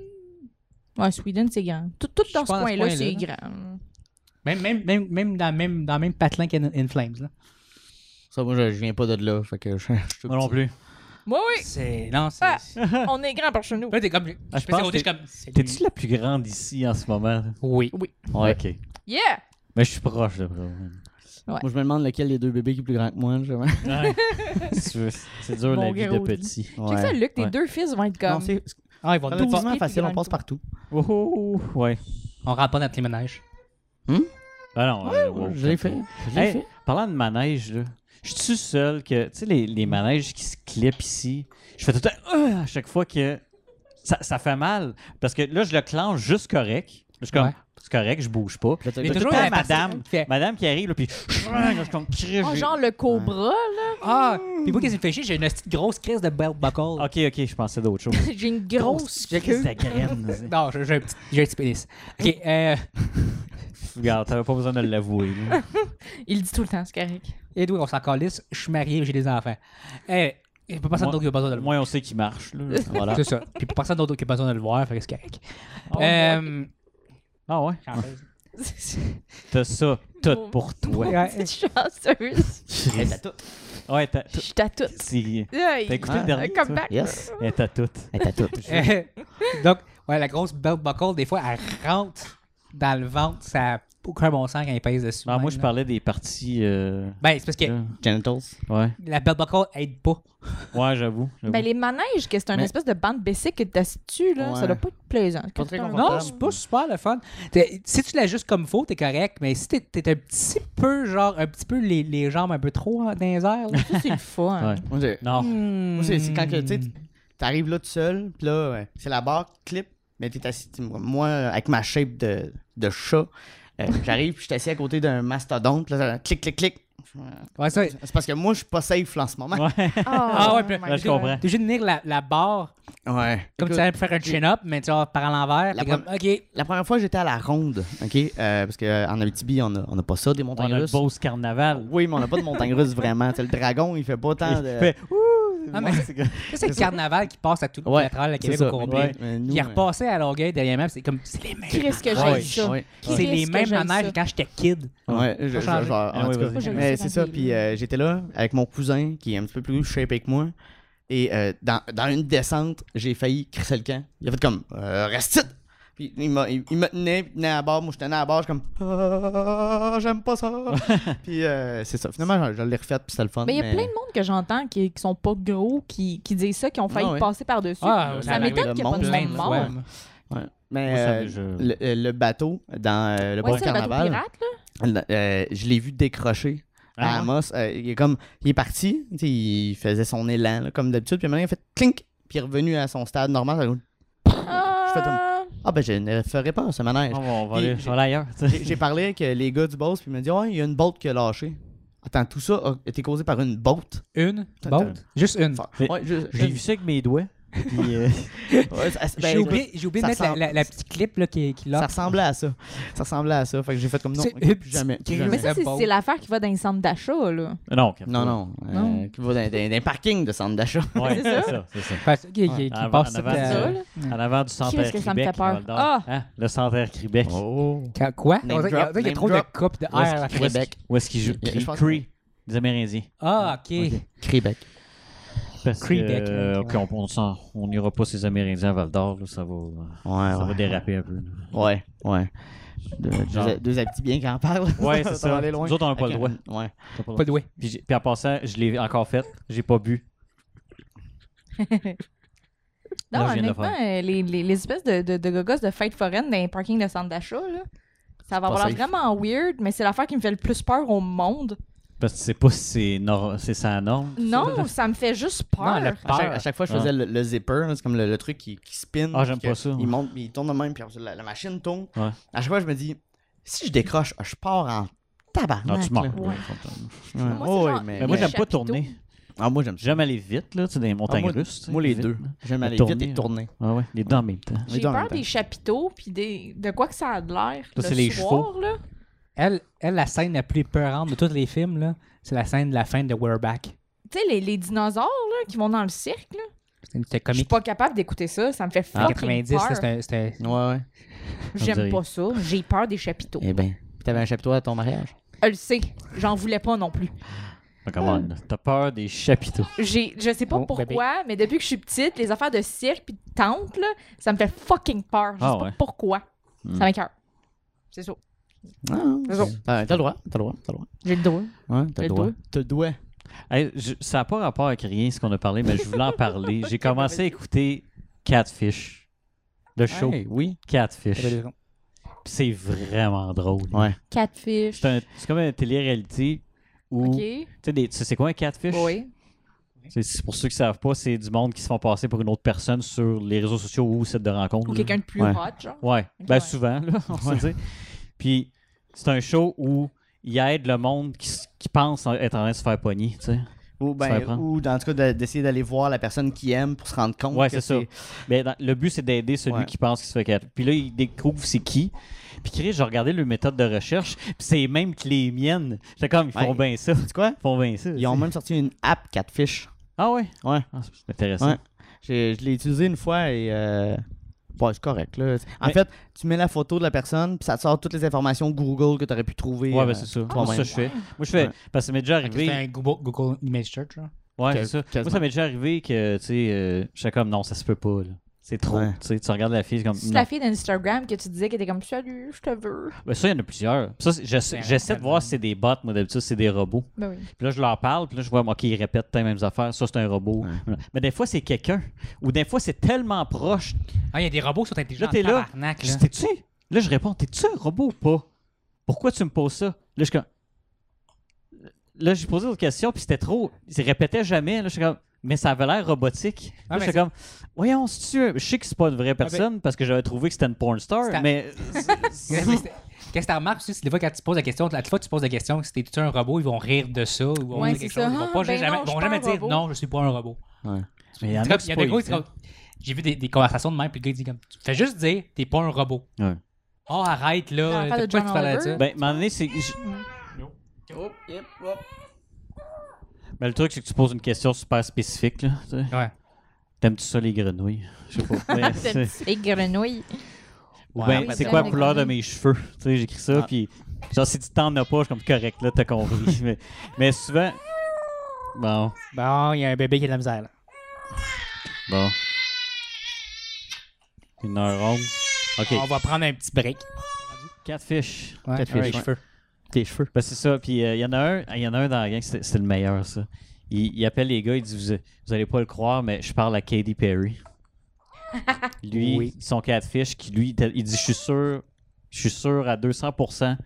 Speaker 4: Ouais, Sweden, c'est grand. Tout, tout
Speaker 2: Je
Speaker 4: dans ce
Speaker 2: pense dans ce
Speaker 4: coin-là,
Speaker 2: coin-là.
Speaker 4: c'est grand.
Speaker 2: Même, même, même, même dans, même dans le même patelin qu'In In Flames. Là.
Speaker 3: Ça, moi, je, je viens pas de là. Fait que je, *laughs* je-
Speaker 1: Moi non plus.
Speaker 4: Oui, oui,
Speaker 2: C'est. Non, c'est.
Speaker 4: Ah. on est grand par chez nous.
Speaker 2: Là, t'es comme. Je,
Speaker 1: Ah, je
Speaker 2: je pense
Speaker 1: pense
Speaker 2: que
Speaker 1: que-
Speaker 2: comme. c'est lui.
Speaker 1: T'es-tu la plus grande ici en ce moment?
Speaker 2: Oui.
Speaker 3: Ouais.
Speaker 1: Ok.
Speaker 4: Yeah!
Speaker 1: Mais je suis proche de
Speaker 4: *laughs*
Speaker 1: problème.
Speaker 3: Moi, je me demande lequel des deux bébés qui est plus grand que moi. je- *laughs* Ouais.
Speaker 1: Ouais. Si tu veux, c'est dur la
Speaker 4: Mon
Speaker 1: vie de
Speaker 4: gros lit.
Speaker 1: petit.
Speaker 4: Check ça, Luc, tes
Speaker 1: Ouais.
Speaker 4: deux fils vont être comme.
Speaker 3: Non, c'est
Speaker 2: Ah, ils vont nous.
Speaker 3: relativement
Speaker 4: pieds
Speaker 3: facile, on
Speaker 4: plus grand
Speaker 3: passe
Speaker 4: que
Speaker 3: partout.
Speaker 1: Oh, oh, oh, ouais.
Speaker 2: On rentre pas dans les ménages.
Speaker 1: Ben non, euh, wow,
Speaker 3: Je l'ai
Speaker 1: comme-
Speaker 3: fait. Je l'ai
Speaker 1: Hey,
Speaker 3: fait.
Speaker 1: parlant de manège, là, je suis seul que, tu sais, les, les manèges qui se clippent ici, je fais tout le temps Ah! à chaque fois que ça, ça fait mal. Parce que là, je le clenche juste correct. Je suis comme,
Speaker 2: Ouais.
Speaker 1: c'est correct, je bouge pas.
Speaker 3: Puis là, t'as-
Speaker 2: Mais
Speaker 3: t'as-
Speaker 2: toujours
Speaker 1: tout le
Speaker 2: la
Speaker 1: temps,
Speaker 2: partie-
Speaker 1: madame.
Speaker 2: qui fait,
Speaker 1: Madame qui arrive, là, puis je suis comme crée,
Speaker 4: Oh,
Speaker 1: j'ai-
Speaker 4: genre le cobra,
Speaker 2: Ah, pis moi, qu'est-ce qui me fait chier? J'ai une petite grosse crise de belt buckle.
Speaker 1: Ok, ok, je pensais d'autre chose.
Speaker 4: là. *laughs* J'ai une grosse
Speaker 1: Qu'est-ce que
Speaker 4: queue.
Speaker 1: c'est la graine? là, c'est-
Speaker 2: Non, j'ai j'ai un petit j'ai un petit pénis. Ok, euh.
Speaker 1: Regarde, t'avais pas besoin de l'avouer. là.
Speaker 4: Il dit tout le temps, c'est correct. *laughs*
Speaker 2: Et oui, on s'en calisse. Je suis marié, j'ai des enfants. Eh, il peut personne
Speaker 1: Moi-
Speaker 2: d'autre qui a besoin de
Speaker 1: Au
Speaker 2: le voir.
Speaker 1: moins, on sait qu'il marche.
Speaker 4: *laughs*
Speaker 1: Là. Voilà.
Speaker 2: C'est ça. Puis personne d'autre qui a besoin de le voir, fait que c'est correct.
Speaker 1: Oh,
Speaker 2: Euh.
Speaker 1: Ah ouais? T'as ça,
Speaker 4: Oh.
Speaker 1: tout pour toi.
Speaker 4: *laughs*
Speaker 2: Ouais.
Speaker 4: Petite chanceuse.
Speaker 3: Hey, t'as tout.
Speaker 1: Ouais, t'as
Speaker 4: Je
Speaker 1: tout.
Speaker 4: suis à toute.
Speaker 1: C'est- T'as
Speaker 4: Aïe,
Speaker 1: écouté
Speaker 3: Ah,
Speaker 1: le dernier?
Speaker 4: Come
Speaker 1: toi?
Speaker 4: back.
Speaker 3: Yes.
Speaker 1: Ouais, t'as tout.
Speaker 3: Hey, t'as tout.
Speaker 1: *laughs*
Speaker 2: Euh, *laughs* Donc, ouais, la grosse belt buckle, des fois, elle rentre dans le ventre. Ça n'a aucun bon sens quand elle pèse dessus.
Speaker 1: Non, Ben, Ah, moi, je
Speaker 2: Là.
Speaker 1: parlais des parties. euh,
Speaker 2: Ben, c'est parce que
Speaker 1: là.
Speaker 3: Genitals.
Speaker 1: Ouais,
Speaker 2: la belt buckle aide pas.
Speaker 1: ouais j'avoue. j'avoue.
Speaker 4: Ben, les manèges, que c'est un
Speaker 3: Mais-
Speaker 4: espèce de bande bicycle que t'as dessus, là, ça
Speaker 3: Ouais.
Speaker 4: doit pas être plaisant.
Speaker 3: Pas très
Speaker 4: C'est un-
Speaker 3: confortable.
Speaker 2: Non, c'est pas super le fun. T'es- Si tu l'as juste comme faut, t'es correct, mais si t'es, t'es un petit peu, genre, un petit peu les, les jambes un peu trop hein, dans les airs, là.
Speaker 3: *laughs*
Speaker 2: Hmm.
Speaker 4: Ça, c'est le fun.
Speaker 1: Ouais.
Speaker 3: Moi, j'ai-
Speaker 1: Non,
Speaker 3: Hmm. Moi, c'est c'est quand que, tu sais, t'arrives là tout seul, puis là, ouais, c'est la barre, clip, Mais t'es assis, t'es- moi, avec ma shape de, de chat, *laughs* euh, j'arrive, puis je suis assis à côté d'un mastodonte, puis là, ça- clic, clic, clic.
Speaker 2: Ouais, ça.
Speaker 3: C'est parce que moi, je suis pas safe là, en ce moment.
Speaker 1: Ouais.
Speaker 2: Ah
Speaker 4: oh
Speaker 2: ouais, puis-
Speaker 1: Là, je comprends.
Speaker 2: T'es obligé de tenir la, la barre
Speaker 3: Ouais.
Speaker 2: comme
Speaker 3: Écoute,
Speaker 2: tu allais pour faire un chin-up, mais tu vas par à l'envers.
Speaker 3: La
Speaker 2: t'es comme, ok.
Speaker 3: La première fois, j'étais à la ronde, OK? Euh, parce qu'en Abitibi, on n'a on a pas ça, des
Speaker 1: On
Speaker 3: montagnes
Speaker 1: a le
Speaker 3: russes.
Speaker 1: Beauce Carnaval.
Speaker 3: Oui, mais on n'a pas de montagnes russes vraiment. Tu sais, le dragon, il fait pas tant de.
Speaker 1: Il fait,
Speaker 2: Ah, mais c'est- ça, c'est le carnaval qui passe à tout
Speaker 3: Ouais,
Speaker 2: à travers le
Speaker 3: c'est
Speaker 2: Québec
Speaker 3: ça.
Speaker 2: au complet.
Speaker 3: Ouais, mais nous,
Speaker 2: Qui est
Speaker 3: euh,
Speaker 2: repassé à Longueuil derrière moi, c'est comme, c'est les mêmes.
Speaker 4: Qu'est-ce que
Speaker 3: ouais,
Speaker 4: j'ai ça?
Speaker 3: ouais.
Speaker 4: Christ
Speaker 2: C'est les
Speaker 4: que
Speaker 2: mêmes
Speaker 4: j'aime
Speaker 2: manèges
Speaker 4: ça.
Speaker 2: que quand j'étais kid.
Speaker 3: Ouais, je- je- je-
Speaker 2: changer.
Speaker 3: je- en
Speaker 1: Ah,
Speaker 3: tout
Speaker 1: ouais,
Speaker 3: cas.
Speaker 1: vas-y. Moi,
Speaker 4: j'aime
Speaker 3: Mais
Speaker 4: ça
Speaker 3: c'est
Speaker 4: dans
Speaker 3: ça,
Speaker 4: le
Speaker 3: puis
Speaker 4: délire.
Speaker 3: euh, j'étais là avec mon cousin qui est un petit peu plus shapé que moi. Et euh, dans, dans une descente, j'ai failli crisser le camp. Il a fait comme euh, Reste ici! Puis il, m'a- il- il me tenait, il tenait à bord, moi je tenais à bord, je suis comme Ah, j'aime pas ça! puis euh, c'est ça. Finalement, je, je l'ai refait, puis c'était le fun.
Speaker 4: Mais il y a plein de monde que j'entends qui, qui sont pas gros, qui, qui disent ça, qui ont failli
Speaker 3: Ah ouais.
Speaker 4: passer par-dessus.
Speaker 2: Ah,
Speaker 4: ça m'étonne qu'il n'y a pas de
Speaker 3: Plein
Speaker 4: monde
Speaker 3: de
Speaker 4: mort.
Speaker 2: fois.
Speaker 4: Ouais,
Speaker 3: Ouais. Mais
Speaker 1: Moi, ça
Speaker 3: euh,
Speaker 1: me- je-
Speaker 3: le, euh, le bateau dans euh, le bon
Speaker 4: c'est le bateau
Speaker 3: carnaval,
Speaker 4: pirate, là.
Speaker 3: euh, je l'ai vu décrocher. à
Speaker 1: Ah, ouais.
Speaker 3: Amos, euh, il est comme il est parti, tu sais, il faisait son élan là, comme d'habitude, puis maintenant il a fait clink, puis il est revenu à son stade normal. ça a fait, Je fais
Speaker 4: Ah,
Speaker 3: Ah ben je ne ferai pas ce manège.
Speaker 1: On va, Ah, on va
Speaker 3: Puis
Speaker 1: aller,
Speaker 3: j'ai-
Speaker 1: je vais aller ailleurs. tu sais.
Speaker 3: J'ai j'ai parlé avec euh, les gars du boss, puis ils m'ont dit ouais, il y a une bolt qui a lâché. Attends, tout ça a été causé par une bolt.
Speaker 2: Une,
Speaker 3: T'as-
Speaker 2: botte, juste une.
Speaker 3: Fuck.
Speaker 1: Mais
Speaker 3: Ouais, je-
Speaker 1: *laughs* J'ai vu ça avec mes doigts. Puis, euh,
Speaker 3: Ouais, ça- ben,
Speaker 2: J'ai oublié, j'ai oublié de
Speaker 3: ça
Speaker 2: mettre la,
Speaker 3: ressemble-
Speaker 2: la- la petite clip là, qui, qui
Speaker 3: Ça
Speaker 2: lance.
Speaker 3: ressemblait à ça. Ça ressemblait à ça. Fait que j'ai fait comme non,
Speaker 2: C'est-
Speaker 3: ok, plus jamais. plus
Speaker 2: Mais
Speaker 4: mais
Speaker 3: jamais.
Speaker 4: ça, c'est
Speaker 2: Bon.
Speaker 4: c'est l'affaire qui va dans les centres d'achat, là.
Speaker 1: Non,
Speaker 3: Non, non. euh,
Speaker 4: Non.
Speaker 3: Qui va dans, dans- dans un parking de centre d'achat.
Speaker 1: Ouais,
Speaker 4: C'est
Speaker 1: c'est ça. c'est ça.
Speaker 2: Parce que- qui,
Speaker 3: Ouais.
Speaker 2: qui
Speaker 1: En-
Speaker 2: passe
Speaker 1: en
Speaker 2: ça,
Speaker 1: avant,
Speaker 4: Ça,
Speaker 2: euh,
Speaker 4: là.
Speaker 1: En avant du centre
Speaker 4: Qu'est-ce
Speaker 1: air
Speaker 4: que
Speaker 1: Québec.
Speaker 4: ça me fait peur?
Speaker 1: dans le nord.
Speaker 4: Ah!
Speaker 1: Hein? Le centre air Québec.
Speaker 3: *laughs* Oh.
Speaker 2: quand- Quoi?
Speaker 3: Name
Speaker 2: On dirait-
Speaker 3: drop,
Speaker 2: Il y a
Speaker 3: name
Speaker 2: trop de
Speaker 3: drop.
Speaker 2: coupes de
Speaker 3: Où est-ce
Speaker 2: air.
Speaker 3: qu'il-
Speaker 1: Où est-ce
Speaker 3: Québec.
Speaker 1: Où est-ce qu'ils jouent?
Speaker 3: Je- je
Speaker 1: Cree,
Speaker 3: pense que-
Speaker 1: Cree, les Amérindiens.
Speaker 2: Ah, ok.
Speaker 3: Québec.
Speaker 1: Parce que,
Speaker 2: Creebec,
Speaker 1: euh,
Speaker 2: ouais.
Speaker 1: qu'on- on s'en- on n'ira pas ces Amérindiens à Val d'Or, là, ça va,
Speaker 3: Ouais,
Speaker 1: ça va
Speaker 3: ouais.
Speaker 1: déraper un peu. là.
Speaker 3: Ouais, ouais. Deux, deux, deux petits biens qui en parlent. *laughs*
Speaker 1: Ouais, c'est
Speaker 3: va
Speaker 1: ça.
Speaker 3: aller loin.
Speaker 1: Nous autres, on n'a pas le droit.
Speaker 3: Ouais.
Speaker 1: T'as pas le
Speaker 2: Pas
Speaker 1: droit.
Speaker 2: doué.
Speaker 1: Puis, j'ai- puis en passant, je l'ai encore fait, j'ai pas bu.
Speaker 4: Non,
Speaker 1: Là, je viens de le
Speaker 4: honnêtement, euh, les, les, les espèces de, de, de gogos de fête foraine dans les parkings de centres d'achat, là, ça va
Speaker 3: pas
Speaker 4: avoir
Speaker 3: safe.
Speaker 4: l'air vraiment weird, mais c'est l'affaire qui me fait le plus peur au monde.
Speaker 1: Parce que tu sais pas si c'est nor- c'est ça la norme.
Speaker 4: Non, ça me fait juste peur.
Speaker 2: Non, la
Speaker 3: À chaque,
Speaker 2: peur.
Speaker 3: à chaque fois, je
Speaker 1: Ah.
Speaker 3: faisais le, le zipper. là, C'est comme le, le truc qui, qui spin.
Speaker 1: Ah, j'aime
Speaker 3: puis
Speaker 1: pas
Speaker 3: que
Speaker 1: ça,
Speaker 3: Il
Speaker 1: ouais.
Speaker 3: monte, puis il tourne de même, puis la, la machine tourne.
Speaker 1: Ouais.
Speaker 3: À chaque fois, je me dis, si je décroche, ah, je pars en tabarnak.
Speaker 1: Non, Ah, tu mens.
Speaker 3: là.
Speaker 4: Ouais.
Speaker 3: Ouais.
Speaker 4: Moi, c'est
Speaker 3: Oh,
Speaker 4: genre-
Speaker 3: mais,
Speaker 1: Mais moi,
Speaker 4: Le
Speaker 1: j'aime pas
Speaker 4: chapiteau.
Speaker 1: tourner.
Speaker 3: Ah, moi, j'aime ça.
Speaker 1: J'aime aller vite, là, tu sais, dans les montagnes
Speaker 3: Ah, moi-
Speaker 1: russes. tu sais,
Speaker 3: Moi, les
Speaker 1: vite,
Speaker 3: deux.
Speaker 1: là.
Speaker 3: J'aime
Speaker 1: Le
Speaker 3: aller vite
Speaker 1: tourner,
Speaker 3: et
Speaker 1: là.
Speaker 3: tourner.
Speaker 1: Ah ouais, les deux en même temps.
Speaker 3: Les
Speaker 4: J'ai
Speaker 3: deux en
Speaker 4: peur
Speaker 3: même temps.
Speaker 4: des chapiteaux, puis des... de quoi que ça a de l'air.
Speaker 1: Ça,
Speaker 4: le
Speaker 1: c'est les
Speaker 4: soir, là.
Speaker 2: Elle, elle, la scène la plus peurante de tous les films, là, c'est la scène de la fin de We're Back.
Speaker 4: Tu sais, les, les dinosaures là, qui vont dans le cirque, là.
Speaker 2: C'était une- C'était
Speaker 1: Ah,
Speaker 4: Je suis
Speaker 2: comique.
Speaker 4: pas capable d'écouter ça. Ça me fait
Speaker 2: En
Speaker 4: fucking
Speaker 2: 90, là,
Speaker 4: peur.
Speaker 2: c'était- c'était.
Speaker 3: Ouais, ouais.
Speaker 1: On dirait.
Speaker 4: J'aime pas ça. J'ai peur des chapiteaux.
Speaker 3: Eh ben. Puis t'avais un chapiteau à ton mariage.
Speaker 4: Elle le sait. J'en voulais pas non plus.
Speaker 1: Ah, come on, là. T'as peur des chapiteaux.
Speaker 4: J'ai, je sais pas
Speaker 2: Oh,
Speaker 4: pourquoi,
Speaker 2: bébé.
Speaker 4: mais depuis que je suis petite, les affaires de cirque puis de tente, là, ça me fait fucking peur. Je sais
Speaker 1: Ah
Speaker 4: pas
Speaker 1: ouais.
Speaker 4: pourquoi.
Speaker 1: Hmm.
Speaker 4: Ça m'écoeure. C'est ça.
Speaker 3: Ah,
Speaker 4: C'est ça.
Speaker 3: Ah, T'as le droit. T'as le droit. T'as le droit.
Speaker 4: J'ai le droit.
Speaker 3: Ouais, t'as le
Speaker 4: Le
Speaker 3: droit.
Speaker 4: doigt.
Speaker 3: T'as le doigt.
Speaker 1: Hey, je- ça n'a pas rapport avec rien, ce qu'on a parlé, mais je voulais en
Speaker 4: *laughs*
Speaker 1: parler. J'ai commencé à écouter Catfish. Le show
Speaker 3: Hey, oui.
Speaker 1: Catfish. Puis c'est vraiment drôle.
Speaker 3: Ouais.
Speaker 4: Catfish.
Speaker 1: C'est, un- c'est comme une télé-réalité où...
Speaker 4: Ok.
Speaker 1: Tu sais, des- tu sais c'est quoi un catfish?
Speaker 4: Oui.
Speaker 1: C'est, c'est pour ceux qui ne savent pas, c'est du monde qui se font passer pour une autre personne sur les réseaux sociaux ou site de rencontre.
Speaker 4: Ou
Speaker 1: là.
Speaker 4: quelqu'un de plus
Speaker 3: Ouais.
Speaker 4: hot, genre.
Speaker 1: Ouais, ben
Speaker 4: ouais.
Speaker 1: souvent, là, on va se dire. Puis c'est un show où il aide le monde qui, s- qui pense en- être en train de se faire pogner, tu sais.
Speaker 3: Ou,
Speaker 1: vas
Speaker 3: ben,
Speaker 1: apprendre.
Speaker 3: ou dans tout cas, de- d'essayer d'aller voir la personne qui aime pour se rendre compte.
Speaker 1: Ouais,
Speaker 3: que
Speaker 1: c'est ça. Mais dans- le but, c'est d'aider celui
Speaker 3: Ouais.
Speaker 1: qui pense qu'il se fait catfish. Puis là, il découvre c'est qui. Puis Chris, j'ai regardé leur méthode de recherche, puis c'est même que les miennes. J'étais comme, ils font
Speaker 3: Ouais.
Speaker 1: bien ça. Ils
Speaker 3: C'est quoi?
Speaker 1: font bien ça.
Speaker 3: Ils ont même sorti une app Catfish.
Speaker 1: Ah ouais?
Speaker 3: Ouais.
Speaker 1: Ah, c'est intéressant.
Speaker 3: Ouais. J'ai- Je l'ai utilisé une fois et. euh, ouais, c'est correct. Là. En
Speaker 1: Mais-
Speaker 3: fait, tu mets la photo de la personne, puis ça te sort toutes les informations Google que tu aurais pu trouver.
Speaker 1: Ouais, ben
Speaker 3: euh,
Speaker 1: c'est ça. Moi, c'est
Speaker 3: toi-même.
Speaker 1: ça que je fais. Moi, je fais.
Speaker 3: Ouais.
Speaker 1: Parce que ça m'est déjà
Speaker 2: C'était
Speaker 1: arrivé.
Speaker 2: un Google, Google Image Search, là.
Speaker 1: Ouais,
Speaker 3: Que-
Speaker 1: c'est ça. Moi,
Speaker 3: quasiment.
Speaker 1: ça m'est déjà arrivé que, tu sais, euh, j'étais comme, non, ça se peut pas, là. C'est trop.
Speaker 3: Ouais.
Speaker 1: Tu sais, tu regardes la fille, c'est comme.
Speaker 4: C'est
Speaker 1: non.
Speaker 4: la fille d'Instagram que tu disais qui était comme Salut, je te veux.
Speaker 1: Ben, ça, il y en a plusieurs. Ça, c'est- j'essa-
Speaker 2: Ben,
Speaker 1: j'essaie de
Speaker 2: tellement.
Speaker 1: voir si c'est des bots. Moi, d'habitude, c'est des robots.
Speaker 4: Ben oui.
Speaker 1: Puis là, je leur parle. Puis là, je vois, OK, ils répètent les mêmes affaires. Ça, c'est un robot. Mais des fois, c'est quelqu'un. Ou des fois, c'est tellement proche.
Speaker 2: Ah, il y a des robots qui sont intelligents.
Speaker 1: Là, t'es là.
Speaker 2: tabarnak,
Speaker 1: Je
Speaker 2: là.
Speaker 1: dis, T'es-tu? Là, je réponds, t'es-tu un robot ou pas? Pourquoi tu me poses ça? Là, je suis comme. Là, j'ai posé d'autres questions. Puis c'était trop. Ils répétaient jamais. Là, je suis comme. mais ça avait l'air robotique.
Speaker 2: Ah,
Speaker 1: Là,
Speaker 2: mais
Speaker 1: j'étais
Speaker 2: c'est-
Speaker 1: comme, voyons, c'est-tu un- je sais que c'est pas une vraie personne parce que j'avais trouvé que c'était une porn star,
Speaker 2: C'est un-
Speaker 1: ben *laughs* mais.
Speaker 2: Mais c'était- Qu'est-ce que tu remarques aussi, c'est des fois quand tu poses la question, la fois que tu poses la question, si t'es tu un robot, ils vont rire de ça ou vont
Speaker 4: Ouais,
Speaker 2: dire
Speaker 4: c'est
Speaker 2: quelque
Speaker 4: ça.
Speaker 2: chose. Ils vont pas
Speaker 4: Ah,
Speaker 2: jamais,
Speaker 4: ben
Speaker 2: ils
Speaker 4: non, je
Speaker 2: vont
Speaker 4: suis
Speaker 2: jamais
Speaker 4: pas un
Speaker 2: dire
Speaker 4: robot.
Speaker 2: non, je suis pas un robot.
Speaker 1: Mais il y en
Speaker 2: C'est
Speaker 1: a
Speaker 2: comme-
Speaker 1: qui
Speaker 2: il y a
Speaker 1: c'est
Speaker 2: des
Speaker 1: pas
Speaker 2: gars qui hein. sont
Speaker 1: évident.
Speaker 2: comme- J'ai vu des, des conversations de même, puis le gars dit comme Tu fais juste dire, t'es pas un robot.
Speaker 1: Ouais.
Speaker 2: Oh, arrête là,
Speaker 4: Dans l'affaire
Speaker 2: t'as pas
Speaker 4: de John
Speaker 2: que tu parlais de ça.
Speaker 4: Oliver.
Speaker 1: Ben, à un moment donné, c'est. je-
Speaker 3: Oh,
Speaker 1: Ben, le truc, c'est que tu poses une question super spécifique, là. tu sais.
Speaker 2: Ouais.
Speaker 1: T'aimes-tu ça, les grenouilles? Je
Speaker 3: *laughs*
Speaker 1: sais pas. Mais *laughs* c'est-
Speaker 4: Et grenouille.
Speaker 1: Ou
Speaker 3: Ouais,
Speaker 1: ben,
Speaker 3: oui,
Speaker 1: c'est
Speaker 4: j'aime
Speaker 1: quoi la
Speaker 4: les
Speaker 1: couleur de
Speaker 4: grenouilles.
Speaker 1: mes cheveux? *laughs* Tu sais, j'écris ça,
Speaker 3: Ah.
Speaker 1: puis genre, si tu t'en as pas, je suis comme correct, là, t'as
Speaker 3: *laughs*
Speaker 1: compris. mais, mais souvent. Bon,
Speaker 2: Bon, il y a un bébé qui a de la misère là.
Speaker 1: bon. Une heure ronde. Ok.
Speaker 2: On va prendre un petit break.
Speaker 1: Quatre fiches.
Speaker 2: Ouais,
Speaker 3: Quatre
Speaker 2: ouais,
Speaker 3: fiches,
Speaker 2: les
Speaker 3: ouais.
Speaker 2: cheveux.
Speaker 3: Tes cheveux.
Speaker 1: Ben, c'est ça. Puis euh, il y en a un, il y en a un dans la gang, c'était c'était le meilleur, ça. Il, il appelle les gars, il dit vous, vous allez pas le croire, mais je parle à Katy Perry. Lui,
Speaker 2: Oui.
Speaker 1: son catfish, qui lui, était- il dit je suis sûr, je suis sûr à 200%.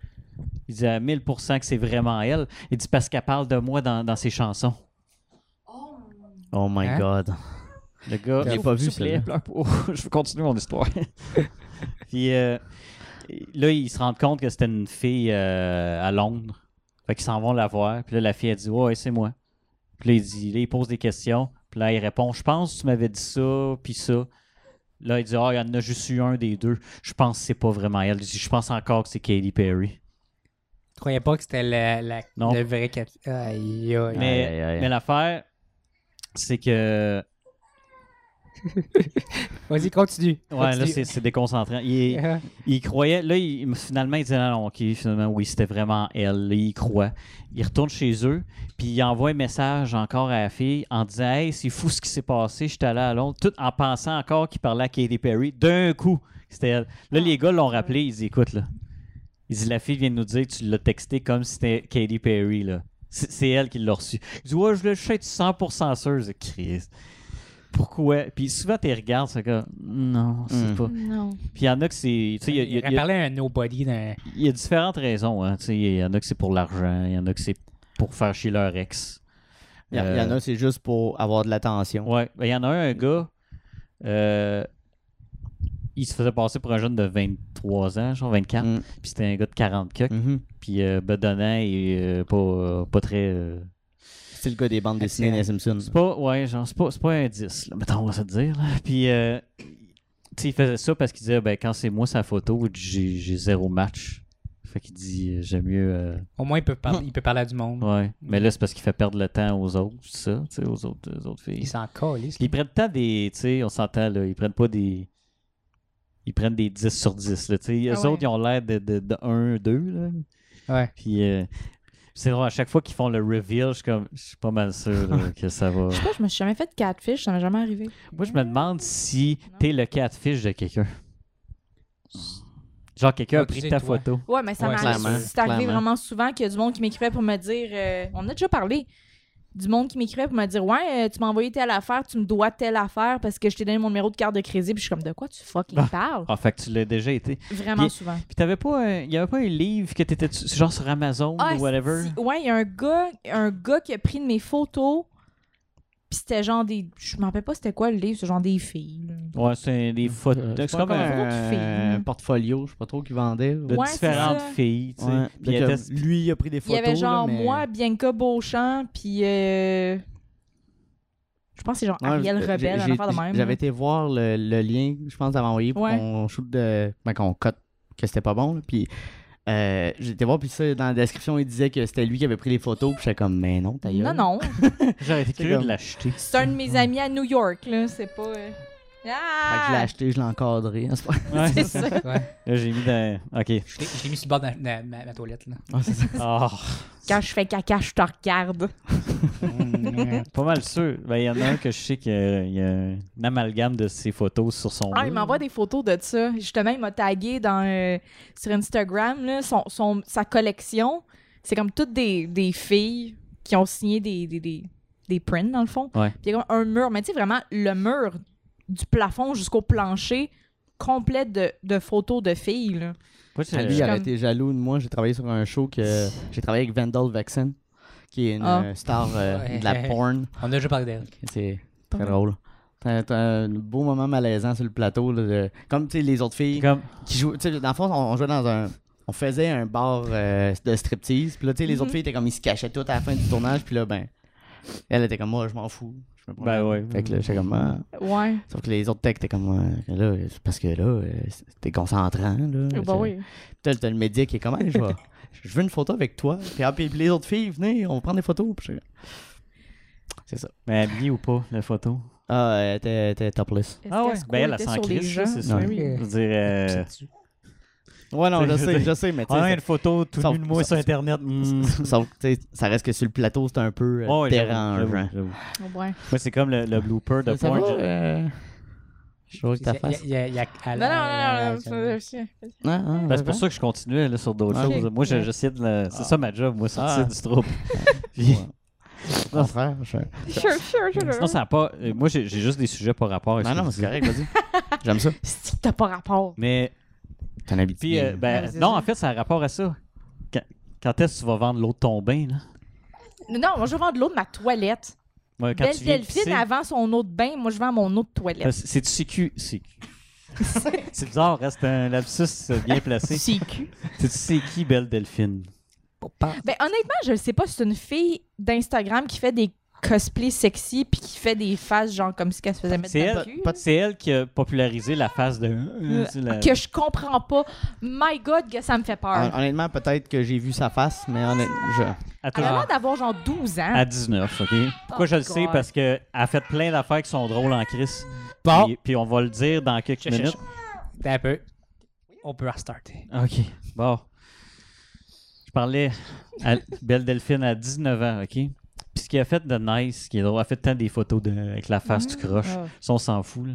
Speaker 1: Il dit à 1000% que c'est vraiment elle. Il dit parce qu'elle parle de moi dans, dans ses chansons.
Speaker 3: Oh my
Speaker 2: Hein?
Speaker 3: god.
Speaker 1: Le gars,
Speaker 3: Je l'ai
Speaker 1: il-
Speaker 3: pas vu,
Speaker 1: s'il vous plaît,
Speaker 3: celle-là.
Speaker 1: pleure pas. *laughs* je veux continuer mon histoire. Puis euh, là, ils se rendent compte que c'était une fille euh, à Londres. Fait qu'ils s'en vont la voir. Puis là, la fille, elle dit Ouais, c'est moi. Puis là, il, dit, là, il pose des questions. Puis là, il répond Je pense que tu m'avais dit ça, puis ça. Là, il dit Ah, il y en a juste eu un des deux. Je pense que c'est pas vraiment elle. Il dit, Je pense encore que c'est Katy Perry.
Speaker 2: Je croyais pas que c'était la, la,
Speaker 1: Non.
Speaker 2: le vrai quatre. Aïe, aïe.
Speaker 1: Mais,
Speaker 3: Aïe, aïe, aïe.
Speaker 1: mais l'affaire, c'est que.
Speaker 2: Vas-y, continue.
Speaker 1: Ouais, là,
Speaker 2: Continue. *laughs*
Speaker 1: c'est c'est déconcentrant. Il est- Il croyait, là, il- finalement, il disait, non, non, ok, finalement, oui, c'était vraiment elle, Là, il croit. Il retourne chez eux, puis il envoie un message encore à la fille en disant, hey, c'est fou ce qui s'est passé, je suis allé à Londres, tout en pensant encore qu'il parlait à Katy Perry. D'un coup, c'était elle. Là, les gars l'ont rappelé, ils disent, écoute, là, ils disent, la fille vient de nous dire, que tu l'as texté comme si c'était Katy Perry, là. C'est c'est elle qui l'a reçu. Il dit, ouais, je voulais juste être 100% sûr, c'est Christ. Pourquoi? Puis souvent, tu regardes, c'est comme, non, c'est
Speaker 3: Mm.
Speaker 1: pas.
Speaker 4: Non.
Speaker 1: Puis il y en a que c'est. Tu sais, il y a- il y
Speaker 2: Il
Speaker 1: a-
Speaker 2: a
Speaker 1: il y a-
Speaker 2: parlé à un nobody dans.
Speaker 1: il y a différentes raisons. Hein. Tu sais, Il y en a que c'est pour l'argent, il y en a que c'est pour faire chier leur ex.
Speaker 3: Il y, a- il y
Speaker 1: Euh,
Speaker 3: en a, c'est juste pour avoir de l'attention.
Speaker 1: Ouais. Ben, Il y en a un, un gars, euh, il se faisait passer pour un jeune de 23 ans, genre 24,
Speaker 3: Mm.
Speaker 1: puis c'était un gars de 40 coques,
Speaker 3: Mhm.
Speaker 1: puis euh, bedonnant et euh, pas, euh, pas très... euh,
Speaker 3: C'est le gars des bandes dessinées des Simpsons.
Speaker 1: C'est pas, ouais, genre, c'est pas, c'est pas un 10, là, mettons, on va se le dire. là. Puis, euh, tu sais, il faisait ça parce qu'il disait, ben, quand c'est moi sa photo, j'ai j'ai zéro match. Fait qu'il dit, euh, j'aime mieux... euh,
Speaker 2: Au moins, il peut, parler, il peut parler à du monde.
Speaker 1: Ouais. Mais là, c'est parce qu'il fait perdre le temps aux autres, c'est ça, tu sais, aux autres, aux autres filles.
Speaker 2: Il s'en calisse.
Speaker 1: Ils prennent le temps des. Tu sais, on s'entend, là. Ils prennent pas des. Ils prennent des 10 sur 10, là. Tu sais, eux
Speaker 4: Ah ouais.
Speaker 1: autres, ils ont l'air de, de, de 1, 2, là.
Speaker 2: Ouais.
Speaker 1: Puis. euh, c'est vrai, à chaque fois qu'ils font le reveal, je suis comme. Je suis pas mal sûr *laughs* là, que ça va.
Speaker 4: Je sais pas, je me suis jamais fait de catfish, ça m'est jamais arrivé.
Speaker 1: Moi, je me demande si t'es le catfish de quelqu'un. Genre, quelqu'un
Speaker 2: Ah,
Speaker 1: a
Speaker 2: tu
Speaker 1: pris
Speaker 2: sais,
Speaker 1: ta
Speaker 2: toi.
Speaker 1: photo.
Speaker 4: Ouais, mais ça
Speaker 2: Ouais,
Speaker 4: m'est
Speaker 3: clairement,
Speaker 4: arrivé. C'est arrivé
Speaker 3: clairement.
Speaker 4: vraiment souvent qu'il y a du monde qui m'écrivait pour me dire. euh, on en a déjà parlé. Du monde qui m'écrivait pour me dire Ouais, euh, tu m'as envoyé telle affaire, tu me dois telle affaire parce que je t'ai donné mon numéro de carte de crédit. Puis je suis comme De quoi tu fucking parles
Speaker 1: Ah, fait que tu l'as déjà été.
Speaker 4: Vraiment
Speaker 1: Puis-
Speaker 4: souvent.
Speaker 1: Puis t'avais pas un... Il y avait pas un livre que t'étais... dessus, Genre sur Amazon
Speaker 4: Ah,
Speaker 1: ou whatever?
Speaker 4: si- ouais, il y a un gars, un gars qui a pris de mes photos. Puis c'était genre des. Je m'en rappelle pas c'était quoi le livre, c'est genre des filles. là.
Speaker 1: Ouais, c'est des photos.
Speaker 3: Euh,
Speaker 1: c'est comme un,
Speaker 4: un- autre film.
Speaker 3: un portfolio, je sais pas trop, qui vendait. là.
Speaker 1: de
Speaker 4: Ouais, c'est
Speaker 1: différentes
Speaker 4: ça.
Speaker 1: filles, tu sais.
Speaker 3: Ouais.
Speaker 1: Puis
Speaker 3: Donc,
Speaker 1: elle
Speaker 3: euh,
Speaker 1: était-
Speaker 3: Lui, il a pris des
Speaker 4: Il y
Speaker 3: photos.
Speaker 4: avait genre
Speaker 3: là, mais-
Speaker 4: moi, Bianca Beauchamp, puis. euh, Je pense que c'est genre
Speaker 3: Ouais,
Speaker 4: Ariel
Speaker 3: j'ai-
Speaker 4: Rebelle, un
Speaker 3: j'ai-
Speaker 4: affaire de même.
Speaker 3: J'avais été voir le, le lien, je pense, d'avoir envoyé pour
Speaker 4: Ouais.
Speaker 3: qu'on shoot de. ben, qu'on cote que c'était pas bon. là, Puis euh, j'ai été voir, puis ça, dans la description, il disait que c'était lui qui avait pris les photos. Puis j'étais comme, mais non, ta gueule. *laughs*
Speaker 4: Non, non.
Speaker 1: J'aurais été
Speaker 3: C'est
Speaker 1: curieux
Speaker 3: comme-
Speaker 1: de l'acheter.
Speaker 4: C'est un de mes amis à New York, là. C'est pas. euh,
Speaker 3: Fait que je l'ai
Speaker 4: Ah!
Speaker 3: acheté, je l'ai encadré. *laughs* C'est pas-
Speaker 1: Ouais.
Speaker 4: *laughs* C'est ça.
Speaker 2: Ouais.
Speaker 1: *laughs* Là, j'ai mis dans.
Speaker 4: *laughs*
Speaker 1: Ok.
Speaker 2: Je l'ai- je l'ai mis sur le bord de ma, ma- ma toilette. *laughs* Là.
Speaker 1: Ah,
Speaker 4: Quand je fais caca, je te regarde.
Speaker 1: pas mal sûr. Ben, il y en a un que je sais qu'il y a un amalgame de ses photos sur son.
Speaker 4: Ah, il
Speaker 1: mur.
Speaker 4: m'envoie des photos de ça. Justement, il m'a tagué dans, euh, sur Instagram, là, son, son- sa collection. C'est comme toutes des, des filles qui ont signé des, des, des, des prints, dans le fond.
Speaker 1: Ouais.
Speaker 4: Puis il y a comme un mur, mais tu sais, vraiment, le mur du plafond jusqu'au plancher, complet de, de photos de filles. là.
Speaker 1: Moi, j'ai-
Speaker 3: Lui, il
Speaker 4: comme-
Speaker 3: aurait été jaloux de moi. J'ai travaillé sur un show que. J'ai travaillé avec Vandal Vexen, qui est une
Speaker 4: Ah.
Speaker 3: euh, star euh, de la porn.
Speaker 2: On a déjà parlé
Speaker 1: Euh,
Speaker 2: d'elle.
Speaker 3: C'est très
Speaker 4: Porn.
Speaker 3: drôle. T'as t'as un beau moment malaisant sur le plateau. là, de- Comme tu sais, les autres filles
Speaker 1: Comme,
Speaker 3: qui jouent. tu sais, Dans le fond, on, on jouait dans un. On faisait un bar euh, de striptease. Puis là, tu sais, les autres
Speaker 4: Mhm.
Speaker 3: filles étaient comme ils se cachaient toutes à la fin du tournage. Puis là, ben. Elle était comme moi, je m'en fous. Je me promène.
Speaker 1: ben ouais.
Speaker 3: Fait que là, j'étais comme. Ah.
Speaker 4: Ouais.
Speaker 3: Sauf que les autres techs étaient comme. euh, là, c'est parce que là, euh, c'était concentrant. Là,
Speaker 4: bah
Speaker 3: C'est-
Speaker 4: oui.
Speaker 3: T'as t'as le médic qui est comme, Hey, je, vais- je veux une photo avec toi. Puis, ah, puis les autres filles, venez, on va prendre des photos. Puis je- C'est ça.
Speaker 1: Mais habillé ou pas, la photo?
Speaker 3: Ah, elle était- elle était topless.
Speaker 4: Est-ce
Speaker 1: Ah ouais,
Speaker 4: qu'Asco
Speaker 1: ben elle, elle
Speaker 4: était
Speaker 1: s'en
Speaker 4: sur les
Speaker 1: crisse, là,
Speaker 4: gens?
Speaker 1: c'est sûr.
Speaker 4: Ben oui.
Speaker 1: Je veux dire, euh,
Speaker 2: C'est-tu?
Speaker 3: Ouais, non, je
Speaker 1: Je
Speaker 3: sais,
Speaker 1: sais.
Speaker 3: je sais, mais tu
Speaker 1: on a
Speaker 3: sais.
Speaker 1: une photo tout
Speaker 3: Sauf-
Speaker 1: nu de moi sur
Speaker 3: sauf-
Speaker 1: Internet. hmm.
Speaker 3: *laughs* ça- Sauf que tu sais, ça reste que sur le plateau, c'est un peu euh,
Speaker 1: Oh, ouais, j'avoue,
Speaker 3: dérangeant.
Speaker 1: j'avoue, j'avoue.
Speaker 4: Ouais.
Speaker 1: Moi, c'est comme le, le blooper de
Speaker 3: Ça, ça
Speaker 1: porn.
Speaker 3: va, euh, Je vois que ta face.
Speaker 2: Il y a- il y a-
Speaker 4: Non,
Speaker 2: elle-
Speaker 4: non,
Speaker 2: elle-
Speaker 4: non, non,
Speaker 2: elle-
Speaker 4: non,
Speaker 2: elle-
Speaker 4: c'est-
Speaker 3: Ah, ah,
Speaker 1: Ben, c'est pour ça que je continuais là, sur d'autres
Speaker 3: Ok.
Speaker 1: choses. Moi, je- j'essayais de. le- C'est ça ma job, moi, sortir du
Speaker 3: Ah. *laughs*
Speaker 1: trouble.
Speaker 3: ouais.
Speaker 1: Puis,
Speaker 3: Mon frère, je-
Speaker 4: Sure, sure,
Speaker 1: *laughs*
Speaker 4: sure.
Speaker 1: sinon, ça n'a pas. euh, Moi, j'ai j'ai juste des sujets par rapport à ce
Speaker 3: Non,
Speaker 1: que
Speaker 3: non,
Speaker 1: tu
Speaker 3: c'est
Speaker 1: dis.
Speaker 3: correct, vas-y. *laughs* J'aime ça.
Speaker 4: Si t'as pas rapport.
Speaker 1: Mais,
Speaker 3: T'en un habitué.
Speaker 1: puis, euh, ben,
Speaker 4: Ouais, c'est
Speaker 1: non,
Speaker 4: ça.
Speaker 1: en fait, ça a rapport à ça. Quand, quand est-ce que tu vas vendre l'eau de ton bain, là?
Speaker 4: Non, moi, je vends de l'eau de ma toilette.
Speaker 1: Ouais, quand
Speaker 4: Belle
Speaker 1: tu viens
Speaker 4: Delphine
Speaker 1: pisser,
Speaker 4: avant son eau de bain. Moi, je vends mon eau de
Speaker 1: Euh,
Speaker 4: toilette.
Speaker 1: c'est- C'est du CQ. C'est
Speaker 4: *laughs*
Speaker 1: c'est bizarre, reste un lapsus euh, bien placé.
Speaker 4: CQ.
Speaker 1: C'est du CQ, Belle Delphine.
Speaker 4: Ben, honnêtement, je sais pas si c'est une fille d'Instagram qui fait des cosplays sexy puis qui fait des faces genre comme si qu'elle se faisait mettre
Speaker 1: C'est
Speaker 4: dans le
Speaker 1: elle,
Speaker 4: cul.
Speaker 1: pas- C'est elle qui a popularisé la phase de. euh, c'est la-
Speaker 4: Que je comprends pas. My God, que ça me fait
Speaker 3: Hon-
Speaker 4: peur.
Speaker 3: Honnêtement, peut-être que j'ai vu sa face, mais honnêtement, je.
Speaker 1: à, tout-
Speaker 4: Elle a l'air d'avoir genre 12 ans.
Speaker 1: à 19, OK? Pourquoi je le sais?
Speaker 4: Hein? God.
Speaker 1: Parce qu'elle a fait plein d'affaires qui sont drôles en crise.
Speaker 2: Bon.
Speaker 1: Puis, puis on va le dire dans quelques
Speaker 2: Je- je-
Speaker 1: minutes.
Speaker 2: Attends un peu. On peut restarter.
Speaker 1: OK. Bon. Je parlais à Belle Delphine à 19 ans, OK? Puis ce qu'elle a fait de nice, qui est drôle, elle a fait tant des photos de- avec la face du croche.
Speaker 4: Ah.
Speaker 1: Ça, on s'en fout. là.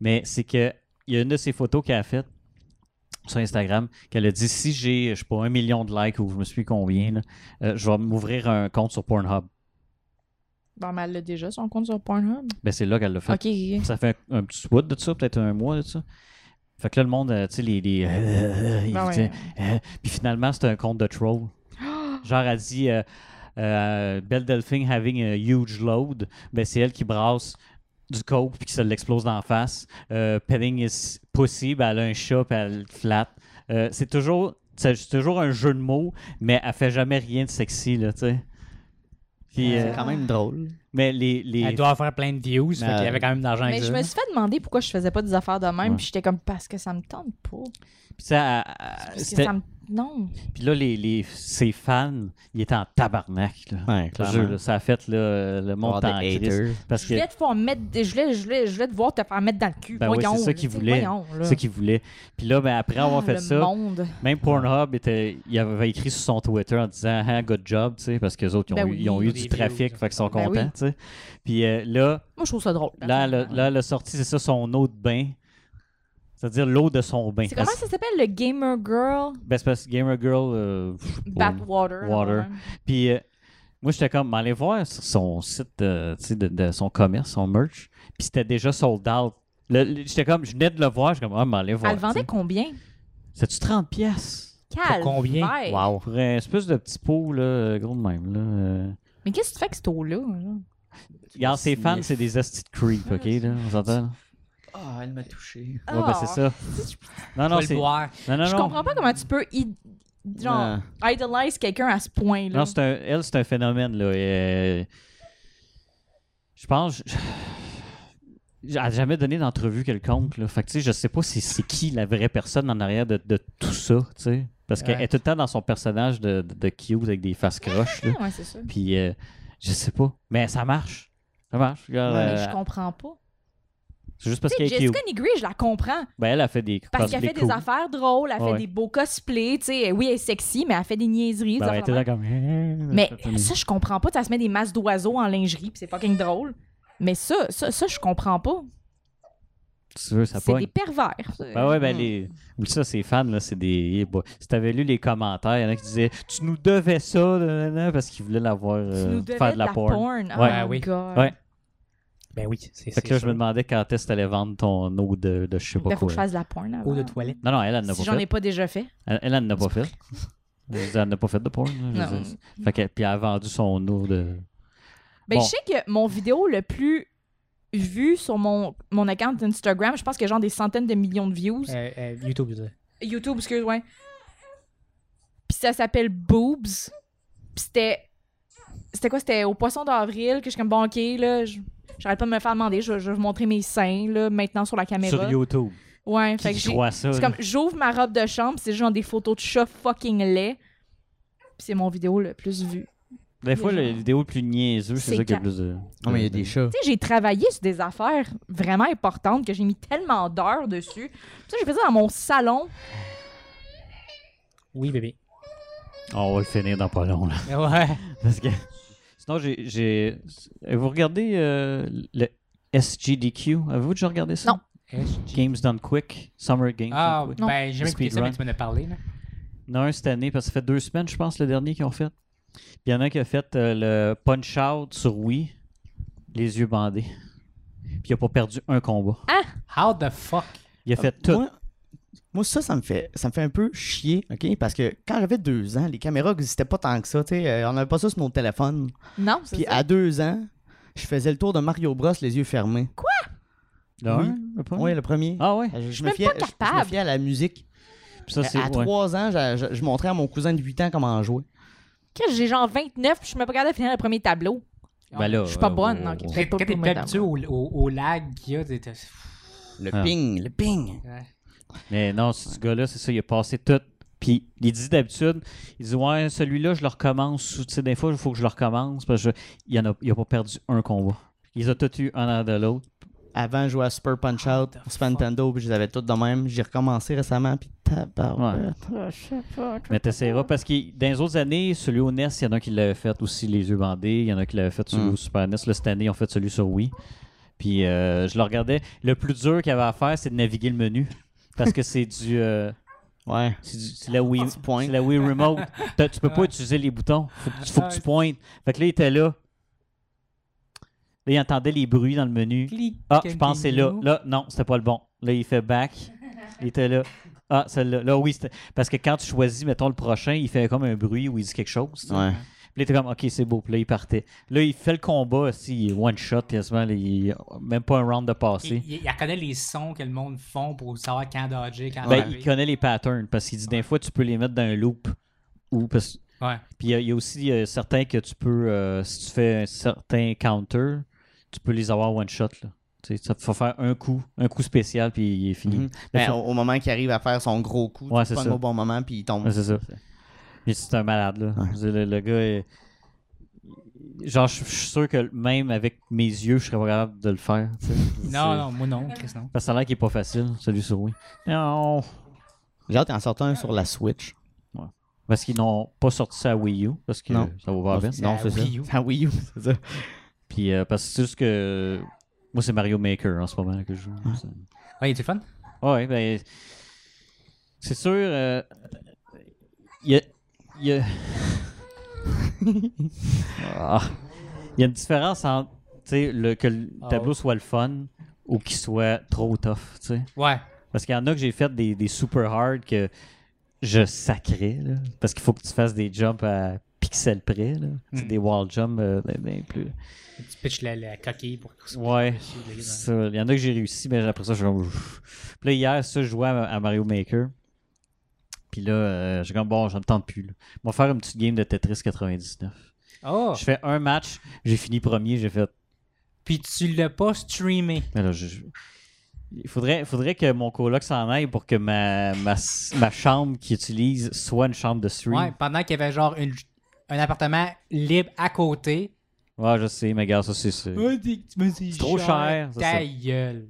Speaker 1: Mais c'est que il y a une de ses photos qu'elle a faite sur Instagram qu'elle a dit si j'ai, je sais pas, un million de likes ou je me suis combien, là, euh, je vais m'ouvrir un compte sur Pornhub.
Speaker 4: Bon, mais elle l'a déjà, son compte sur Pornhub.
Speaker 1: Ben, c'est là qu'elle l'a fait.
Speaker 4: OK. Ben
Speaker 1: Ça fait un, un petit bout de ça, peut-être un mois de ça. Fait que là, le monde, euh, tu sais, les. les, euh, euh, ils
Speaker 4: Ben ouais.
Speaker 1: disaient, euh, puis finalement, c'était un compte de
Speaker 4: *gasps*
Speaker 1: troll. Genre, elle dit euh, euh, Belle Delphine having a huge load. Ben, c'est elle qui brasse du coke puis qui se l'explose d'en face. Euh, Petting is pussy. Ben, elle a un chat puis elle le flatte. Euh, c'est toujours. C'est c'est toujours un jeu de mots, mais elle fait jamais rien de sexy, là, tu sais. Puis, euh,
Speaker 3: C'est quand même drôle.
Speaker 1: mais les. les-
Speaker 2: Elle doit faire plein de views.
Speaker 3: Mais-
Speaker 2: il y avait quand même d'argent
Speaker 4: Mais
Speaker 2: avec
Speaker 4: je
Speaker 2: ça.
Speaker 4: me suis fait demander pourquoi je faisais pas des affaires de même,
Speaker 1: hein. Ouais.
Speaker 4: puis j'étais comme parce que ça me tente pas.
Speaker 1: puis ça, elle- elle-
Speaker 4: Parce que
Speaker 1: c'était-
Speaker 4: ça me... Non.
Speaker 1: Puis là, les, les, ses fans, ils étaient en tabarnak. Là,
Speaker 3: Ouais,
Speaker 1: le
Speaker 3: clairement.
Speaker 1: jeu, là. ça a fait là, euh, le monde
Speaker 3: Avoir
Speaker 1: en
Speaker 3: des
Speaker 1: crise.
Speaker 3: haters.
Speaker 1: Parce
Speaker 4: Je
Speaker 1: que
Speaker 4: voulais te faire mettre, je voulais, je voulais, je voulais te voir te faire mettre dans le cul.
Speaker 1: Ben oui,
Speaker 4: voyons.
Speaker 1: c'est ça qu'ils
Speaker 4: là, tu sais,
Speaker 1: voulaient.
Speaker 4: voyons, là.
Speaker 1: c'est ce qu'ils voulaient. Puis là, ben, après avoir
Speaker 4: Ah,
Speaker 1: fait
Speaker 4: le
Speaker 1: ça,
Speaker 4: Monde.
Speaker 1: même Pornhub, était, il avait écrit sur son Twitter en disant ah, Good job, tu sais, parce qu'eux autres, ils ont,
Speaker 4: Ben
Speaker 1: eu,
Speaker 4: oui,
Speaker 1: ils ont
Speaker 2: ils
Speaker 1: eu
Speaker 2: ont
Speaker 1: du
Speaker 2: des
Speaker 1: trafic,
Speaker 2: views.
Speaker 1: fait qu'ils sont
Speaker 4: Ben oui.
Speaker 1: contents. tu sais. Puis euh, là,
Speaker 4: Moi, je trouve ça drôle.
Speaker 1: là, elle a- là, elle a sorti, c'est ça, son eau de bain. C'est-à-dire l'eau de son bain.
Speaker 4: C'est comment ça s'appelle le Gamer Girl
Speaker 1: Ben, c'est parce que Gamer Girl. euh, je sais pas.
Speaker 4: Backwater?
Speaker 1: Water. Puis euh, moi, j'étais comme, m'aller voir sur son site, euh, tu sais, de, de son commerce, son merch. Puis c'était déjà sold out. Le- le- j'étais comme, je venais de le voir, j'étais comme, ah, m'aller voir.
Speaker 4: Elle vendait
Speaker 1: tu
Speaker 4: combien?
Speaker 1: sais. C'est-tu 30 pièces
Speaker 4: Calme.
Speaker 2: combien?
Speaker 3: Wow.
Speaker 1: Pour un espèce de petit pot, là, euh, gros de même, là. euh.
Speaker 4: Mais qu'est-ce que tu fais avec cette eau-là? là?
Speaker 1: Regarde, ses fans,
Speaker 3: Sniff.
Speaker 1: c'est des hosties de creep, OK, là, on s'entend? là?
Speaker 3: Ah, elle m'a touché.
Speaker 1: Ouais, ben, c'est ça. Non, non,
Speaker 2: Faut le
Speaker 1: c'est...
Speaker 2: boire.
Speaker 1: Non, non,
Speaker 4: Je
Speaker 1: non.
Speaker 4: comprends pas comment tu peux id-
Speaker 3: Ah.
Speaker 4: genre, idolize quelqu'un à ce point-là.
Speaker 1: Non, c'est un, elle, c'est un phénomène, là. et, euh, je pense... je- Elle n'a jamais donné d'entrevue quelconque, là. Fait que, tu sais, je sais pas si c'est qui la vraie personne en arrière de, de tout ça, tu sais. Parce qu'elle
Speaker 2: Ouais.
Speaker 1: est tout le temps dans son personnage de, de, de cute avec des faces croches, là.
Speaker 4: Ah, ouais, c'est ça.
Speaker 1: Puis, euh, je sais pas. Mais ça marche. Ça marche. Regarde,
Speaker 4: Mais
Speaker 1: euh,
Speaker 4: je comprends pas.
Speaker 1: c'est juste parce
Speaker 4: Tu sais,
Speaker 1: qu'elle est cute.
Speaker 4: Jessica Nigri, je la comprends.
Speaker 1: Ben, elle a fait des
Speaker 4: Parce qu'elle fait des affaires drôles, elle fait
Speaker 1: Ouais.
Speaker 4: des beaux cosplays, tu sais. Oui, elle est sexy, mais elle fait des niaiseries. des
Speaker 1: Ben, elle
Speaker 4: affaires
Speaker 1: était
Speaker 4: de
Speaker 1: là
Speaker 4: même.
Speaker 1: comme... hein,
Speaker 4: Mais ça, je comprends pas. Ça se met des masses d'oiseaux en lingerie, puis c'est fucking drôle. Mais ça, ça, ça, je comprends pas.
Speaker 1: Tu veux, ça
Speaker 4: C'est
Speaker 1: pogne.
Speaker 4: des pervers.
Speaker 1: Ben ouais, ben les.
Speaker 4: hmm.
Speaker 1: Ou ça, ces fans, là, c'est des. eh boy. Si t'avais lu les commentaires, il y en a qui disaient Tu nous devais ça, nanana, parce qu'ils voulaient l'avoir.
Speaker 4: Tu nous
Speaker 1: euh,
Speaker 4: devais
Speaker 1: faire de la, porn.
Speaker 4: Oh
Speaker 1: Ouais.
Speaker 4: my
Speaker 2: Oui.
Speaker 4: God.
Speaker 1: Ouais.
Speaker 2: Ben oui, c'est
Speaker 1: Fait
Speaker 2: c'est
Speaker 1: que là, je
Speaker 2: sûr.
Speaker 1: me demandais quand est-ce que t'allais vendre ton eau de, de je sais pas
Speaker 4: Ben, faut
Speaker 1: quoi.
Speaker 4: que je fasse de la porn avant.
Speaker 2: Eau de toilette.
Speaker 1: Non, non, elle, elle n'a
Speaker 4: si
Speaker 1: pas
Speaker 4: j'en ai
Speaker 1: fait.
Speaker 4: pas déjà fait.
Speaker 1: Elle, elle, elle n'a pas fait. Je veux dire, Elle n'a pas fait de porn. là, je veux
Speaker 4: Non.
Speaker 1: dire. Fait que- puis elle a vendu son eau de.
Speaker 4: Ben,
Speaker 1: Bon.
Speaker 4: je sais que mon vidéo le plus vu sur mon, mon account Instagram, je pense que genre des centaines de millions de views.
Speaker 2: Euh, euh, YouTube, je veux dire.
Speaker 4: YouTube, excuse-moi. Puis ça s'appelle Boobs. Puis c'était. C'était quoi? C'était au poisson d'avril que je suis comme bon, ok, là. je- J'arrête pas de me faire demander. Je, je vais vous montrer mes seins, là, maintenant sur la caméra.
Speaker 1: Sur YouTube.
Speaker 4: Ouais, fait
Speaker 1: Qui
Speaker 4: que
Speaker 1: qui
Speaker 4: j'ai-
Speaker 1: croit ça?
Speaker 4: C'est
Speaker 1: là?
Speaker 4: comme j'ouvre ma robe de chambre, c'est genre des photos de chats fucking laids. Puis c'est mon vidéo le plus vu.
Speaker 1: Des fois,
Speaker 4: les
Speaker 1: les
Speaker 4: gens-
Speaker 1: vidéos plus niaiseux, c'est
Speaker 4: C'est
Speaker 1: ça qui a
Speaker 4: quand-
Speaker 1: plus de.
Speaker 3: Non, mais il y a des chats.
Speaker 4: Tu sais, j'ai travaillé sur des affaires vraiment importantes que j'ai mis tellement d'heures dessus. Puis ça, j'ai fait ça dans mon salon.
Speaker 2: Oui, bébé.
Speaker 1: Ah, On va le finir dans pas long, là.
Speaker 2: *laughs* Ouais.
Speaker 1: Parce que. *laughs* Sinon, j'ai- j'ai. Vous regardez euh, le SGDQ? Avez-vous déjà regardé ça?
Speaker 4: Non.
Speaker 2: Eh,
Speaker 1: Games Done Quick, Summer Games
Speaker 2: Ah,
Speaker 1: Done Quick.
Speaker 2: ben, j'ai jamais écouté ça,
Speaker 1: Speedrun.
Speaker 2: mais tu m'en as parlé, là.
Speaker 1: Non, un cette année, parce que ça fait deux semaines, je pense, le dernier qu'ils ont fait. Puis il y en a un qui a fait euh, le Punch Out sur Wii, les yeux bandés. Puis il a pas perdu un combat.
Speaker 2: How the fuck?
Speaker 1: Il a fait tout.
Speaker 3: Ah, Moi, moi, ça, ça me fait ça me fait un peu chier, OK? Parce que quand j'avais deux ans, les caméras n'existaient pas tant que ça, tu sais. euh, on n'avait pas ça sur nos téléphones.
Speaker 4: Non, c'est
Speaker 3: Puis
Speaker 4: ça.
Speaker 3: à deux ans, je faisais le tour de Mario Bros les yeux fermés. Ah
Speaker 1: Le
Speaker 3: Oui.
Speaker 1: un, le premier?
Speaker 3: Oui, le premier.
Speaker 1: Ah ouais.
Speaker 3: Je, je
Speaker 4: même
Speaker 3: me
Speaker 4: pas
Speaker 3: fiais, je- je me
Speaker 4: capable.
Speaker 3: fiais à la musique.
Speaker 1: Puis ça, c'est.
Speaker 3: à
Speaker 1: ouais.
Speaker 3: trois ans, je, je- je montrais à mon cousin de 8 ans comment jouer.
Speaker 4: Qu'est-ce que J'ai genre 29, puis je suis même pas capable de finir le premier tableau.
Speaker 1: Ben là,
Speaker 4: Je suis pas
Speaker 1: euh,
Speaker 4: bonne,
Speaker 1: on-
Speaker 4: ok.
Speaker 1: on-
Speaker 2: Quand
Speaker 4: pas
Speaker 2: quand t'es
Speaker 4: pour
Speaker 2: pas
Speaker 4: madame.
Speaker 2: habitué au, au, au lag qu'il y a, t'es- t'es-
Speaker 3: Le
Speaker 1: Ah.
Speaker 3: ping, le ping.
Speaker 2: ouais.
Speaker 1: Mais non, ce gars-là, c'est ça, il a passé tout. Puis il dit d'habitude, il dit Ouais, celui-là, je le recommence. Tu sais, des fois, il faut que je le recommence parce que je- il n'a a pas perdu un combat. Ils ont tous eu un an de l'autre.
Speaker 3: Avant, je jouais à Super Punch
Speaker 4: Ah,
Speaker 3: Out,
Speaker 2: What the
Speaker 3: Super
Speaker 2: fuck?
Speaker 3: Nintendo, puis je les avais toutes de même. J'ai recommencé récemment, puis tabarouette.
Speaker 1: Mais t'essaieras parce que dans les autres années, celui au NES, il y en a qui l'avaient fait aussi les yeux bandés. Il y en a qui l'avaient fait celui
Speaker 3: Mm.
Speaker 1: au Super NES. Là, cette année, ils ont fait celui sur Wii. Puis euh, je le regardais. Le plus dur qu'il y avait à faire, c'est de naviguer le menu. Parce que c'est du. euh,
Speaker 3: Ouais.
Speaker 1: C'est du- Ah, c'est la Wii,
Speaker 3: Tu pointes.
Speaker 1: c'est la Wii Remote. *laughs* T'as- tu peux pas
Speaker 2: Ouais.
Speaker 1: utiliser les boutons. Faut que, tu- faut que tu
Speaker 2: Ouais.
Speaker 1: pointes. Fait que là, il était là. Là, il entendait les bruits dans le menu. Ah, je pense que c'est là. Là, non, c'était pas le bon. Là, il fait back. Il était là. Ah, celle-là. Là, oui, c'était- Parce que quand tu choisis, mettons, le prochain, il fait comme un bruit où il dit quelque chose. tu sais.
Speaker 3: Ouais.
Speaker 1: Puis là, il était comme, OK, c'est beau. Puis là, il partait. Là, il fait le combat aussi. Il est one shot, quasiment. là, il- Même pas un round de
Speaker 2: Il,
Speaker 1: passé.
Speaker 2: il, il reconnaît les sons que le monde font pour savoir quand dodger, quand
Speaker 1: Ben,
Speaker 2: taper.
Speaker 1: il connaît les patterns parce qu'il dit, des fois, tu peux les mettre dans un loop. Ou parce
Speaker 2: Ouais.
Speaker 1: Puis il y a- il y, a aussi euh, certains que tu peux, euh, si tu fais un certain counter, tu peux les avoir one shot. Là. Tu sais, ça faut faire un coup, un coup spécial, puis il est fini.
Speaker 3: Mhm.
Speaker 1: Là,
Speaker 3: Ben,
Speaker 1: faut-
Speaker 3: au, au moment qu'il arrive à faire son gros coup,
Speaker 1: Ouais,
Speaker 3: tu
Speaker 1: c'est
Speaker 3: le pognes
Speaker 1: ça.
Speaker 3: au bon moment, puis il tombe.
Speaker 1: Ouais, c'est ça. Mais c'est un malade. Là.
Speaker 3: Ouais.
Speaker 1: Je veux dire, Le, le gars est- Genre, je je suis sûr que même avec mes yeux, je serais pas capable de le faire. tu sais.
Speaker 2: Non,
Speaker 1: C'est-
Speaker 2: non, moi non, Chris, non.
Speaker 1: Parce que ça a l'air qu'il est pas facile, celui sur Wii. Non.
Speaker 3: J'ai hâte en sortant un sur la Switch.
Speaker 1: Parce qu'ils n'ont pas sorti ça à Wii U. Parce que
Speaker 3: Non.
Speaker 1: euh, ça va pas vite.
Speaker 3: non,
Speaker 2: C'est
Speaker 3: c'est
Speaker 2: à
Speaker 3: ça.
Speaker 2: Wii U.
Speaker 3: C'est à Wii U, *laughs* c'est ça.
Speaker 1: Puis euh, parce que c'est juste que. Moi, c'est Mario Maker en ce moment que je joue. Ça-
Speaker 2: Ouais, tu fun?
Speaker 1: Oui, ben. C'est sûr. euh, Il y a. Il y a. *laughs* Ah. Il y a une différence entre tu sais, le, que le
Speaker 2: Ah
Speaker 1: tableau
Speaker 2: ouais.
Speaker 1: soit le fun ou qu'il soit trop tough. tu sais.
Speaker 2: Ouais.
Speaker 1: Parce qu'il y en a que j'ai fait des, des super hard que je sacrais. là, parce qu'il faut que tu fasses des jumps à pixels près. là. C'est
Speaker 2: Mm.
Speaker 1: Des wall jumps euh, ben, ben plus.
Speaker 2: Tu pitches la, la coquille pour que
Speaker 1: Ouais. Ça, Il y en a que j'ai réussi, mais après ça, je suis comme. Ouf. Puis là, hier, ça, je jouais à, à Mario Maker. Puis là, euh, j'ai comme, bon, j'en tente plus. Là. On va faire une petite game de Tetris 99.
Speaker 2: Oh!
Speaker 1: Je fais un match, j'ai fini premier, j'ai fait.
Speaker 2: Puis tu l'as pas streamé.
Speaker 1: Mais là, je- je- Il faudrait, faudrait que mon coloc s'en aille pour que ma, ma, ma chambre qu'il utilise soit une chambre de
Speaker 2: Ouais,
Speaker 1: stream.
Speaker 2: pendant qu'il y avait genre une- un appartement libre à côté.
Speaker 1: Ouais, je sais, mais gars, ça, c'est ça.
Speaker 2: c'est
Speaker 1: trop cher, ça,
Speaker 2: Ta
Speaker 1: ça.
Speaker 2: gueule.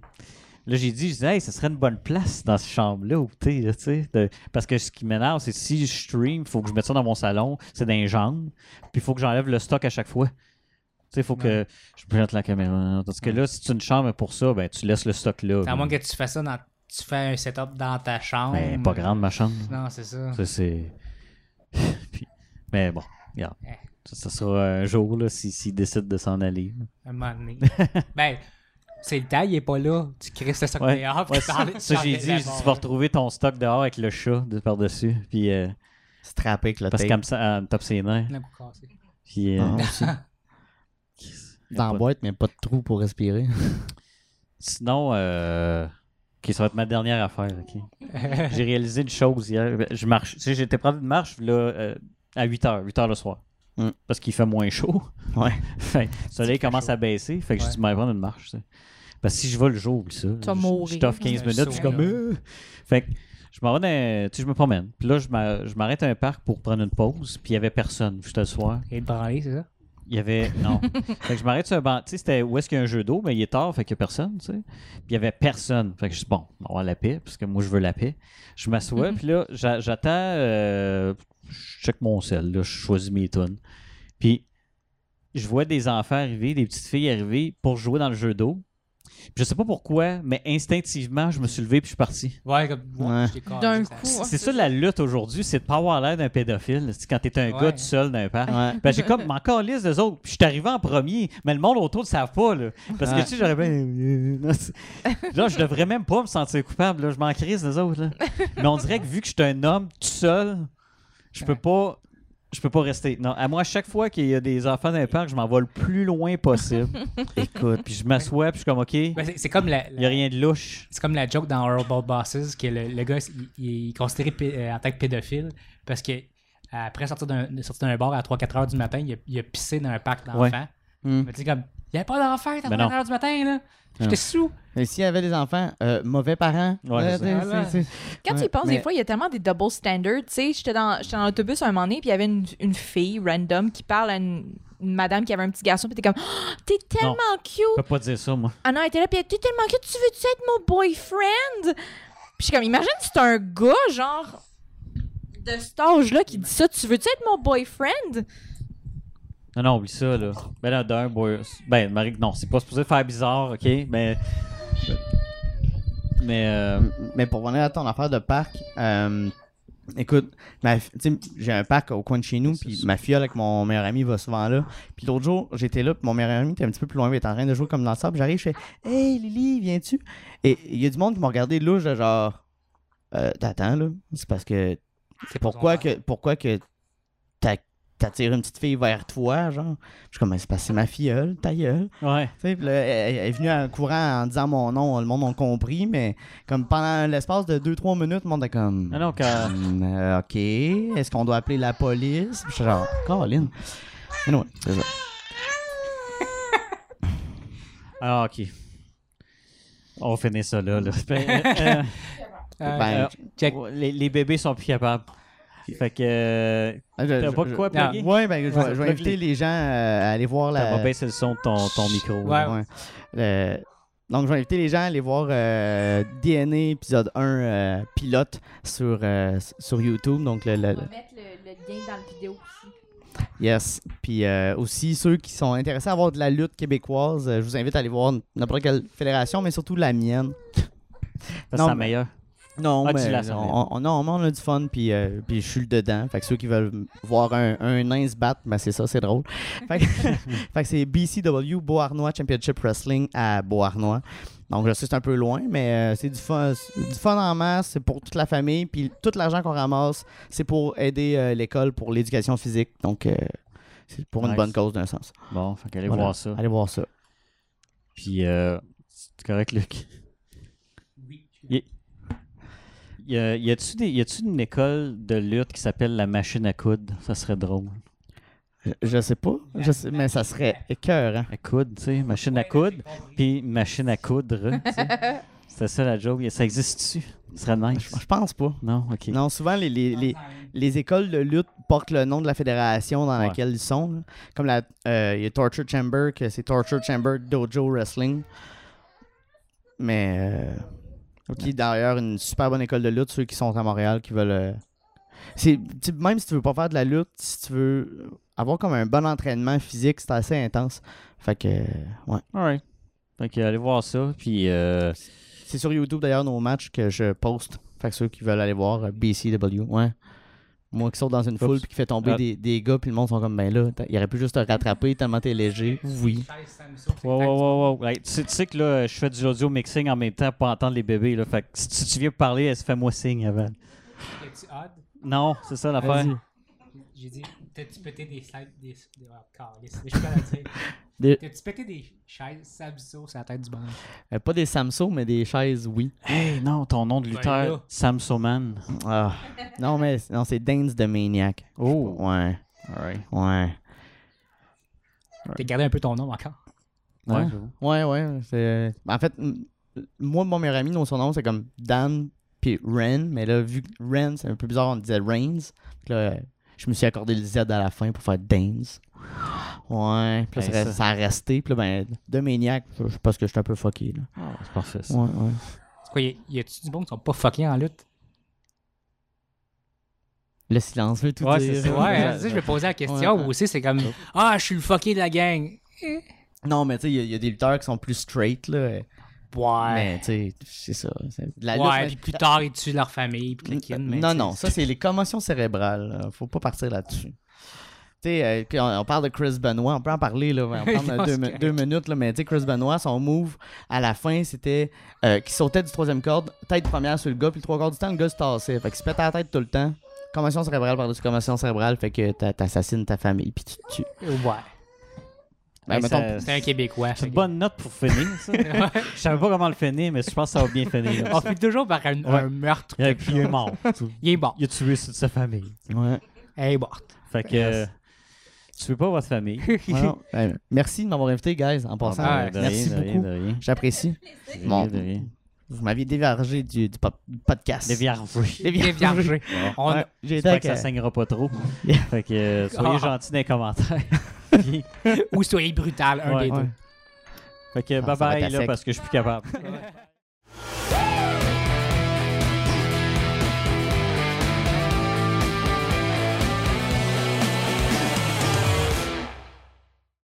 Speaker 1: Là, j'ai dit, je disais, hey, ça serait une bonne place dans cette chambre-là, où t'es, là, tu sais. de- Parce que ce qui m'énerve, c'est si je stream, il faut que je mette ça dans mon salon, c'est dans les jambes, puis il faut que j'enlève le stock à chaque fois. Tu sais, il faut que je plante la caméra. Parce que là, si tu as une chambre pour ça, ben, tu laisses le stock là.
Speaker 2: À
Speaker 1: Ben,
Speaker 2: moins que tu fasses ça dans. Tu fais un setup dans ta chambre.
Speaker 1: Mais Ben, pas grande, ma chambre.
Speaker 2: Non, c'est ça.
Speaker 1: Ça, c'est. *laughs* Puis- Mais bon, regarde.
Speaker 2: Eh.
Speaker 1: Ça, ça sera un jour, là, s'il s'il décide de s'en aller.
Speaker 2: un moment
Speaker 1: *laughs*
Speaker 2: donné. ben, c'est le temps, il est pas là. Tu crées ça sur *laughs*
Speaker 1: Ouais.
Speaker 2: dehors, puis
Speaker 1: Ouais,
Speaker 2: t'enlèves-
Speaker 1: ça, j'ai
Speaker 2: t'enlèves
Speaker 1: dit,
Speaker 2: la
Speaker 1: j'ai dit, tu vas
Speaker 2: barre.
Speaker 1: retrouver ton stock dehors avec le chat de par-dessus. Puis, euh,
Speaker 3: Strappé avec le
Speaker 1: Parce qu'elle
Speaker 3: tape
Speaker 1: me, sa- elle me tape ses nerfs.
Speaker 2: D'un coup cassé.
Speaker 1: Puis, euh,
Speaker 3: Ah,
Speaker 1: *laughs*
Speaker 3: aussi. dans la boîte, mais pas de trou pour respirer.
Speaker 1: Sinon, euh, ok, ça va être ma dernière affaire.
Speaker 3: *laughs*
Speaker 1: ok. J'ai réalisé une chose hier. Je marche. Tu sais, j'étais prendre une marche là, euh, à 8 h, 8 h le soir.
Speaker 3: Mm.
Speaker 1: Parce qu'il fait moins chaud.
Speaker 3: Ouais.
Speaker 1: *laughs* Fait que le soleil commence à baisser. Fait que
Speaker 2: Ouais.
Speaker 1: je dis, mais prendre une marche. tu sais. Parce que si je vais le jour, oublie ça.
Speaker 4: vas
Speaker 1: Je-
Speaker 4: mourir.
Speaker 1: Je t'offre 15
Speaker 2: Un
Speaker 1: minutes, je suis
Speaker 2: saut,
Speaker 1: comme.
Speaker 2: là.
Speaker 1: euh. Fait que je m'en vais dans- Tu sais, je me promène. Puis là, je m'a- je m'arrête à un parc pour prendre une pause. Puis il n'y avait personne. Juste le soir.
Speaker 2: Et de branler, c'est ça?
Speaker 1: Il y avait. Non. fait que je m'arrête sur un banc. Tu sais, c'était où est-ce qu'il y a un jeu d'eau, mais il est tard, fait qu'il y a personne, tu sais. Puis il y avait personne. Fait que je dis, bon, on va avoir la paix, parce que moi, je veux la paix. Je m'assois, puis là, j'a- j'attends. euh, je check mon sel, là, je choisis mes tunes. Puis je vois des enfants arriver, des petites filles arriver pour jouer dans le jeu d'eau. Puis Je sais pas pourquoi, mais instinctivement, je me suis levé puis je suis parti.
Speaker 2: Ouais, comme.
Speaker 3: Ouais.
Speaker 2: je t'ai cassé,
Speaker 4: D'un
Speaker 2: ça.
Speaker 4: coup.
Speaker 1: C'est c'est ça la lutte aujourd'hui, c'est de pas avoir l'air d'un pédophile. C'est quand t'es un
Speaker 2: Ouais.
Speaker 1: gars tout seul d'un parc.
Speaker 3: Ouais.
Speaker 1: *laughs* Ben, j'ai comme encore liste des autres. Puis je suis arrivé en premier, mais le monde autour ne savent pas. Là, parce que
Speaker 3: Ouais.
Speaker 1: tu sais, j'aurais bien. Non, c'est- Là, je devrais même pas me sentir coupable. Là, je m'en crise des autres. là. Mais on dirait que vu que je suis un homme tout seul, je peux
Speaker 2: Ouais.
Speaker 1: pas. Je peux pas rester. Non, à moi, à chaque fois qu'il y a des enfants dans un parc, je m'en vais le plus loin possible. Écoute, puis je m'assois, puis je suis comme, OK, il
Speaker 2: Ben, c'est- C'est comme la. la-
Speaker 1: n'y a rien de louche.
Speaker 2: C'est comme la joke dans Horrible Bosses que le, le gars, il, il est considéré pé- euh, en tant que pédophile parce que après sortir d'un de sortir d'un bar à 3-4 heures du matin, il a, il a pissé dans un parc d'enfants.
Speaker 1: Ouais. Hmm.
Speaker 3: Mm.
Speaker 2: Mais tu sais, comme, il n'y avait pas d'enfants à
Speaker 1: Ben
Speaker 2: 3-4
Speaker 1: non.
Speaker 2: heures du matin, là. J'étais
Speaker 3: Non.
Speaker 2: sous.
Speaker 3: Mais s'il y avait des enfants, euh, mauvais parents.
Speaker 1: Ouais,
Speaker 3: euh,
Speaker 1: c'est ça.
Speaker 3: c'est- c'est-
Speaker 4: Quand tu
Speaker 3: Ouais,
Speaker 4: y penses,
Speaker 3: mais-
Speaker 4: des fois, il y a tellement des double standards. Tu sais, j'étais dans, j'étais dans l'autobus un moment donné, puis il y avait une, une fille random qui parle à une, une madame qui avait un petit garçon, puis t'es comme, Ah, t'es tellement
Speaker 1: Je
Speaker 4: cute.
Speaker 1: peux pas dire ça, moi.
Speaker 4: Ah non, elle était là, puis elle, t'es tellement cute, tu veux-tu être mon boyfriend? Puis je suis comme, imagine si t'es un gars, genre, de cet âge-là, qui dit ça, tu veux-tu être mon boyfriend?
Speaker 1: Non, non, oublie ça, là. Ben là, d'un, boy- ben, Marie, non, c'est pas supposé faire bizarre, ok? Mais. Mais. euh,
Speaker 3: Mais pour revenir à ton affaire de parc, euh, écoute, ma fi- tu sais, j'ai un parc au coin de chez nous,
Speaker 1: C'est
Speaker 3: puis
Speaker 1: ça.
Speaker 3: ma fille avec mon meilleur ami va souvent là. Puis l'autre jour, j'étais là, puis mon meilleur ami était un petit peu plus loin, il était en train de jouer comme dans le sable. J'arrive, je fais Hey Lily, viens-tu Et il y a du monde qui m'a regardé louche, de genre Euh, T'attends là C'est parce que.
Speaker 2: C'est pas
Speaker 3: Pourquoi
Speaker 2: ton
Speaker 3: que, pourquoi que t'a- t'attires une petite fille vers toi, genre Je suis comme, Ben, c'est parce que c'est ma filleule, ta gueule.
Speaker 1: ouais.
Speaker 3: Tu sais, puis là, elle, elle est venue en courant en disant mon nom, le monde a compris, mais comme pendant l'espace de 2-3 minutes, le monde est comme.
Speaker 1: Ah non, quand-
Speaker 3: Hum, euh, ok, est-ce qu'on doit appeler la police? Puis je suis genre, Colin. Anyway, c'est ça.
Speaker 1: Ah, ok. On finit ça là.
Speaker 3: *laughs*
Speaker 1: là. Ben, euh,
Speaker 2: Euh,
Speaker 3: Ben,
Speaker 2: check.
Speaker 1: euh, les, les bébés sont plus capables. Fait que. euh, T'as
Speaker 3: je- je-
Speaker 1: pas
Speaker 3: je-
Speaker 1: de quoi plugger?
Speaker 3: Ouais, ben, je, vais- je vais
Speaker 1: plug
Speaker 3: inviter les gens euh, à aller voir
Speaker 1: T'as
Speaker 3: la.
Speaker 1: pas baissé le son de ton, ton micro. là.
Speaker 2: Ouais.
Speaker 3: Ouais. Euh, donc, je vais inviter les gens à aller voir euh, DNA épisode 1 euh, pilote sur, euh, sur YouTube. Donc, le- le,
Speaker 4: mettre le, lien dans la vidéo aussi.
Speaker 3: Yes. Puis euh, aussi, ceux qui sont intéressés à avoir de la lutte québécoise, euh, je vous invite à aller voir n'importe quelle fédération, mais surtout la mienne.
Speaker 1: Parce
Speaker 3: Non,
Speaker 1: que c'est
Speaker 3: mais-
Speaker 1: meilleur.
Speaker 3: Non,
Speaker 1: Ah, tu
Speaker 3: mais
Speaker 1: la sens bien.
Speaker 3: on, on- non, mais on a du fun, puis, euh, puis je suis le dedans. Fait que ceux qui veulent m- voir un, un nain se battre, ben c'est ça, c'est *laughs* drôle. Fait que, fait que c'est BCW Beauharnois Championship Wrestling à Beauharnois. Donc je sais c'est un peu loin, mais euh, c'est du fun, c'est du fun en masse, c'est pour toute la famille, puis tout l'argent qu'on ramasse, c'est pour aider euh, l'école pour l'éducation physique. Donc euh, c'est pour une
Speaker 1: Nice.
Speaker 3: bonne cause d'un sens.
Speaker 1: Bon, fait qu'allez
Speaker 3: Voilà.
Speaker 1: voir ça.
Speaker 3: Allez voir ça.
Speaker 1: Puis, euh, c'est correct, Luc.
Speaker 2: Oui.
Speaker 1: Y a- y a-tu des- y a-tu une école de lutte qui s'appelle la machine à coude Ça serait drôle.
Speaker 3: Je, je sais pas, je sais- mais ça serait écœurant.
Speaker 1: À coude, tu sais, machine à coude, puis machine à coudre. tu sais. C'était ça la joke. Ça existe-tu? Ce serait nice.
Speaker 3: Je, je pense pas.
Speaker 1: Non, ok.
Speaker 3: Non, souvent les, les, les, les écoles de lutte portent le nom de la fédération dans
Speaker 1: Ouais.
Speaker 3: laquelle ils sont. là. Comme la, euh, il y a Torture Chamber, que c'est Torture Chamber Dojo Wrestling. Mais euh, qui est d'ailleurs une super bonne école de lutte, ceux qui sont à Montréal, qui veulent. euh, c'est, tu- même si tu veux pas faire de la lutte, si tu veux avoir comme un bon entraînement physique, c'est assez intense. Fait que, euh, ouais.
Speaker 1: Alright. Fait que, allez voir ça, puis euh,
Speaker 3: C'est sur YouTube d'ailleurs nos matchs que je poste. Fait que ceux qui veulent aller voir euh, BCW, ouais. Moi qui saute dans une foule
Speaker 1: Oups.
Speaker 3: puis qui fait tomber
Speaker 1: Ah.
Speaker 3: des, des gars puis le monde sont comme ben là, t'as- il aurait pu juste te rattraper tellement t'es léger. Oui.
Speaker 1: Wow, wow, wow, wow. Hey, tu, sais, tu sais que là, je fais du audio mixing en même temps pour entendre les bébés. Là. Fait que si tu, tu viens parler, elle se fait moi signe avant.
Speaker 2: Y a-tu odd?
Speaker 1: Non, c'est ça l'affaire.
Speaker 5: Vas-y.
Speaker 2: J'ai dit, t'as-tu pété des slides, des. des oh,
Speaker 1: *laughs*
Speaker 2: calice, je suis pas à le dire.
Speaker 5: Des-
Speaker 2: T'as-tu pété des chaises Sabuso sur la tête du bonhomme?
Speaker 3: Euh, pas des Samsung, mais des chaises, oui.
Speaker 1: Hey, non, ton nom de
Speaker 2: Ben là.
Speaker 1: lutteur, Samsoman.
Speaker 3: Ah. Non, mais non, c'est Dance de Maniac.
Speaker 1: Oh.
Speaker 3: Ouais.
Speaker 1: Alright.
Speaker 3: Ouais.
Speaker 2: T'as gardé un peu ton nom encore.
Speaker 1: Ouais.
Speaker 3: Ouais. Ouais, ouais. c'est- En fait, m- moi, mon meilleur ami, nos surnoms, c'est comme Dan puis Ren. Mais là, vu que Ren, c'est un peu bizarre, on disait Rains. Fait que là, je me suis accordé le Z à la fin pour faire Danes. Ouais. Puis là,
Speaker 1: Ben,
Speaker 3: ça, reste-
Speaker 1: ça.
Speaker 3: ça a resté. Puis là, ben, de Maniac, je pense que je suis un peu fucké. Là.
Speaker 1: Ah, c'est parfait. ça.
Speaker 3: Ouais, ouais.
Speaker 2: C'est quoi, y a- y a-tu du monde qui sont pas fuckés en lutte?
Speaker 3: Le silence veut tout
Speaker 1: Ouais,
Speaker 3: dire.
Speaker 1: c'est ça.
Speaker 2: Ouais,
Speaker 3: *laughs*
Speaker 1: Ouais, Oh.
Speaker 2: tu sais, je vais poser la question.
Speaker 3: ouais, ouais.
Speaker 2: ou aussi, c'est comme, ah, je suis le fucké de la gang.
Speaker 3: Non, mais tu sais, il y a- il y, a des lutteurs qui sont plus straight, là.
Speaker 2: Ouais.
Speaker 3: Mais tu sais, c'est ça. c'est de la lutte,
Speaker 2: ouais,
Speaker 3: mais-
Speaker 2: puis plus tard, ils tuent leur famille. Puis le kid, mais
Speaker 3: euh, non,
Speaker 2: tu-
Speaker 3: non, ça c'est les commotions cérébrales. là. Faut pas partir là-dessus. Tu sais, euh, puis on, on parle de Chris Benoit, on peut en parler, là,
Speaker 2: *laughs*
Speaker 3: on va en prendre
Speaker 2: Non,
Speaker 3: deux,
Speaker 2: c'est
Speaker 3: mi-
Speaker 2: correct.
Speaker 3: deux minutes, là, mais tu sais, Chris Benoit, son move à la fin, c'était euh, qu'il sautait du troisième corde, tête première sur le gars, puis le trois quarts du temps, le gars se tassait. Fait qu'il se pétait la tête tout le temps. Commotion cérébrale par-dessus commotion cérébrale, fait que t'a- t'assassines ta famille, puis tu te tues.
Speaker 2: Ouais.
Speaker 3: Ben,
Speaker 1: Hey,
Speaker 3: mettons,
Speaker 1: ça-
Speaker 2: C'est un Québécois.
Speaker 1: C'est une bonne note pour finir,
Speaker 2: *laughs*
Speaker 1: ça. Je savais pas comment le finir, mais je pense que ça va bien finir.
Speaker 2: On finit toujours par un,
Speaker 1: Ouais.
Speaker 2: un meurtre.
Speaker 1: Il, a, puis il est mort.
Speaker 2: Il est mort.
Speaker 1: Il a tué toute sa famille.
Speaker 3: ouais.
Speaker 2: Elle est morte.
Speaker 1: Fait que. euh, tuez pas votre
Speaker 2: *laughs*
Speaker 1: famille.
Speaker 3: Ouais, non, ben, merci de m'avoir invité, guys, en passant.
Speaker 2: Ah, ben, de
Speaker 3: merci
Speaker 1: rien, de rien,
Speaker 3: beaucoup.
Speaker 1: de rien.
Speaker 3: J'apprécie.
Speaker 1: De
Speaker 3: Bon.
Speaker 1: rien, de rien.
Speaker 3: Vous m'aviez dévergé du, du pop- du podcast.
Speaker 1: Les
Speaker 2: *laughs*
Speaker 1: vierges.
Speaker 3: Déviargé.
Speaker 2: Bien viergé. On-
Speaker 3: Ouais, j'ai
Speaker 1: J'espère
Speaker 3: été
Speaker 1: que
Speaker 3: avec,
Speaker 1: ça
Speaker 3: euh,
Speaker 1: saignera pas trop.
Speaker 3: Yeah.
Speaker 1: Fait que euh, soyez
Speaker 2: Ah.
Speaker 1: gentils dans les
Speaker 2: *laughs*
Speaker 1: commentaires. Puis-
Speaker 2: Ou soyez brutal, un
Speaker 1: Ouais.
Speaker 2: des deux.
Speaker 3: ouais.
Speaker 1: fait que
Speaker 3: Ça- ça
Speaker 1: bye
Speaker 3: va être à
Speaker 1: bye là
Speaker 3: sec.
Speaker 1: parce que je suis plus capable.